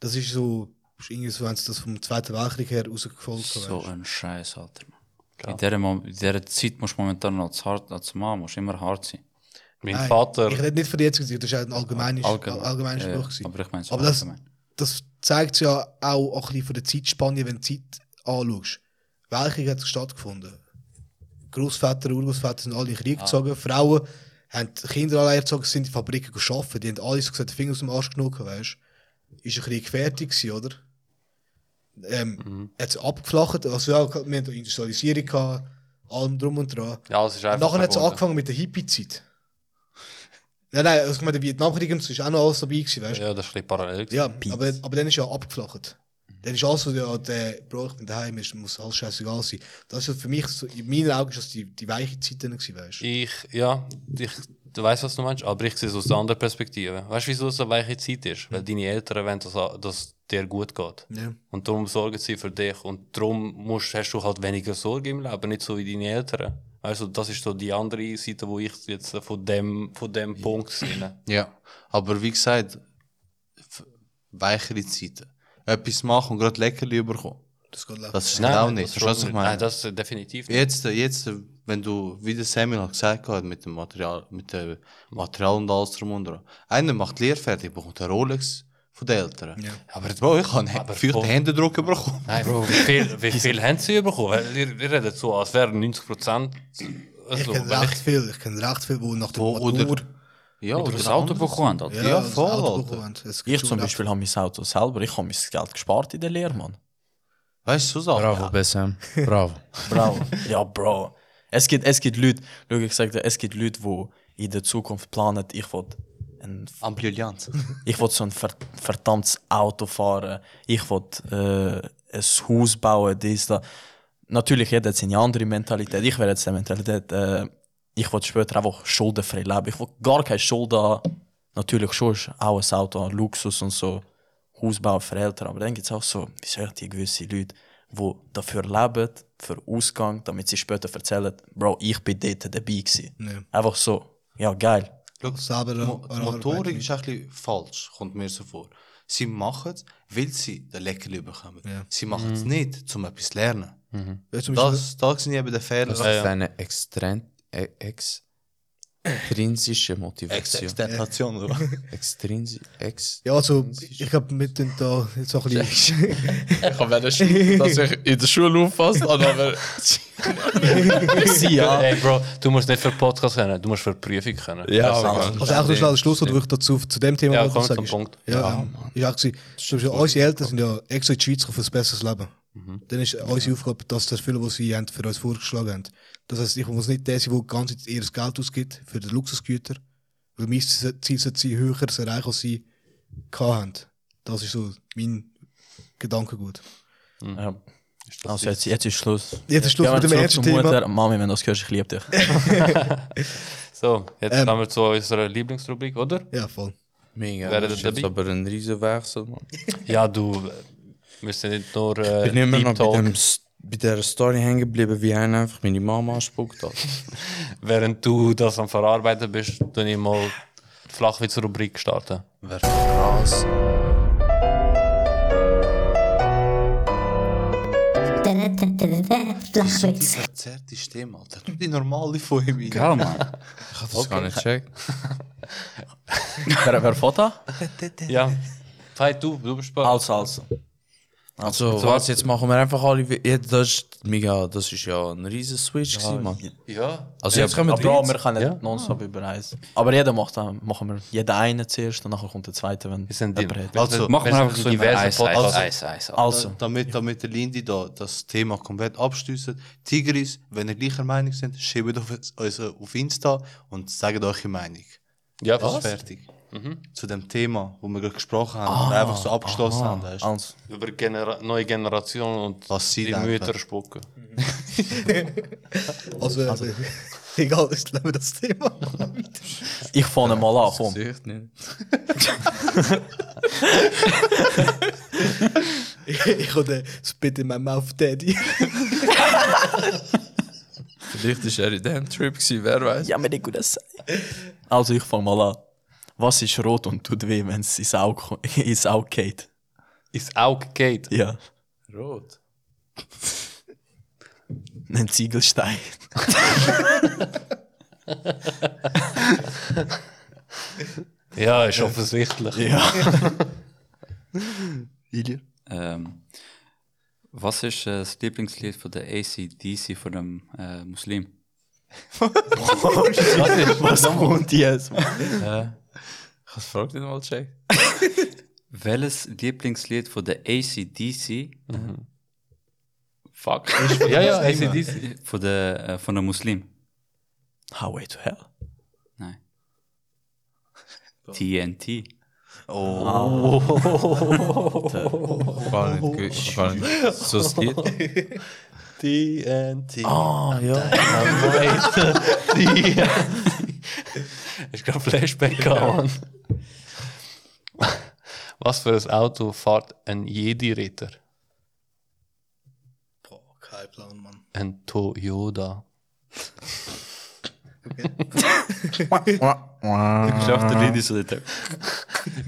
B: Das ist so, ist irgendwie so, wenn sie das vom Zweiten Weltkrieg her rausgefolgt
E: So
B: haben.
E: ein Scheiß, Alter. In dieser, Mom- in dieser Zeit musst du momentan als, hart, als Mann musst du immer hart
D: Oh,
E: sein.
C: Mein
B: Nein,
C: Vater.
B: Ich rede nicht von der jetzigen Zeit, das ist auch ein allgemeiner
E: Allgemein.
B: allgemein, allgemeiner
E: Ja, ja.
B: Spruch. gewesen.
E: Aber ich mein's
B: Aber das,
E: allgemein.
B: das zeigt ja auch ein bisschen von der Zeitspanne, wenn du die Zeit anschaust. Welche hat stattgefunden? Großväter, Urgroßväter sind alle in den Krieg
E: Ah.
B: gezogen. Frauen haben die Kinder alle erzogen, sind in Fabriken gearbeitet. Die haben alle so gesagt, den Finger aus dem Arsch genommen, weißt du? Ist ein Krieg fertig gewesen, oder? Ähm,
E: Mhm.
B: Hat es abgeflacht. Also, ja, wir hatten Industrialisierung, gehabt, allem drum und dran.
C: Ja, es ist einfach.
B: Nachher hat es
C: geworden.
B: angefangen mit der Hippie-Zeit. Nein, nein, also, ich meine, der Vietnamkrieg und so ist auch noch alles dabei gewesen, weißt du?
C: Ja, das ist ein bisschen parallel. gewesen.
B: Ja, aber, aber dann ist ja abgeflacht. Dann ist alles, was ja der Bro, ich bin daheim, ist, muss alles scheißegal sein. Das ist halt für mich, so, in meinen Augen, ist das die, die weiche Zeit dann gewesen, weißt du?
C: Ich, ja, ich weiß, was du meinst, aber ich sehe es aus der anderen Perspektive. Weißt du, wieso es eine weiche Zeit ist? Weil deine Eltern wollen, dass, dass dir gut geht.
B: Ja.
C: Und darum sorgen sie für dich. Und darum musst, hast du halt weniger Sorge im Leben, nicht so wie deine Eltern. Also, das ist so die andere Seite, wo ich jetzt von dem, von dem Punkt sehe.
A: Ja, aber wie gesagt, f- weichere Zeiten. Etwas machen und gerade Leckerli bekommen.
B: Das geht
A: Das
B: länger.
A: ist genau nicht. Verstehst du, was ich meine?
C: Nein, das ist definitiv nicht.
A: Jetzt, äh, jetzt, äh, wenn du, wie der Samuel hat gesagt hat, mit dem Material, mit dem Material und alles drum und dran. Einer macht die Lehre fertig, bekommt einen Rolex von den Eltern.
B: Ja.
A: Aber Bro, ich habe
C: Aber
A: feuchten
C: voll.
A: Händedruck bekommen.
C: Nein, Bro, wie viel, wie viel haben sie bekommen? Weil Wir, wir reden so, als wären 90 Prozent.
B: Ich
C: Also,
B: kenne
C: wenn
B: recht viel, ich kenne recht viel, wo nach der
A: Wo- oder-
B: Matur-
A: Ja,
E: Oder das Auto
A: anderes.
E: bekommen, Alter.
A: Ja,
B: das
A: voll,
B: Auto
A: Alter.
B: bekommen haben. Es gibt
F: Ich
B: schon
F: zum
B: recht
F: Beispiel habe mein Auto selber, ich habe mein Geld gespart in der Lehre, Mann.
A: Weißt du, so Sachen?
D: Bravo, Bessem.
E: [LAUGHS]
D: Bravo.
F: Bro. [LAUGHS] ja, Bro. Es gibt, es gibt Leute, schau, ich sag dir, es gibt Leute, die in der Zukunft planen, ich will, ein,
A: Am Brillant.
F: ich will so ein ver verdammtes Auto fahren, ich will äh, ein Haus bauen, dies, da. Natürlich, jeder hat seine andere Mentalität. Ich wäre jetzt der Mentalität, äh, ich will später einfach schuldenfrei leben. Ich will gar keine Schulden haben. Natürlich schon ist auch ein Auto, ein Luxus und so, Haus bauen für Eltern. Aber dann gibt es auch so, wie soll ich die gewisse Leute, die dafür leben, für Ausgang, damit sie später erzählen, Bro, ich bin dort dabei gewesen.
B: Ja.
F: Einfach so, ja, geil.
B: Selber
A: Mo- Die
B: erarbeitet.
A: Motorik ist ein bisschen falsch, kommt mir so vor. Sie machen es, weil sie den Leckerli bekommen.
B: Ja.
A: Sie machen es nicht, um etwas zu lernen.
B: Ja, zum Beispiel-
A: Das, da sind eben der Fehler.
D: Das ist eine extrem, e- extrinsische
A: Ex-
D: Motivation.
A: Extentation, oder?
D: [LAUGHS] Extrinsi, ex.
B: Ja, also, ich glaube, mit den da jetzt auch ein bisschen.
D: Ich habe das
A: [LAUGHS]
D: ich in der Schule auffasst, aber
F: Merci, ja.
C: Hey Bro, du musst nicht für Podcast können, du musst für Prüfung können.
D: Ja,
C: Das
D: Mann.
C: ist-
B: Also auch noch schnell ein Schlusswort, wo ich dazu zu dem Thema
C: Ja,
B: noch
C: komm
B: was
C: zum
B: ist-
C: Punkt.
B: Ja, ja, ja, unsere Eltern sind ja extra in die Schweiz gekommen für ein besseres Leben. Dann ist unsere Aufgabe, das zu erfüllen, was sie haben, für uns vorgeschlagen haben. Das heisst, ich muss nicht der sein, der die ganze Zeit ihr Geld ausgibt für den Luxusgüter. Weil mein Ziel sollte sein, höheres erreichen, als sie gehabt haben. Das ist so mein Gedankengut.
F: Ja. Also jetzt, jetzt ist Schluss.
B: Jetzt ist Schluss
F: wir
B: mit dem
F: zurück
B: ersten
F: zur
B: Thema.
F: Mutter. Mami, wenn du das hörst, ich liebe dich.
C: So, jetzt
B: Ähm.
C: kommen wir zu unserer Lieblingsrubrik, oder?
B: Ja, voll.
D: Mega.
C: Wäre
D: das ist
C: das
D: jetzt
C: dabei?
D: aber ein riesen Wechsel, Mann.
C: Ja, du. äh, Wir sind nicht nur äh,
D: Ich bin immer
C: Deep
D: noch bei,
C: Talk.
D: dem, S- bei der Story hängen geblieben, wie einer einfach meine Mama anspuckt hat.
C: Während du das am Verarbeiten bist, tue ich mal die Flachwitz-Rubrik starten.
A: Wer krass. So die
G: Flachwitz.
A: verzerrte Stimme, Alter. Du die normale von ihm.
E: Gell, Mann.
D: Ich hab das gar nicht gecheckt.
F: wer, wer fährt da?
C: Ja. Hey, du, du bist bei.
F: Also, also.
D: Also, was, jetzt machen wir einfach alle. wie- Ja, das ist mega, das ist ja ein riesen Switch, gewesen, Mann.
C: Ja.
D: Also, jetzt kommen
F: Aber
D: wir
F: Bro, wir können nicht nonstop über eins. Aber jeder macht dann, machen wir jeder einen zuerst und nachher kommt der zweite, wenn
C: Wir sind die-
F: jemand hat.
C: Also,
E: Machen wir
C: wir
E: einfach
C: sind
E: so
C: diverse
E: diverse
C: Podcasts.
E: Eis, Eis, Eis.
F: Also,
A: Damit, damit der Lindy da das Thema komplett abstößt. Tigris, wenn ihr gleicher Meinung sind, schreibt auf, uns auf Insta und sagt eure Meinung.
C: Ja,
A: Das
C: was?
A: ist fertig. Zu dem Thema, wo wir gerade gesprochen haben und einfach so abgeschlossen haben. Weißt? du?
F: also.
C: Über Genera neue Generationen und
A: Was sie
C: die
A: denken.
C: Mütter spucken.
B: Also, also. [LAUGHS] egal, ich glaube das [LAUGHS] Thema.
F: Ich fange mal an, komm.
D: direkt. nicht.
B: ich ich habe Spit in my mouth, Daddy.
D: Vielleicht war er in diesem Trip, gewesen, wer weiß.
F: Ja, mir nicht gut das Also, ich fange mal an. Was ist rot und tut weh, wenn es ins Auge, ko- [LAUGHS] ins Auge geht?
C: Ist Auge geht.
F: Ja,
D: Rot.
F: [LAUGHS] ein Ziegelstein.
C: Ja, ist offensichtlich.
F: [LAUGHS] Ja.
E: Ähm, was ist äh, das Lieblingslied von der ACDC, von dem äh, Muslim?
F: Was kommt jetzt?
E: Eh,
D: Ich hab's gefragt, nicht mal gecheckt.
E: [LAUGHS] Welches Lieblingslied von der ACDC?
D: Mhm.
C: Fuck.
D: [LAUGHS]
C: Ja, ja, ACDC.
E: ACDC? Von der, äh, von der Muslim?
F: Highway to Hell.
E: Nein. TNT.
C: Oh.
D: [LAUGHS]
C: eh,
D: Gar nicht gut. Ich hab Gar nicht. So es geht.
A: TNT.
F: Ah, ja.
C: [LAUGHS] Ist gerade Flashback gehabt, Mann. Was für ein Auto fährt ein Jedi-Ritter?
B: Boah, Oh, kein Plan, Mann.
C: Ein Toyota.
E: Ich auf der Linie so der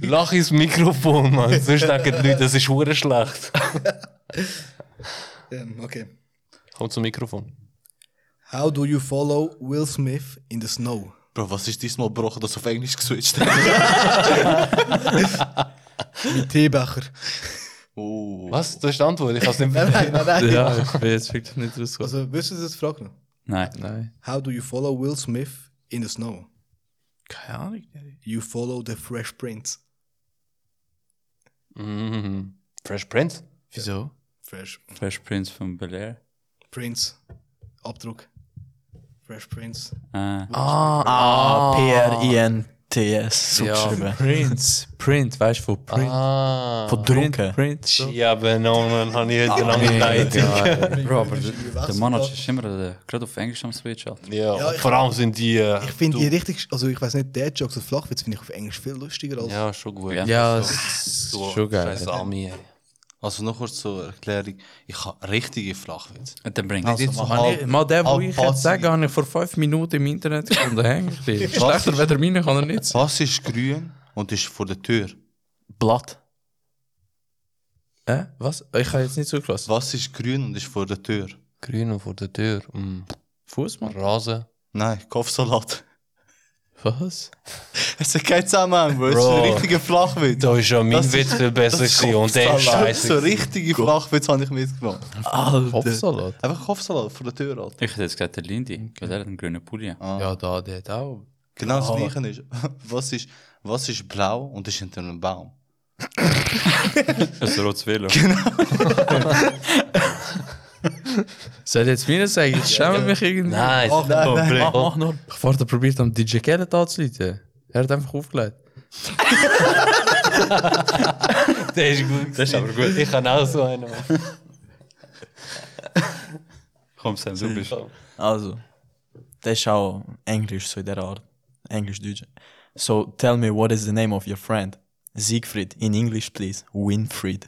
C: Lach ins Mikrofon, Mann. Sonst denken die Leute, das ist hure schlecht.
B: Ähm, okay.
C: Komm zum Mikrofon.
B: How do you follow Will Smith in the snow?
A: Bro, was ist diesmal gebrochen, dass du auf Englisch geswitcht hast?
B: Mit Teebecher.
A: oh.
C: Was? Das ist die Antwort. Ich kann es nicht
B: Nein, nein,
C: verstehen.
B: nein, nein.
D: Ja, ich bin jetzt wirklich nicht rausgekommen.
B: Also, wisst ihr das? Frag noch.
E: Nein.
D: Nein.
B: How do you follow Will Smith in the snow?
D: Keine Ahnung.
B: You follow the Fresh Prince.
C: Mhm. Fresh Prince?
D: Wieso?
B: Fresh
E: Fresh Prince von Bel Air.
B: Prince. Abdruck. Fresh Prince.
E: Äh,
D: Ah,
F: A-P-R-I-N-T-S. So
D: Ja,
F: geschrieben.
D: Print. Print, weißt du, von Print.
C: Ah.
F: Von
D: Print,
F: Drucken.
D: Print. so.
C: Ja, benommen habe ich heute lange Zeit.
E: Bro, aber der, der Manager ist immer äh, gerade auf Englisch am Switch. Alter.
C: Ja,
B: Ja, ich-
C: vor allem sind die. äh,
B: Ich finde
C: du-
B: die richtig, also ich weiß nicht, der Jokes und Flachwitz finde ich auf Englisch viel lustiger als.
C: Ja, schon gut.
D: Ja, es
C: so.
D: ist schon geil.
C: Scheiß Ami, ey.
A: Also noch kurz zur Erklärung. Ich habe richtige Flachwitz.
E: Und dann bringt
A: Also,
E: es.
A: mach
D: Mal, mal der, wo
A: halb
D: ich
A: Bazi.
D: jetzt sage, habe ich vor fünf Minuten im Internet gefunden. hängen geblieben. Schlechter weder meine kann er nicht sein.
A: Was ist grün und ist vor der Tür?
F: Blatt.
D: Äh? Was? Ich habe jetzt nicht zugelassen.
A: Was ist grün und ist vor der Tür?
C: Grün vor der Tür. Mm.
D: Fußmann?
C: Rasen.
A: Nein, Kopfsalat. [LAUGHS]
D: Was?
A: Es ist kein Zusammenhang, Bro. Es ist ein
C: Bro.
A: richtiger Flachwitz.
C: Da ist ja mein
A: Das ist-
C: Witz viel besser
A: Das ist
C: gewesen und der ist
A: Kopfsalat. So
C: scheiße.
A: richtige Flachwitz habe ich mitgenommen.
D: Kopfsalat?
A: Einfach Kopfsalat vor der Tür, Alter.
E: Ich hätte jetzt gesagt, der Lindy, weil der hat einen
D: [LAUGHS]
E: grünen Pulli. an.
D: Ja, da, der hat auch.
A: Oh. [LAUGHS] Genau das gleiche ist. Was ist, was ist blau und ist hinter einem Baum?
E: Ein rotes Velo.
D: Soll ich jetzt mir sagen? Ich schäme mich irgendwie.
C: Nein,
E: Oh,
C: mach,
A: Oh.
C: mach, mach nur.
D: Ich warte, probiert am DJ Khaled anzuleiten. Er hat einfach aufgelegt.
C: Der ist gut. Das ist aber gut. Ich kann auch so einen machen.
E: [LAUGHS] Komm, Sam, du bist.
F: Also, das ist auch Englisch, so in der Art. Englisch-Deutsch. So, tell me, what is the name of your friend? Siegfried. In English, please. Winfried.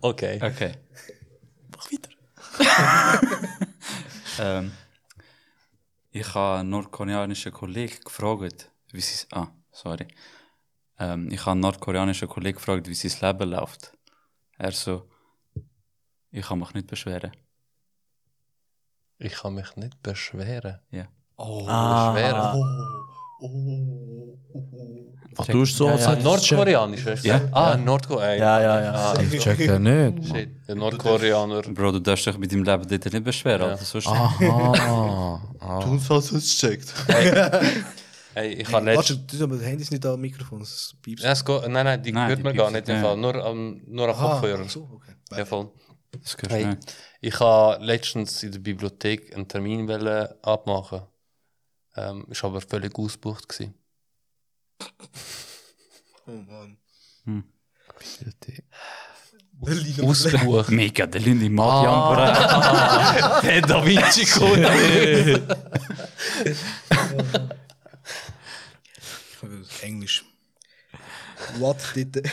C: Okay.
E: Okay.
F: Mach weiter.
E: [LAUGHS] Ähm, ich habe einen nordkoreanischen Kollegen gefragt, wie sie Ah, sorry. Ähm, ich habe einen nordkoreanischen Kollegen gefragt, wie sein Leben läuft. Er so, ich kann mich nicht beschweren.
C: Ich kann mich nicht beschweren.
E: Ja. Ah.
C: Beschweren?
D: Ach, du hast so als
C: Ah, Nordkoreanisch, hast du
E: Ja.
C: gesagt? Ah, Nordkoreanisch.
F: Ja, ja, ja.
D: Ich check das nicht. Mann.
C: Shit. Der Nordkoreaner.
E: Bro, du darfst dich mit deinem Leben dort nicht beschweren. Alter, sonst
D: Aha.
E: Ah.
A: Du hast es gecheckt.
C: Ey, ich habe letztens.
B: Warte, du hast aber das Handy ist nicht am Mikrofon, es piepst.
C: Ja, es geht- Nein, nein, die
E: Nein,
C: hört
E: die
C: man gar
E: piepst,
C: nicht. im
E: ja.
C: Fall. Nur am nur am
B: Ah,
C: Kopfhörer.
B: ach so, okay.
C: Ja, voll.
E: [LAUGHS] das gehörst
C: Hey,
E: nicht.
C: ich habe letztens in der Bibliothek einen Termin wollen abmachen. Ähm, ist aber völlig ausgebucht. Gewesen.
B: Oh Mann.
C: Hm. Ausgebucht.
E: Mega, der Lindy
D: Ah.
E: Mafia
C: hey, Da Vinci Code.
B: [LAUGHS] Englisch. What did the [LAUGHS]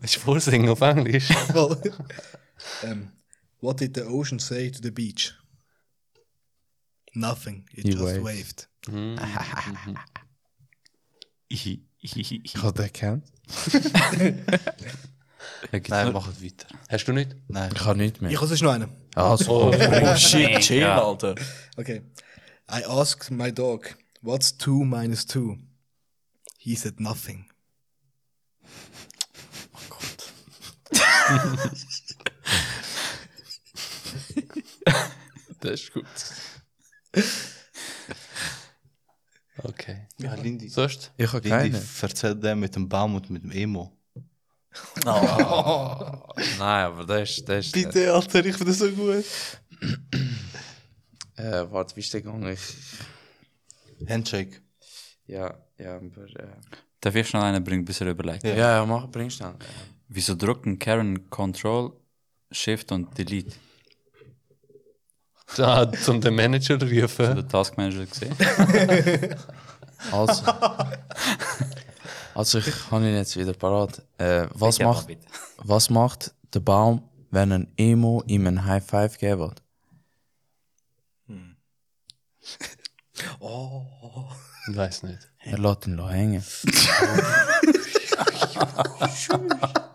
C: Willst du vorsingen auf
E: [LAUGHS]
C: Englisch?
B: well, um, What did the ocean say to the beach? Nothing. It
D: He
B: just
D: waved.
B: waved.
D: Ich hab den gekannt.
A: Nein, mach es weiter.
C: Hast du nicht?
D: Ich hab nicht mehr.
B: Ich habe sonst noch einen.
D: Ah, so.
F: Oh shit, chill,
E: Ja.
F: Alter.
B: Okay. I asked my dog, what's 2 minus 2? He said nothing.
D: Das ist gut.
C: Okay.
A: Ja, Lindy.
C: Sonst?
D: Ich hab
A: Lindy,
D: keine.
A: erzähl dem mit dem Baum und mit dem Emo.
D: Nein, aber das ist. Das ist
A: Alter, ich finde das so gut.
D: Äh, warte, wie ist der gegangen? Ich.
A: Handshake.
D: Ja, ja, aber. Äh.
E: Darf ich schnell einen bringen, bis er überlegt?
D: Ja, ja, mach, bring schnell.
E: Wieso drücken Karen Control, Shift und Delete?
C: Ah, zum den Manager
E: Hast du
C: rufen.
E: den
D: [LAUGHS]
E: Taskmanager gesehen?
D: Also. also, ich habe ihn jetzt wieder parat. Äh, was, macht, [LAUGHS] was macht der Baum, wenn ein Emo ihm ein High Five geben will?
C: Ich weiß nicht.
D: Er lässt ihn hängen.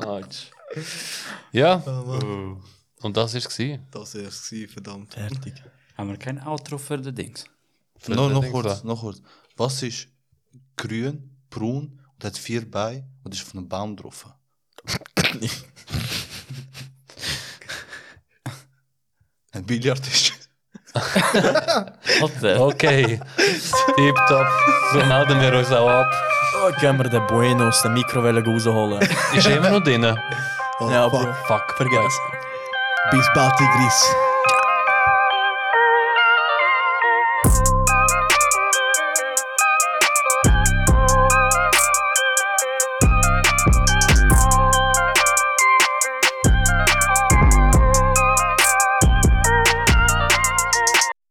C: Autsch. Ja. Und das war es.
B: Das war es, gewesen, verdammt.
F: Fertig.
E: Haben wir kein Outro für die Dings?
A: No, noch
C: Dings
A: kurz, noch kurz. Was ist grün, braun und hat vier Beine und ist auf einem Baum drauf? Ein Billardtisch.
C: Okay. Tip top. So melden wir uns auch ab.
F: Oh, können wir den Bueno aus der Mikrowelle rausholen?
C: Ist immer noch drin.
B: Oh,
F: ja,
B: fuck.
F: Bro. Fuck, vergessen.
B: Bis bald, Tigris.